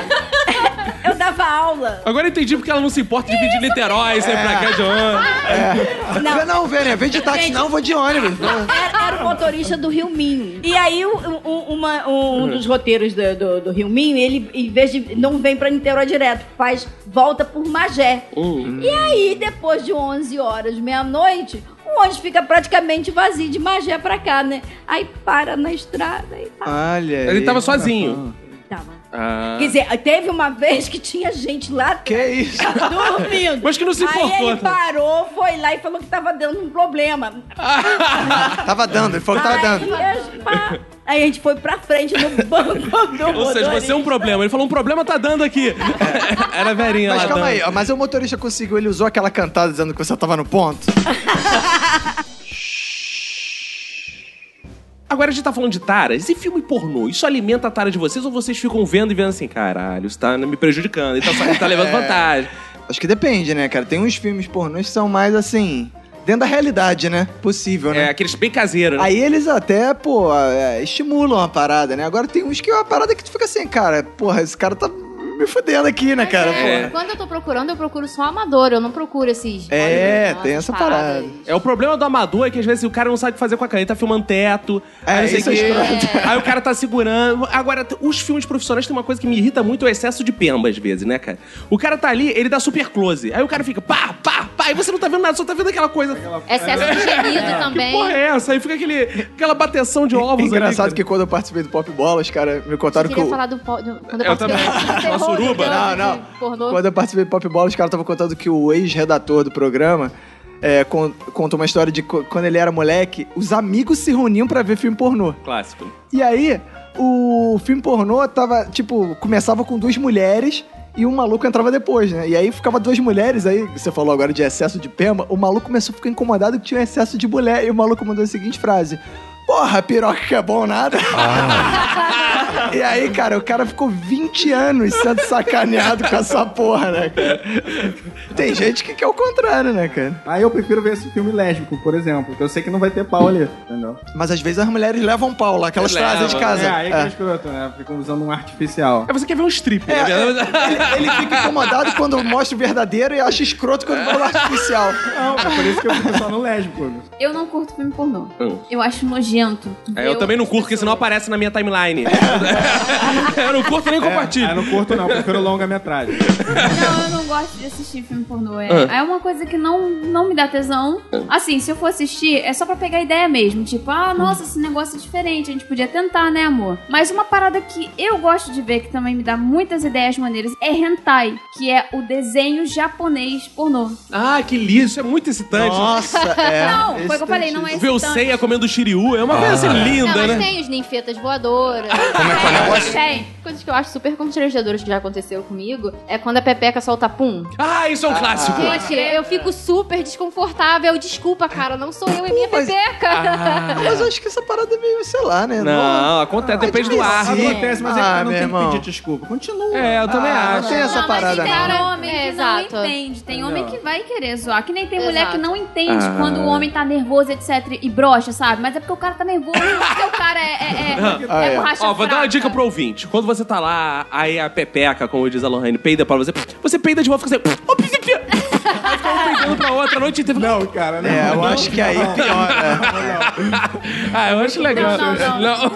Speaker 3: eu dava aula.
Speaker 1: Agora eu entendi porque ela não se importa de vir de Niterói, sair pra cá de onde.
Speaker 2: Não, não Vênia, vem de táxi,
Speaker 3: Gente.
Speaker 2: não, vou de ônibus.
Speaker 3: Era, era o motorista do Rio Minho. E aí, o- o- uma- um,
Speaker 1: Uhum.
Speaker 3: um dos roteiros do, do- do Rio Minho, ele, em vez de. não vem pra Niterói direto, faz volta por Magé.
Speaker 1: Uhum.
Speaker 3: E aí, depois de 11 horas, meia-noite, o ônibus fica praticamente vazio de Magé pra cá, né? Aí para na estrada e tá.
Speaker 2: Olha.
Speaker 1: Ele
Speaker 2: aí,
Speaker 1: tava sozinho.
Speaker 3: Tava.
Speaker 1: Ah.
Speaker 3: Quer dizer, teve uma vez que tinha gente lá
Speaker 2: Que isso?
Speaker 3: dormindo.
Speaker 1: Mas que não se
Speaker 3: Aí
Speaker 1: importou. né?
Speaker 3: ele parou, foi lá e falou que tava dando um problema.
Speaker 2: Ah, Tava dando, ele falou que tava
Speaker 3: Aí,
Speaker 2: dando.
Speaker 3: eu- pá. Aí a gente foi pra frente no banco do
Speaker 1: Ou seja, você é um problema. Ele falou, um problema tá dando aqui. Era a Verinha
Speaker 2: Mas
Speaker 1: lá
Speaker 2: calma
Speaker 1: dando.
Speaker 2: aí, ó, mas o motorista conseguiu, ele usou aquela cantada dizendo que você tava no ponto?
Speaker 1: Agora a gente tá falando de taras. E filme pornô? Isso alimenta a tara de vocês ou vocês ficam vendo e vendo assim, caralho, isso tá me prejudicando, ele tá, só- ele tá
Speaker 2: É.
Speaker 1: levando vantagem.
Speaker 2: Acho que depende, né, cara? Tem uns filmes pornôs que são mais assim, dentro da realidade, né? Possível,
Speaker 1: É,
Speaker 2: né?
Speaker 1: aqueles bem caseiros, né?
Speaker 2: Aí eles até, pô, é, estimulam a parada, né? Agora tem uns que é uma parada que tu fica assim, cara, porra, esse cara tá me fudendo aqui, né, cara?
Speaker 4: É.
Speaker 2: Porra.
Speaker 4: Quando eu tô procurando, eu procuro só amador, eu não procuro esses.
Speaker 2: É,
Speaker 4: olha,
Speaker 2: tem
Speaker 4: essas
Speaker 2: essa parada.
Speaker 4: paradas.
Speaker 1: É o problema do amador é que às vezes o cara não sabe o que fazer com a caneta, tá filmando teto,
Speaker 2: É,
Speaker 1: aí, não
Speaker 2: isso
Speaker 1: sei
Speaker 2: é
Speaker 1: o quê.
Speaker 2: escroto.
Speaker 1: aí o cara tá segurando. Agora, t- os filmes profissionais tem uma coisa que me irrita muito, é o excesso de pemba às vezes, né, cara? O cara tá ali, ele dá super close. Aí o cara fica pá, pá, pá, e você não tá vendo nada, só tá vendo aquela coisa.
Speaker 4: É Excesso de gemido
Speaker 1: Que
Speaker 4: também.
Speaker 1: porra é essa? Aí fica aquele, aquela bateção de ovos ali,
Speaker 2: É Engraçado
Speaker 1: cara.
Speaker 2: que quando eu participei do Pop Bola, os caras me contaram
Speaker 4: Eu
Speaker 2: que
Speaker 4: queria
Speaker 2: eu...
Speaker 4: falar do. po- do- Quando
Speaker 1: Eu
Speaker 4: eu participei
Speaker 1: também.
Speaker 4: do terror,
Speaker 1: suruba?
Speaker 4: do
Speaker 2: Não,
Speaker 4: drama,
Speaker 2: não.
Speaker 4: de Pornô.
Speaker 2: Quando eu participei do Pop Bola, os caras estavam contando que o ex-redator do programa é, con- conta uma história de co- quando ele era moleque, os amigos se reuniam pra ver filme pornô.
Speaker 10: Clássico.
Speaker 2: E aí, o filme pornô tava, tipo, começava com duas mulheres e um maluco entrava depois, né? E aí ficava duas mulheres, aí você falou agora de excesso de pema, o maluco começou a ficar incomodado que tinha um excesso de mulher e o maluco mandou a seguinte frase: Porra, piroca que é bom nada.
Speaker 7: Ah.
Speaker 2: E aí, cara, o cara ficou 20 anos sendo sacaneado com essa porra, né, cara? Tem gente que quer o contrário, né, cara?
Speaker 7: Aí eu prefiro ver esse filme lésbico, por exemplo, que eu sei que não vai ter pau ali, entendeu?
Speaker 2: Mas às vezes as mulheres levam pau lá, que elas
Speaker 7: Leva.
Speaker 2: trazem de casa.
Speaker 7: É, aí que é escroto, né? Ficam usando um artificial.
Speaker 1: É, você quer ver um strip,
Speaker 7: né?
Speaker 2: Ele, ele fica incomodado quando mostra o verdadeiro e acha escroto quando vai o artificial.
Speaker 7: Não, é por isso que eu fico só no lésbico.
Speaker 6: Eu não curto filme pornô.
Speaker 1: Hum.
Speaker 6: Eu acho nojento.
Speaker 1: É, eu, também não curto, porque senão aparece na minha timeline. É. eu não curto nem compartilho.
Speaker 7: Ah, eu não curto, não. Prefiro longa-metragem.
Speaker 6: Não, eu não gosto de assistir filme pornô. É,
Speaker 7: Ah.
Speaker 6: é uma coisa que não, não me dá tesão. Assim, se eu for assistir, é só pra pegar ideia mesmo. Tipo, ah, nossa, esse negócio é diferente. A gente podia tentar, né, amor? Mas uma parada que eu gosto de ver, que também me dá muitas ideias maneiras, é hentai, que é o desenho japonês pornô.
Speaker 1: Ah, que liso, isso é muito excitante.
Speaker 2: Nossa,
Speaker 6: Não, foi o que eu falei, não é
Speaker 1: Ver o
Speaker 6: excitante.
Speaker 1: Seiya comendo Shiryu é uma
Speaker 9: Ah,
Speaker 1: coisa assim,
Speaker 9: é.
Speaker 1: linda,
Speaker 4: não,
Speaker 1: né?
Speaker 4: mas tem os ninfetas voadoras.
Speaker 9: Como é que é o negócio?
Speaker 4: Tem. Coisas que eu acho super constrangedoras que já aconteceu comigo é quando a Pepeca solta pum.
Speaker 1: Ah, isso é um clássico.
Speaker 4: Gente, eu fico super desconfortável. Desculpa, cara, não sou eu, é minha Pepeca.
Speaker 1: Ah.
Speaker 2: Mas eu acho que essa parada é meio, sei lá, né?
Speaker 1: Não, acontece, depende do ar. né?
Speaker 7: Acontece, mas é que
Speaker 2: Ah, meu
Speaker 7: não tem
Speaker 2: irmão.
Speaker 7: que pedir desculpa. Continua.
Speaker 1: É, eu também
Speaker 2: Ah, não
Speaker 1: acho.
Speaker 2: tem essa
Speaker 6: Não,
Speaker 2: parada,
Speaker 6: mas tem
Speaker 2: não.
Speaker 6: homem que
Speaker 4: É,
Speaker 6: não
Speaker 4: exato.
Speaker 6: entende. Tem
Speaker 4: Não.
Speaker 6: homem que vai querer zoar. Que nem tem mulher que não entende
Speaker 1: Ah.
Speaker 6: quando o homem tá nervoso, etc. E brocha, sabe? Mas é porque o cara tá nervoso. porque o cara é... é,
Speaker 1: Ah,
Speaker 6: é, é,
Speaker 1: é.
Speaker 6: borracha
Speaker 1: Ó, vou dar uma
Speaker 6: fraca.
Speaker 1: dica pro ouvinte. Quando você tá lá, aí a pepeca, como diz a Lorraine, peida pra você, você peida de uma, fica assim... "Ô, pi, pi, pi". Aí fica um peidando pra outra a noite inteira.
Speaker 7: Não, cara, não.
Speaker 2: É, eu acho que aí é. piora.
Speaker 1: Ah, eu acho legal.
Speaker 6: Não, não,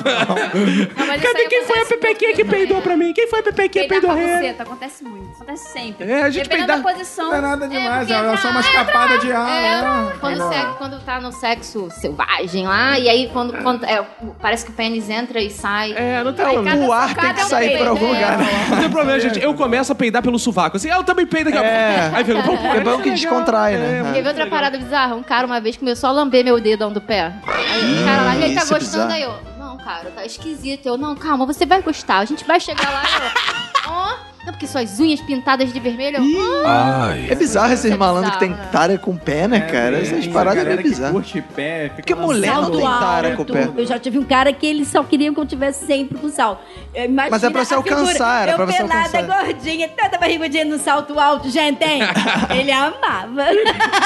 Speaker 1: Cadê quem foi a pepequinha que peidou pra mim? Quem foi a pepequinha que
Speaker 6: Peidar
Speaker 1: peidou
Speaker 6: com
Speaker 1: a Rê?
Speaker 6: buceta, acontece muito. Acontece sempre.
Speaker 1: É, a gente
Speaker 6: Dependendo
Speaker 1: peidar-
Speaker 6: da posição...
Speaker 7: Não é nada demais,
Speaker 6: porque
Speaker 7: é só uma escapada de ar.
Speaker 4: É,
Speaker 7: né?
Speaker 4: quando,
Speaker 7: Agora.
Speaker 4: sexo- quando tá no sexo selvagem lá, e aí quando, quando- é, parece que o pênis entra e sai.
Speaker 1: É, não tem
Speaker 4: Aí
Speaker 1: um-
Speaker 4: cada
Speaker 2: o ar tem
Speaker 4: socada
Speaker 2: que
Speaker 4: é um
Speaker 2: sair por
Speaker 4: peido.
Speaker 2: algum
Speaker 4: É.
Speaker 2: lugar. né?
Speaker 1: Não tem problema, gente. Eu começo a peidar pelo sovaco. Assim, ah, eu também peido aqui.
Speaker 2: É.
Speaker 1: Aí fica, pô,
Speaker 2: É bom que descontrai, né?
Speaker 4: Quer ver outra parada bizarra? Um cara uma vez começou a lamber meu dedão do pé. Aí o cara lá,
Speaker 2: Ih,
Speaker 4: ele tá
Speaker 2: isso é bizarro.
Speaker 4: gostando, aí eu, não, cara, tá esquisito. Eu, não, calma, você vai gostar, a gente vai chegar lá. Eu, ó, não, porque suas unhas pintadas de vermelho, eu, ó.
Speaker 2: É bizarro esses malandros que tem
Speaker 4: bizarro, né?
Speaker 2: tara com pé, né, cara? Essas paradas é meio
Speaker 7: bizarras.
Speaker 2: bizarro.
Speaker 7: curte pé, fica
Speaker 2: Porque mulher não
Speaker 3: Saldo
Speaker 2: tem tara com
Speaker 3: alto.
Speaker 2: pé.
Speaker 3: Eu já tive um cara que ele só queria que eu tivesse sempre com sal. Eu- imagina
Speaker 2: Mas é pra você
Speaker 3: a figura.
Speaker 2: alcançar, era
Speaker 3: eu
Speaker 2: pra você
Speaker 3: pelada,
Speaker 2: alcançar.
Speaker 3: gordinha, toda barrigudinha no salto alto, gente, hein? Ele amava.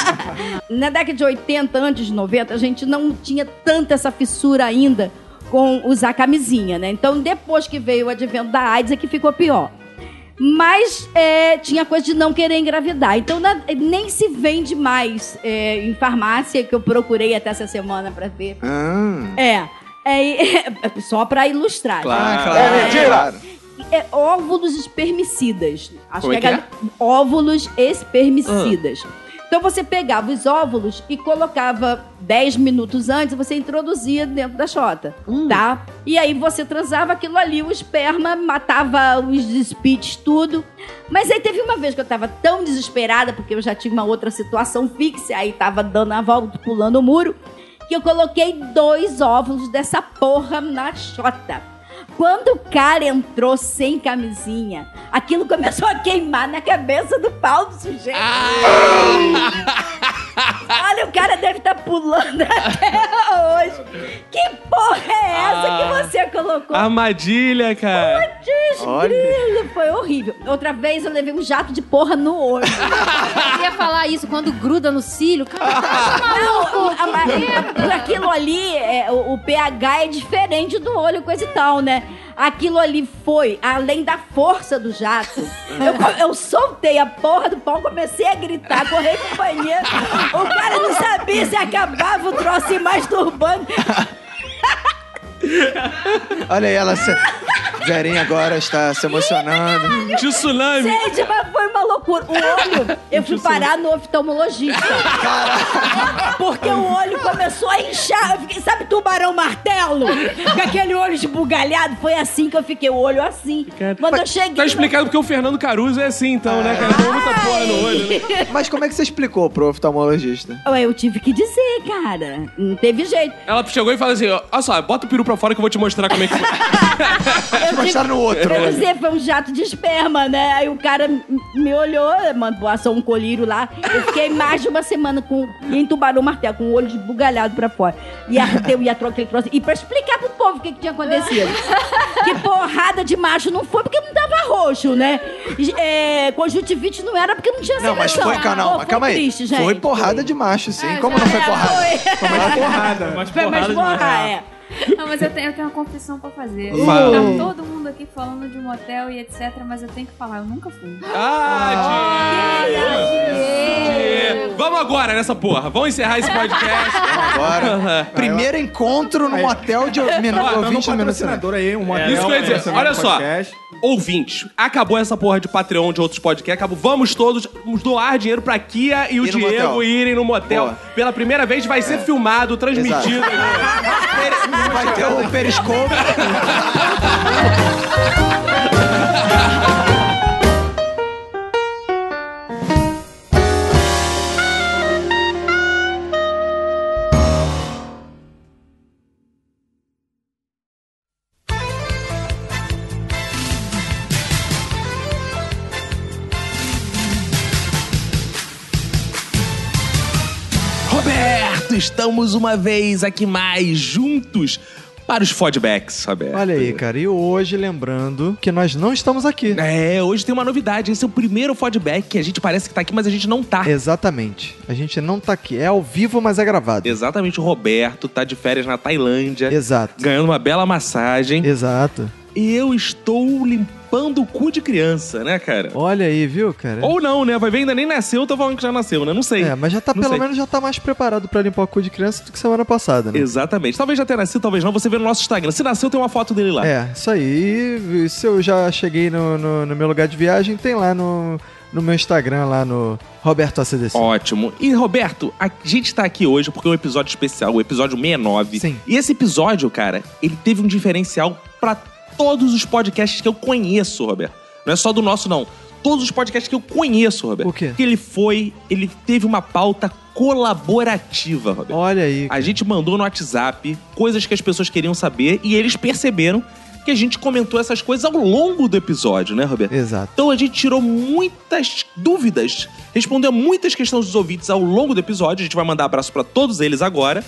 Speaker 3: Na década de 80, antes de 90, a gente não tinha tanta essa fissura ainda com usar camisinha, né? Então, depois que veio o advento da AIDS, é que ficou pior. Mas é, tinha coisa de não querer engravidar. Então na- nem se vende mais é, em farmácia, que eu procurei até essa semana pra ver.
Speaker 2: Ah,
Speaker 3: É. é, é, só pra ilustrar.
Speaker 2: Ah,
Speaker 1: Claro.
Speaker 2: claro. Claro.
Speaker 3: É, óvulos espermicidas. Acho
Speaker 1: Como é Ah.
Speaker 3: que
Speaker 1: que
Speaker 3: gal- Óvulos espermicidas. Então você pegava os óvulos e colocava 10 minutos antes, você introduzia dentro da xota,
Speaker 1: Hum.
Speaker 3: tá? E aí você transava aquilo ali, o esperma matava os despites, tudo. Mas aí teve uma vez que eu tava tão desesperada, porque eu já tinha uma outra situação fixa, aí tava dando a volta, pulando o muro, que eu coloquei dois óvulos dessa porra na xota. Quando o cara entrou sem camisinha, aquilo começou a queimar na cabeça do pau do sujeito. Olha, o cara deve estar pulando até hoje. Que porra é essa
Speaker 1: Ah.
Speaker 3: que você colocou?
Speaker 1: Armadilha, cara.
Speaker 3: Desgrilo, foi horrível. Outra vez eu levei um jato de porra no olho.
Speaker 4: Eu ia falar isso quando gruda no cílio, cara.
Speaker 3: Não, a- a- por aquilo ali, é, o, o pH é diferente do olho, coisa e tal, né? Aquilo ali foi, além da força do jato, eu, co- eu soltei a porra do pau, comecei a gritar, corri pro banheiro. O cara não sabia se acabava o troço e masturbando.
Speaker 2: Olha aí, ela se... Verinha agora está se emocionando.
Speaker 1: Tsunami.
Speaker 3: Gente, mas foi uma loucura. O olho, eu fui parar no oftalmologista. Porque o olho começou a inchar. Eu fiquei, sabe tubarão martelo? Com aquele olho esbugalhado. Foi assim que eu fiquei, o olho assim. Quando eu cheguei...
Speaker 1: Tá explicado porque o Fernando Caruso é assim, então, né, cara? Tem muita porra no olho, né?
Speaker 2: Mas como é que você explicou pro oftalmologista?
Speaker 3: Ué, Eu tive que dizer, cara. Não teve jeito.
Speaker 1: Ela chegou e falou assim: ó, olha só, bota o peru pra fora que eu vou te mostrar como é que foi. tá
Speaker 2: Mostrar no outro.
Speaker 3: Eu não sei, foi um jato de esperma, né? Aí o cara m- me olhou, mandou assar um colírio lá. Eu fiquei mais de uma semana com em tubarão martelo, com o olho esbugalhado pra fora. E ardeu, e atrou aquele troço. E pra explicar pro povo o que, que tinha acontecido. que porrada de macho não foi porque não tava roxo, né? E, é, conjuntivite não era porque não tinha
Speaker 2: Não, mas
Speaker 3: seleção.
Speaker 2: foi, cara, não,
Speaker 3: Pô,
Speaker 2: mas calma aí.
Speaker 3: triste, gente. É,
Speaker 2: Foi porrada de macho, sim. Como não foi porrada? Foi mais porrada.
Speaker 1: tá
Speaker 5: Mas
Speaker 3: Foi mais
Speaker 5: porrada de
Speaker 3: porra, é.
Speaker 6: Não, mas eu tenho, eu tenho uma confissão pra fazer.
Speaker 2: Fala.
Speaker 6: Tá todo mundo aqui falando de motel e etc, mas eu tenho que falar, eu nunca fui.
Speaker 1: Ah, Diego! Diego! Vamos agora nessa porra. Vamos encerrar esse podcast.
Speaker 2: Agora, primeiro encontro num hotel de minu...
Speaker 7: Ah, manda um
Speaker 2: ouvinte é de minuto.
Speaker 7: patrocinador aí, um hotel,
Speaker 1: Isso que eu ia dizer.
Speaker 7: patrocinador
Speaker 1: é, Olha só.
Speaker 7: podcast.
Speaker 1: Ouvintes, acabou essa porra de Patreon de outros podcasts. Acabou. Vamos todos doar dinheiro pra Kia e o
Speaker 2: Ir no
Speaker 1: Diego
Speaker 2: motel.
Speaker 1: irem no motel.
Speaker 2: Boa. É.
Speaker 1: Pela primeira vez vai ser filmado, transmitido.
Speaker 2: Vai ter o periscope.
Speaker 1: Roberto, estamos uma vez aqui mais juntos para os fodbacks, Roberto.
Speaker 2: Olha aí, cara. E hoje, lembrando que nós não estamos aqui.
Speaker 1: É, hoje tem uma novidade. Esse é o primeiro fodback que a gente parece que tá aqui, mas a gente não
Speaker 2: É.
Speaker 1: tá.
Speaker 2: Exatamente. A gente não tá aqui. É ao vivo, mas é gravado.
Speaker 1: Exatamente, o Roberto tá de férias na Tailândia,
Speaker 2: Exato.
Speaker 1: ganhando uma bela massagem.
Speaker 2: Exato.
Speaker 1: E eu estou limpando o cu de criança, né, cara?
Speaker 2: Olha aí, viu, cara?
Speaker 10: É.
Speaker 1: Ou não, né? Vai ver, ainda nem nasceu, tô falando que já nasceu, né? Não sei.
Speaker 2: É, mas já tá,
Speaker 1: Não
Speaker 2: pelo
Speaker 1: sei.
Speaker 2: menos já tá mais preparado pra limpar o cu de criança do que semana passada, né?
Speaker 1: Exatamente. Talvez já tenha nascido, talvez não. Você vê no nosso Instagram. Se nasceu, tem uma foto dele lá.
Speaker 2: É, isso aí. E Se eu já cheguei no, no- no meu lugar de viagem, tem lá no, no meu Instagram, lá no Roberto ACDC.
Speaker 1: Ótimo. E, Roberto, a gente tá aqui hoje porque é um episódio especial, o episódio 69.
Speaker 2: Sim.
Speaker 1: E esse episódio, cara, ele teve um diferencial pra todos os podcasts que eu conheço, Roberto. Não é só do nosso, não. Todos os podcasts que eu conheço, Roberto.
Speaker 2: O quê?
Speaker 1: Porque ele foi, ele teve uma pauta colaborativa, Roberto.
Speaker 2: Olha aí.
Speaker 1: A gente mandou no WhatsApp coisas que as pessoas queriam saber e eles perceberam que a gente comentou essas coisas ao longo do episódio, né, Roberto?
Speaker 2: Exato.
Speaker 1: Então a gente tirou muitas dúvidas, respondeu muitas questões dos ouvintes ao longo do episódio. A gente vai mandar abraço pra todos eles agora,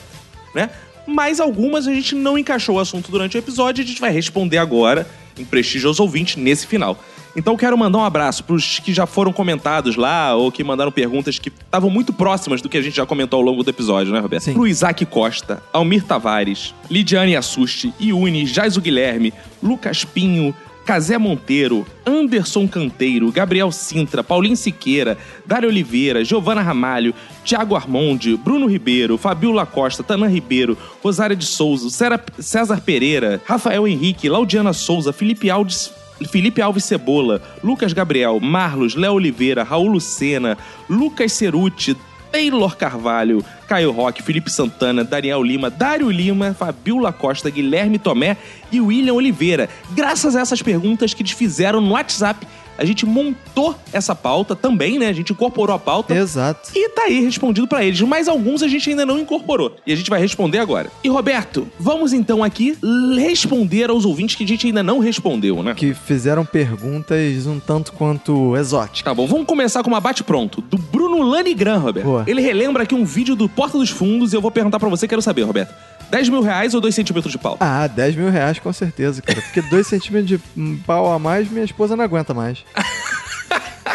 Speaker 1: né? Mas algumas a gente não encaixou o assunto durante o episódio e a gente vai responder agora, em prestígio aos ouvintes, nesse final. Então eu quero mandar um abraço pros que já foram comentados lá ou que mandaram perguntas que estavam muito próximas do que a gente já comentou ao longo do episódio, né, Roberto?
Speaker 2: Sim.
Speaker 1: Pro Isaac Costa, Almir Tavares, Lidiane Assuste, Iune, Jaiso Guilherme, Lucas Pinho, Casé Monteiro, Anderson Canteiro, Gabriel Sintra, Paulinho Siqueira, Dário Oliveira, Giovana Ramalho, Tiago Armonde, Bruno Ribeiro, Fabiola Costa, Tanã Ribeiro, Rosária de Souza, Cera- César Pereira, Rafael Henrique, Laudiana Souza, Felipe Alves, Felipe Alves Cebola, Lucas Gabriel, Marlos, Léo Oliveira, Raul Lucena, Lucas Ceruti, Taylor Carvalho, Caio Roque, Felipe Santana, Daniel Lima, Dário Lima, Fabiola Costa, Guilherme Tomé e William Oliveira. Graças a essas perguntas que eles fizeram no WhatsApp, a gente montou essa pauta também, né? A gente incorporou a pauta.
Speaker 2: Exato.
Speaker 1: E tá aí respondido pra eles, mas alguns a gente ainda não incorporou. E a gente vai responder agora. E Roberto, vamos então aqui responder aos ouvintes que a gente ainda não respondeu, né?
Speaker 2: Que fizeram perguntas um tanto quanto exóticas.
Speaker 1: Tá bom, vamos começar com uma bate-pronto do Bruno Lanigran, Roberto.
Speaker 2: Boa.
Speaker 1: Ele relembra aqui um vídeo do Porta dos Fundos e eu vou perguntar pra você, quero saber, Roberto. 10 mil reais ou 2 centímetros de pau?
Speaker 2: Ah, 10 mil reais com certeza, cara. Porque 2 centímetros de hum, pau a mais, minha esposa não aguenta mais.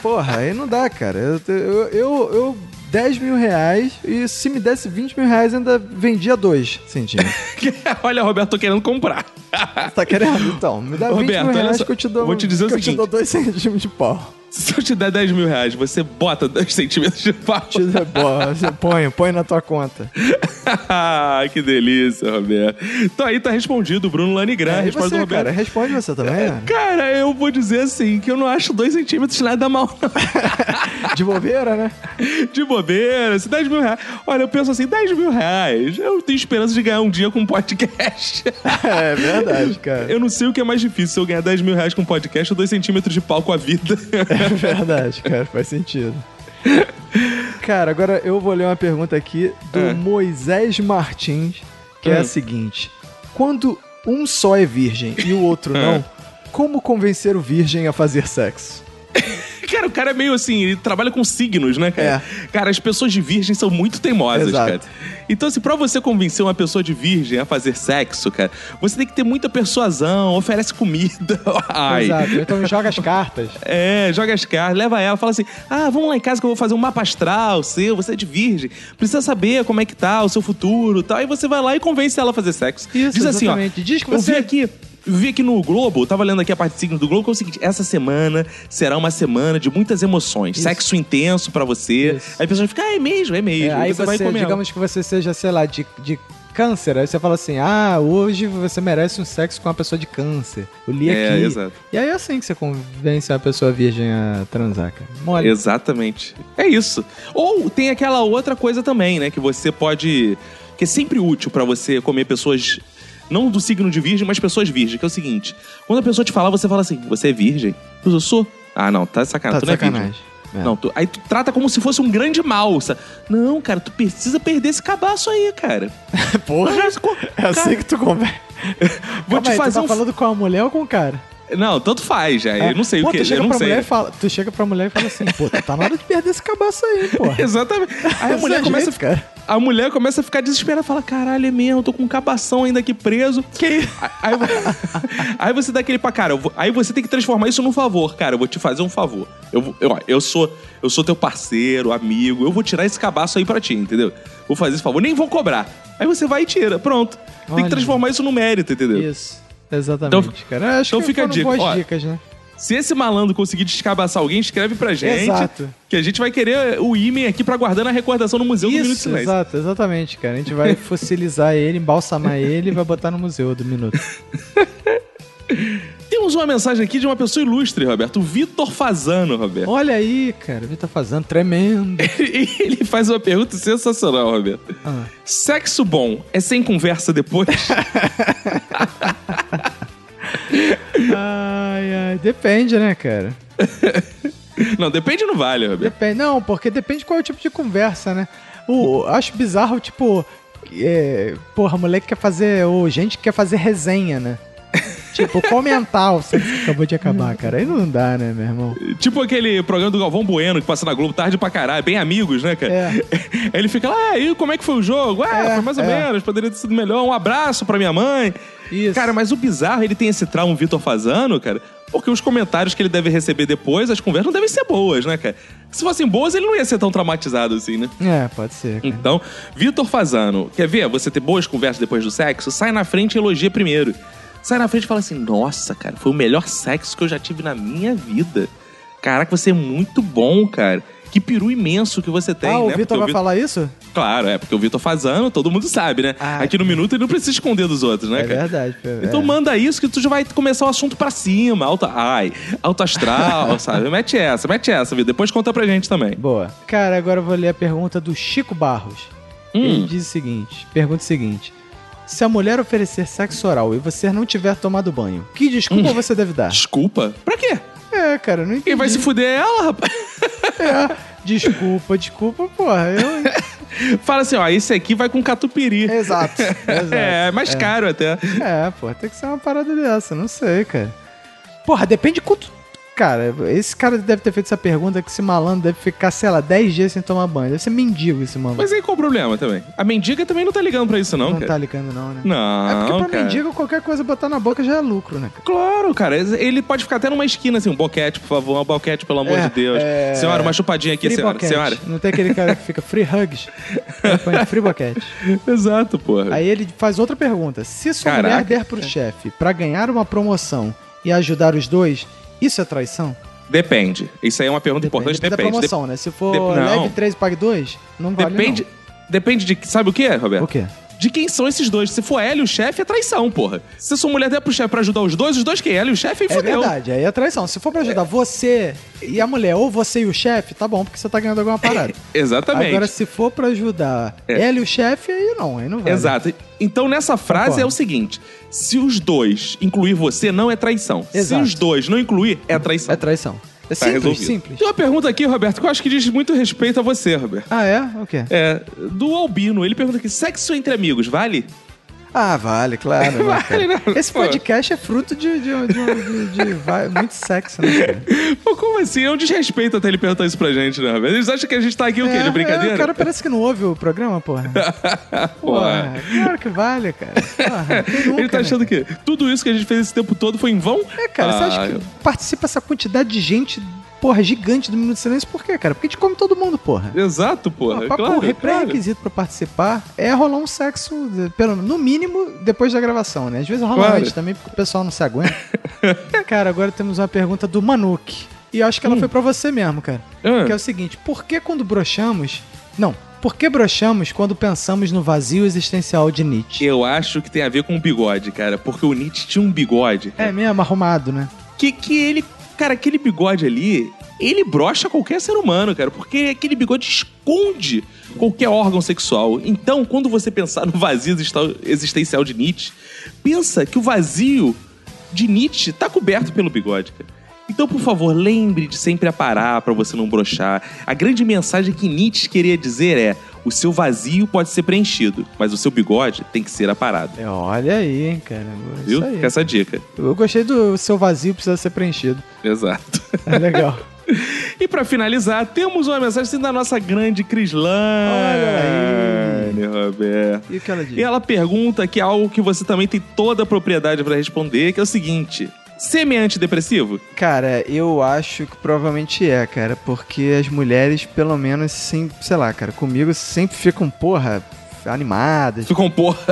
Speaker 2: Porra, aí não dá, cara. Eu, te- eu, eu, eu 10 mil reais e se me desse 20 mil reais ainda vendia 2 centímetros.
Speaker 1: Olha, Roberto, tô querendo comprar.
Speaker 2: Tá querendo? Então, me dá 20
Speaker 1: Roberto,
Speaker 2: mil
Speaker 1: olha
Speaker 2: reais
Speaker 1: só,
Speaker 2: que eu te dou.
Speaker 1: vou te dizer o
Speaker 2: que eu te
Speaker 1: seguinte.
Speaker 2: dou 2 centímetros de pau.
Speaker 1: Se eu te der 10 mil reais, você bota 2 centímetros de pau.
Speaker 2: Boa, você põe, põe na tua conta.
Speaker 1: Ah, que delícia, Roberto. Então aí tá respondido, Bruno Lanigran.
Speaker 2: É, e
Speaker 1: resposta do
Speaker 2: você,
Speaker 1: Roberto. É,
Speaker 2: cara? Responde você também, né?
Speaker 1: Cara, eu vou dizer assim, que eu não acho 2 centímetros nada mal. não.
Speaker 2: De bobeira, né?
Speaker 1: De bobeira, se 10 mil reais. Olha, eu penso assim, 10 mil reais. Eu tenho esperança de ganhar um dia com um podcast.
Speaker 2: É verdade, cara.
Speaker 1: Eu não sei o que é mais difícil, se eu ganhar 10 mil reais com um podcast ou 2 centímetros de pau com a vida.
Speaker 2: É verdade, cara, faz sentido. Cara, agora eu vou ler uma pergunta aqui do
Speaker 1: É.
Speaker 2: Moisés Martins, que é
Speaker 1: Hum.
Speaker 2: a seguinte: Quando um só é virgem e o outro não, como convencer o virgem a fazer sexo?
Speaker 1: Cara, o cara é meio assim, ele trabalha com signos, né, cara? Cara, as pessoas de virgem são muito teimosas,
Speaker 2: Exato.
Speaker 1: cara. Então, assim, pra você convencer uma pessoa de virgem a fazer sexo, cara, você tem que ter muita persuasão, oferece comida. Ai.
Speaker 10: Exato. Então joga as cartas.
Speaker 1: É, joga as cartas, leva ela, fala assim: ah, vamos lá em casa que eu vou fazer um mapa astral seu, você é de virgem, precisa saber como é que tá o seu futuro e tal. Aí você vai lá e convence ela a fazer sexo. Isso, Diz assim: ó,
Speaker 10: exatamente. Diz que
Speaker 1: eu
Speaker 10: você-
Speaker 1: vi aqui. Vi aqui no Globo, eu tava lendo aqui a parte de signo do Globo, que é o seguinte: essa semana será uma semana de muitas emoções. Sexo intenso pra você. Aí a pessoa fica, ah, é mesmo, é mesmo.
Speaker 10: É, aí
Speaker 1: Aí
Speaker 10: você,
Speaker 1: vai comer.
Speaker 10: digamos que você seja, sei lá, de, de câncer, aí você fala assim, ah, hoje você merece um sexo com uma pessoa de câncer. Eu li
Speaker 1: É,
Speaker 10: aqui.
Speaker 1: exato.
Speaker 10: E aí é assim que você convence uma pessoa virgem a transar, cara. Mole.
Speaker 1: Exatamente. É isso. Ou tem aquela outra coisa também, né? Que você pode. Que é sempre útil pra você comer pessoas. Não do signo de virgem, mas pessoas virgens, que é o seguinte: quando a pessoa te falar, você fala assim, você é virgem? Eu sou. Ah, não, tá de sacanagem.
Speaker 2: Tá
Speaker 1: tu
Speaker 2: de
Speaker 1: não é virgem.
Speaker 2: sacanagem. É.
Speaker 1: Não, tu- aí tu trata como se fosse um grande mal. sa- Não, cara, tu precisa perder esse cabaço aí, cara.
Speaker 2: Porra. É assim que tu convence.
Speaker 1: Vou
Speaker 10: Calma
Speaker 1: te
Speaker 10: aí, tu
Speaker 1: fazer
Speaker 10: tá
Speaker 1: um.
Speaker 10: falando com a mulher ou com o cara? É.
Speaker 1: Não, tanto faz, já. Eu não sei
Speaker 10: pô,
Speaker 1: o que. é,
Speaker 10: Tu chega
Speaker 1: Eu não
Speaker 10: pra mulher
Speaker 1: sei.
Speaker 10: e fala, tu chega pra mulher e fala assim, pô, tu tá na hora de perder esse cabaço aí, pô.
Speaker 1: Exatamente. Aí a mulher começa a
Speaker 10: ficar.
Speaker 1: A mulher começa a ficar desesperada, fala: caralho, é mesmo, eu tô com um cabação ainda aqui preso. Que aí, aí você dá aquele pra cara, eu vou- aí você tem que transformar isso num favor, cara. Eu vou te fazer um favor. Eu, vou- eu, ó, eu sou eu sou teu parceiro, amigo, eu vou tirar esse cabaço aí pra ti, entendeu? Vou fazer esse favor, nem vou cobrar. Aí você vai e tira, pronto. Tem
Speaker 10: Olha.
Speaker 1: que transformar isso num mérito, entendeu?
Speaker 10: Isso. Exatamente, cara. Eu Acho
Speaker 1: então
Speaker 10: que
Speaker 1: fica a
Speaker 10: foram
Speaker 1: dica.
Speaker 10: boas
Speaker 1: Ó,
Speaker 10: dicas, né?
Speaker 1: Se esse malandro conseguir descabaçar alguém, escreve pra gente.
Speaker 10: Exato.
Speaker 1: Que a gente vai querer o imen aqui pra guardar na recordação no Museu do um Minuto de
Speaker 10: Isso,
Speaker 1: Silêncio.
Speaker 10: exato, exatamente, cara. A gente vai fossilizar ele, embalsamar ele e vai botar no museu do minuto.
Speaker 1: Temos uma mensagem aqui de uma pessoa ilustre, Roberto. O Vitor Fazano, Roberto.
Speaker 10: Olha aí, cara, ele tá fazendo tremendo.
Speaker 1: Ele faz uma pergunta sensacional, Roberto.
Speaker 10: Ah.
Speaker 1: Sexo bom é sem conversa depois?
Speaker 10: Ai, ai, depende, né, cara?
Speaker 1: não, depende não vale, Roberto.
Speaker 10: Depende, não, porque depende qual é o tipo de conversa, né? O, acho bizarro, tipo, é, porra, moleque quer fazer, ou gente quer fazer resenha, né? tipo, comentar o sexo que acabou de acabar, cara. Aí não dá, né, meu irmão?
Speaker 1: Tipo aquele programa do Galvão Bueno que passa na Globo tarde pra caralho, bem amigos, né, cara? Aí Ele fica lá, ah, e como é que foi o jogo? Ah, foi mais ou
Speaker 10: é.
Speaker 1: menos, poderia ter sido melhor. Um abraço pra minha mãe. Cara, mas o bizarro, ele tem esse trauma, o Vitor Fazano, cara, porque os comentários que ele deve receber depois, as conversas não devem ser boas, né, cara? Se fossem boas, ele não ia ser tão traumatizado assim, né?
Speaker 10: É, pode ser.
Speaker 1: Então, Vitor Fazano, quer ver você ter boas conversas depois do sexo? Sai na frente e elogia primeiro. Sai na frente e fala assim: Nossa, cara, foi o melhor sexo que eu já tive na minha vida. Caraca, você é muito bom, cara. Que peru imenso que você tem,
Speaker 10: ah, o
Speaker 1: né? Porque
Speaker 10: Vitor vai falar isso?
Speaker 1: Claro, é, porque o Vitor Fazano, todo mundo sabe, né? Aqui no Minuto ele não precisa esconder dos outros,
Speaker 10: É
Speaker 1: né, cara?
Speaker 10: verdade, é.
Speaker 1: Então manda isso que tu já vai começar o assunto pra cima. Alta, ai, alto astral, sabe? Mete essa, mete essa, viu? Depois conta pra gente também.
Speaker 10: Boa. Cara, agora eu vou ler a pergunta do Chico Barros.
Speaker 1: Hum.
Speaker 10: Ele diz o seguinte: pergunta o seguinte. Se a mulher oferecer sexo oral e você não tiver tomado banho, que desculpa
Speaker 1: Hum.
Speaker 10: você deve dar?
Speaker 1: Desculpa? Pra quê?
Speaker 10: É, cara, não entendi.
Speaker 1: Quem vai se fuder é ela, rapaz.
Speaker 10: É, desculpa, desculpa, porra. Eu...
Speaker 1: Fala assim, ó, esse aqui vai com catupiry.
Speaker 10: Exato.
Speaker 1: É, mais
Speaker 10: É.
Speaker 1: caro até.
Speaker 10: É, porra, tem que ser uma parada dessa, não sei, cara. Porra, depende quanto. Cara, esse cara deve ter feito essa pergunta que esse malandro deve ficar, sei lá, 10 dias sem tomar banho. Deve ser mendigo esse malandro.
Speaker 1: Mas aí qual o problema também? A mendiga também não tá ligando pra isso, não,
Speaker 10: não
Speaker 1: cara.
Speaker 10: tá ligando, não, né?
Speaker 1: Não,
Speaker 10: É porque pra
Speaker 1: cara.
Speaker 10: mendigo qualquer coisa botar na boca já é lucro, né? cara?
Speaker 1: Claro, cara. Ele pode ficar até numa esquina, assim, um boquete, por favor, um boquete, pelo amor
Speaker 10: É,
Speaker 1: de Deus.
Speaker 10: é.
Speaker 1: Senhora, uma chupadinha aqui,
Speaker 10: Free
Speaker 1: senhora.
Speaker 10: boquete.
Speaker 1: Senhora.
Speaker 10: Não tem aquele cara que fica free hugs. Elefante friboquete.
Speaker 1: Exato, porra.
Speaker 10: Aí ele faz outra pergunta. Se sua
Speaker 1: Caraca.
Speaker 10: mulher der pro chefe pra ganhar uma promoção e ajudar os dois, isso é traição?
Speaker 1: Depende. Isso aí é uma pergunta importante.
Speaker 10: Depende da
Speaker 1: Depende.
Speaker 10: promoção,
Speaker 1: Dep-
Speaker 10: né? Se for
Speaker 1: Dep-
Speaker 10: leve
Speaker 1: não.
Speaker 10: 3 pague 2, não vale
Speaker 1: Depende.
Speaker 10: não.
Speaker 1: Depende de. Sabe o que, é, Roberto? O
Speaker 10: quê?
Speaker 1: De quem são esses dois? Se for ela e o chefe, é traição, porra. Se sua mulher der pro chefe pra ajudar os dois, os dois quem? Ela e o chefe, aí
Speaker 10: É
Speaker 1: fodeu.
Speaker 10: verdade, aí é traição. Se for pra ajudar você e a mulher, ou você e o chefe, tá bom, porque você tá ganhando alguma parada.
Speaker 1: Exatamente. É.
Speaker 10: Agora, se for pra ajudar ela e o chefe, aí não, aí não vale.
Speaker 1: Exato. Então, nessa frase
Speaker 10: Concordo.
Speaker 1: é o seguinte: se os dois incluir você, não é traição.
Speaker 10: Exato.
Speaker 1: Se os dois não incluir, é traição. É
Speaker 10: traição. É simples, simples.
Speaker 1: Tem uma pergunta aqui, Roberto, que eu acho que diz muito respeito a você, Roberto.
Speaker 10: Ah, é? O quê?
Speaker 1: É, do Albino. Ele pergunta aqui: sexo entre amigos, vale?
Speaker 10: Ah, vale, claro. né, cara?
Speaker 1: Vale, né?
Speaker 10: Esse
Speaker 1: Pô.
Speaker 10: podcast é fruto de, de, de- de- de- vai- muito sexo, né? cara?
Speaker 1: Pô, como assim? É um desrespeito até ele perguntar isso pra gente, né, Roberto? Eles acham que a gente tá aqui o quê?
Speaker 10: É,
Speaker 1: De brincadeira?
Speaker 10: O cara parece que não ouve o programa, porra. É.
Speaker 1: Porra.
Speaker 10: Claro que vale, cara. Porra, quem
Speaker 1: Ele
Speaker 10: nunca,
Speaker 1: tá
Speaker 10: né?
Speaker 1: achando que tudo isso que a gente fez esse tempo todo foi em vão?
Speaker 10: É, cara, você acha que participa essa quantidade de gente, porra, gigante do Minuto de Silêncio? Por quê, cara? Porque a gente come todo mundo, porra.
Speaker 1: Exato, porra.
Speaker 10: Papo,
Speaker 1: claro,
Speaker 10: re-
Speaker 1: claro.
Speaker 10: pré-requisito pra participar é rolar um sexo, de- pelo, no mínimo, depois da gravação, né? Às vezes rola
Speaker 1: Claro.
Speaker 10: antes também, porque o pessoal não se aguenta. cara, agora temos uma pergunta do Manuk. E eu acho que ela foi pra você mesmo, cara.
Speaker 1: Ah.
Speaker 10: Que é o seguinte, por que quando brochamos... Não, por que brochamos quando pensamos no vazio existencial de Nietzsche?
Speaker 1: Eu acho que tem a ver com o bigode, cara. Porque o Nietzsche tinha um bigode.
Speaker 10: É mesmo, arrumado, né?
Speaker 1: Que, que ele. Cara, aquele bigode ali, ele brocha qualquer ser humano, cara. Porque aquele bigode esconde qualquer órgão sexual. Então, quando você pensar no vazio exista- existencial de Nietzsche, pensa que o vazio de Nietzsche tá coberto pelo bigode, cara. Então, por favor, lembre de sempre aparar para você não brochar. A grande mensagem que Nietzsche queria dizer é: o seu vazio pode ser preenchido, mas o seu bigode tem que ser aparado.
Speaker 10: É, olha aí, hein, cara. É
Speaker 1: Viu?
Speaker 10: Isso aí.
Speaker 1: Fica essa dica.
Speaker 10: Eu gostei do seu vazio precisa ser preenchido.
Speaker 1: Exato.
Speaker 10: É legal.
Speaker 1: E pra finalizar, temos uma mensagem assim da nossa grande Crislane, Roberto.
Speaker 10: E o que ela diz?
Speaker 1: E ela pergunta que algo que você também tem toda a propriedade pra responder, que é o seguinte: semi antidepressivo?
Speaker 10: Cara, eu acho que provavelmente é, cara, porque as mulheres, pelo menos, sim, sei lá, cara, comigo sempre ficam, porra, animadas.
Speaker 1: Ficam porra.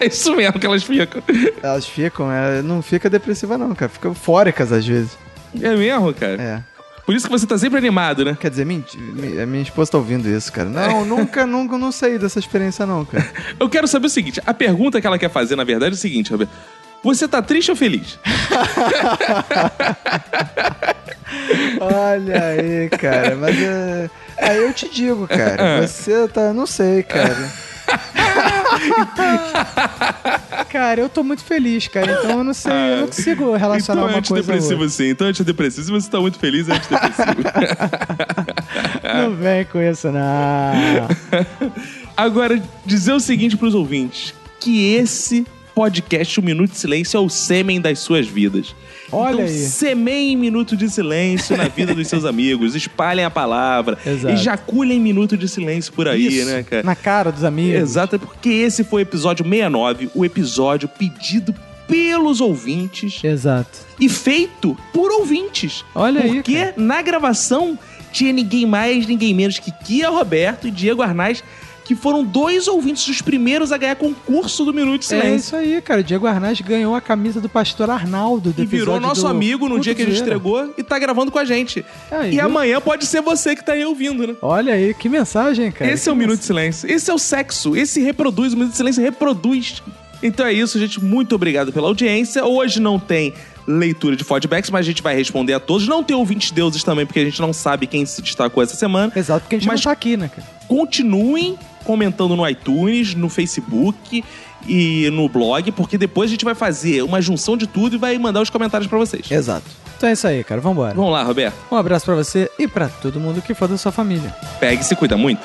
Speaker 1: É isso mesmo que elas ficam.
Speaker 10: Elas ficam, é, não fica depressiva não, cara, ficam eufóricas às vezes.
Speaker 1: É mesmo, cara?
Speaker 10: É.
Speaker 1: Por isso que você tá sempre animado, né?
Speaker 10: Quer dizer, menti- mi- a minha esposa tá ouvindo isso, cara. Não, nunca, nunca, não saí dessa experiência não, cara.
Speaker 1: Eu quero saber o seguinte: a pergunta que ela quer fazer, na verdade, é o seguinte, Roberto. Você tá triste ou feliz?
Speaker 10: Olha aí, cara, mas é, aí eu te digo,
Speaker 1: É.
Speaker 10: cara, você tá, não sei, cara. cara, eu tô muito feliz, cara, então eu não sei, eu não consigo relacionar
Speaker 1: então é
Speaker 10: uma coisa a outra.
Speaker 1: antidepressivo sim. Então é antidepressivo. Se você tá muito feliz, é antidepressivo. É.
Speaker 10: Não vem com isso, não.
Speaker 1: Agora, dizer o seguinte pros ouvintes: que esse podcast, o Minuto de Silêncio, é o sêmen das suas vidas.
Speaker 10: Olha
Speaker 1: então,
Speaker 10: aí.
Speaker 1: semeiem minuto de silêncio na vida dos seus amigos, espalhem a palavra,
Speaker 10: Exato.
Speaker 1: ejaculem minuto de silêncio por aí,
Speaker 10: Isso,
Speaker 1: né, cara?
Speaker 10: Na cara dos amigos.
Speaker 1: Exato, é porque esse foi o episódio 69, o episódio pedido pelos ouvintes
Speaker 10: Exato.
Speaker 1: e feito por ouvintes.
Speaker 10: Olha É
Speaker 1: porque Porque na gravação tinha ninguém mais, ninguém menos que Kia Roberto e Diego Arnaz, que foram dois ouvintes os primeiros a ganhar concurso do Minuto de
Speaker 10: É
Speaker 1: Silêncio.
Speaker 10: isso aí, cara. O Diego Arnaz ganhou a camisa do pastor Arnaldo do
Speaker 1: e virou
Speaker 10: episódio
Speaker 1: nosso
Speaker 10: do
Speaker 1: amigo no
Speaker 10: Culto
Speaker 1: dia que a gente
Speaker 10: Zoeira.
Speaker 1: entregou e tá gravando com a gente.
Speaker 10: Aí,
Speaker 1: e
Speaker 10: viu?
Speaker 1: amanhã pode ser você que tá aí ouvindo, né?
Speaker 10: Olha aí, que mensagem, cara.
Speaker 1: Esse é o Minuto de Silêncio. Esse é o sexo. Esse reproduz. O Minuto de Silêncio reproduz. Então é isso, gente. Muito obrigado pela audiência. Hoje não tem leitura de feedbacks, mas a gente vai responder a todos. Não tem ouvintes deuses também, porque a gente não sabe quem se destacou essa semana.
Speaker 10: Exato, porque a gente
Speaker 1: mas
Speaker 10: não tá aqui, né, cara?
Speaker 1: Continuem comentando no iTunes, no Facebook e no blog, porque depois a gente vai fazer uma junção de tudo e vai mandar os comentários pra vocês.
Speaker 10: Exato. Então é isso aí, cara. Vambora.
Speaker 1: Vamos lá, Roberto.
Speaker 10: Um abraço pra você e pra todo mundo que for da sua família.
Speaker 1: Pega e se cuida muito.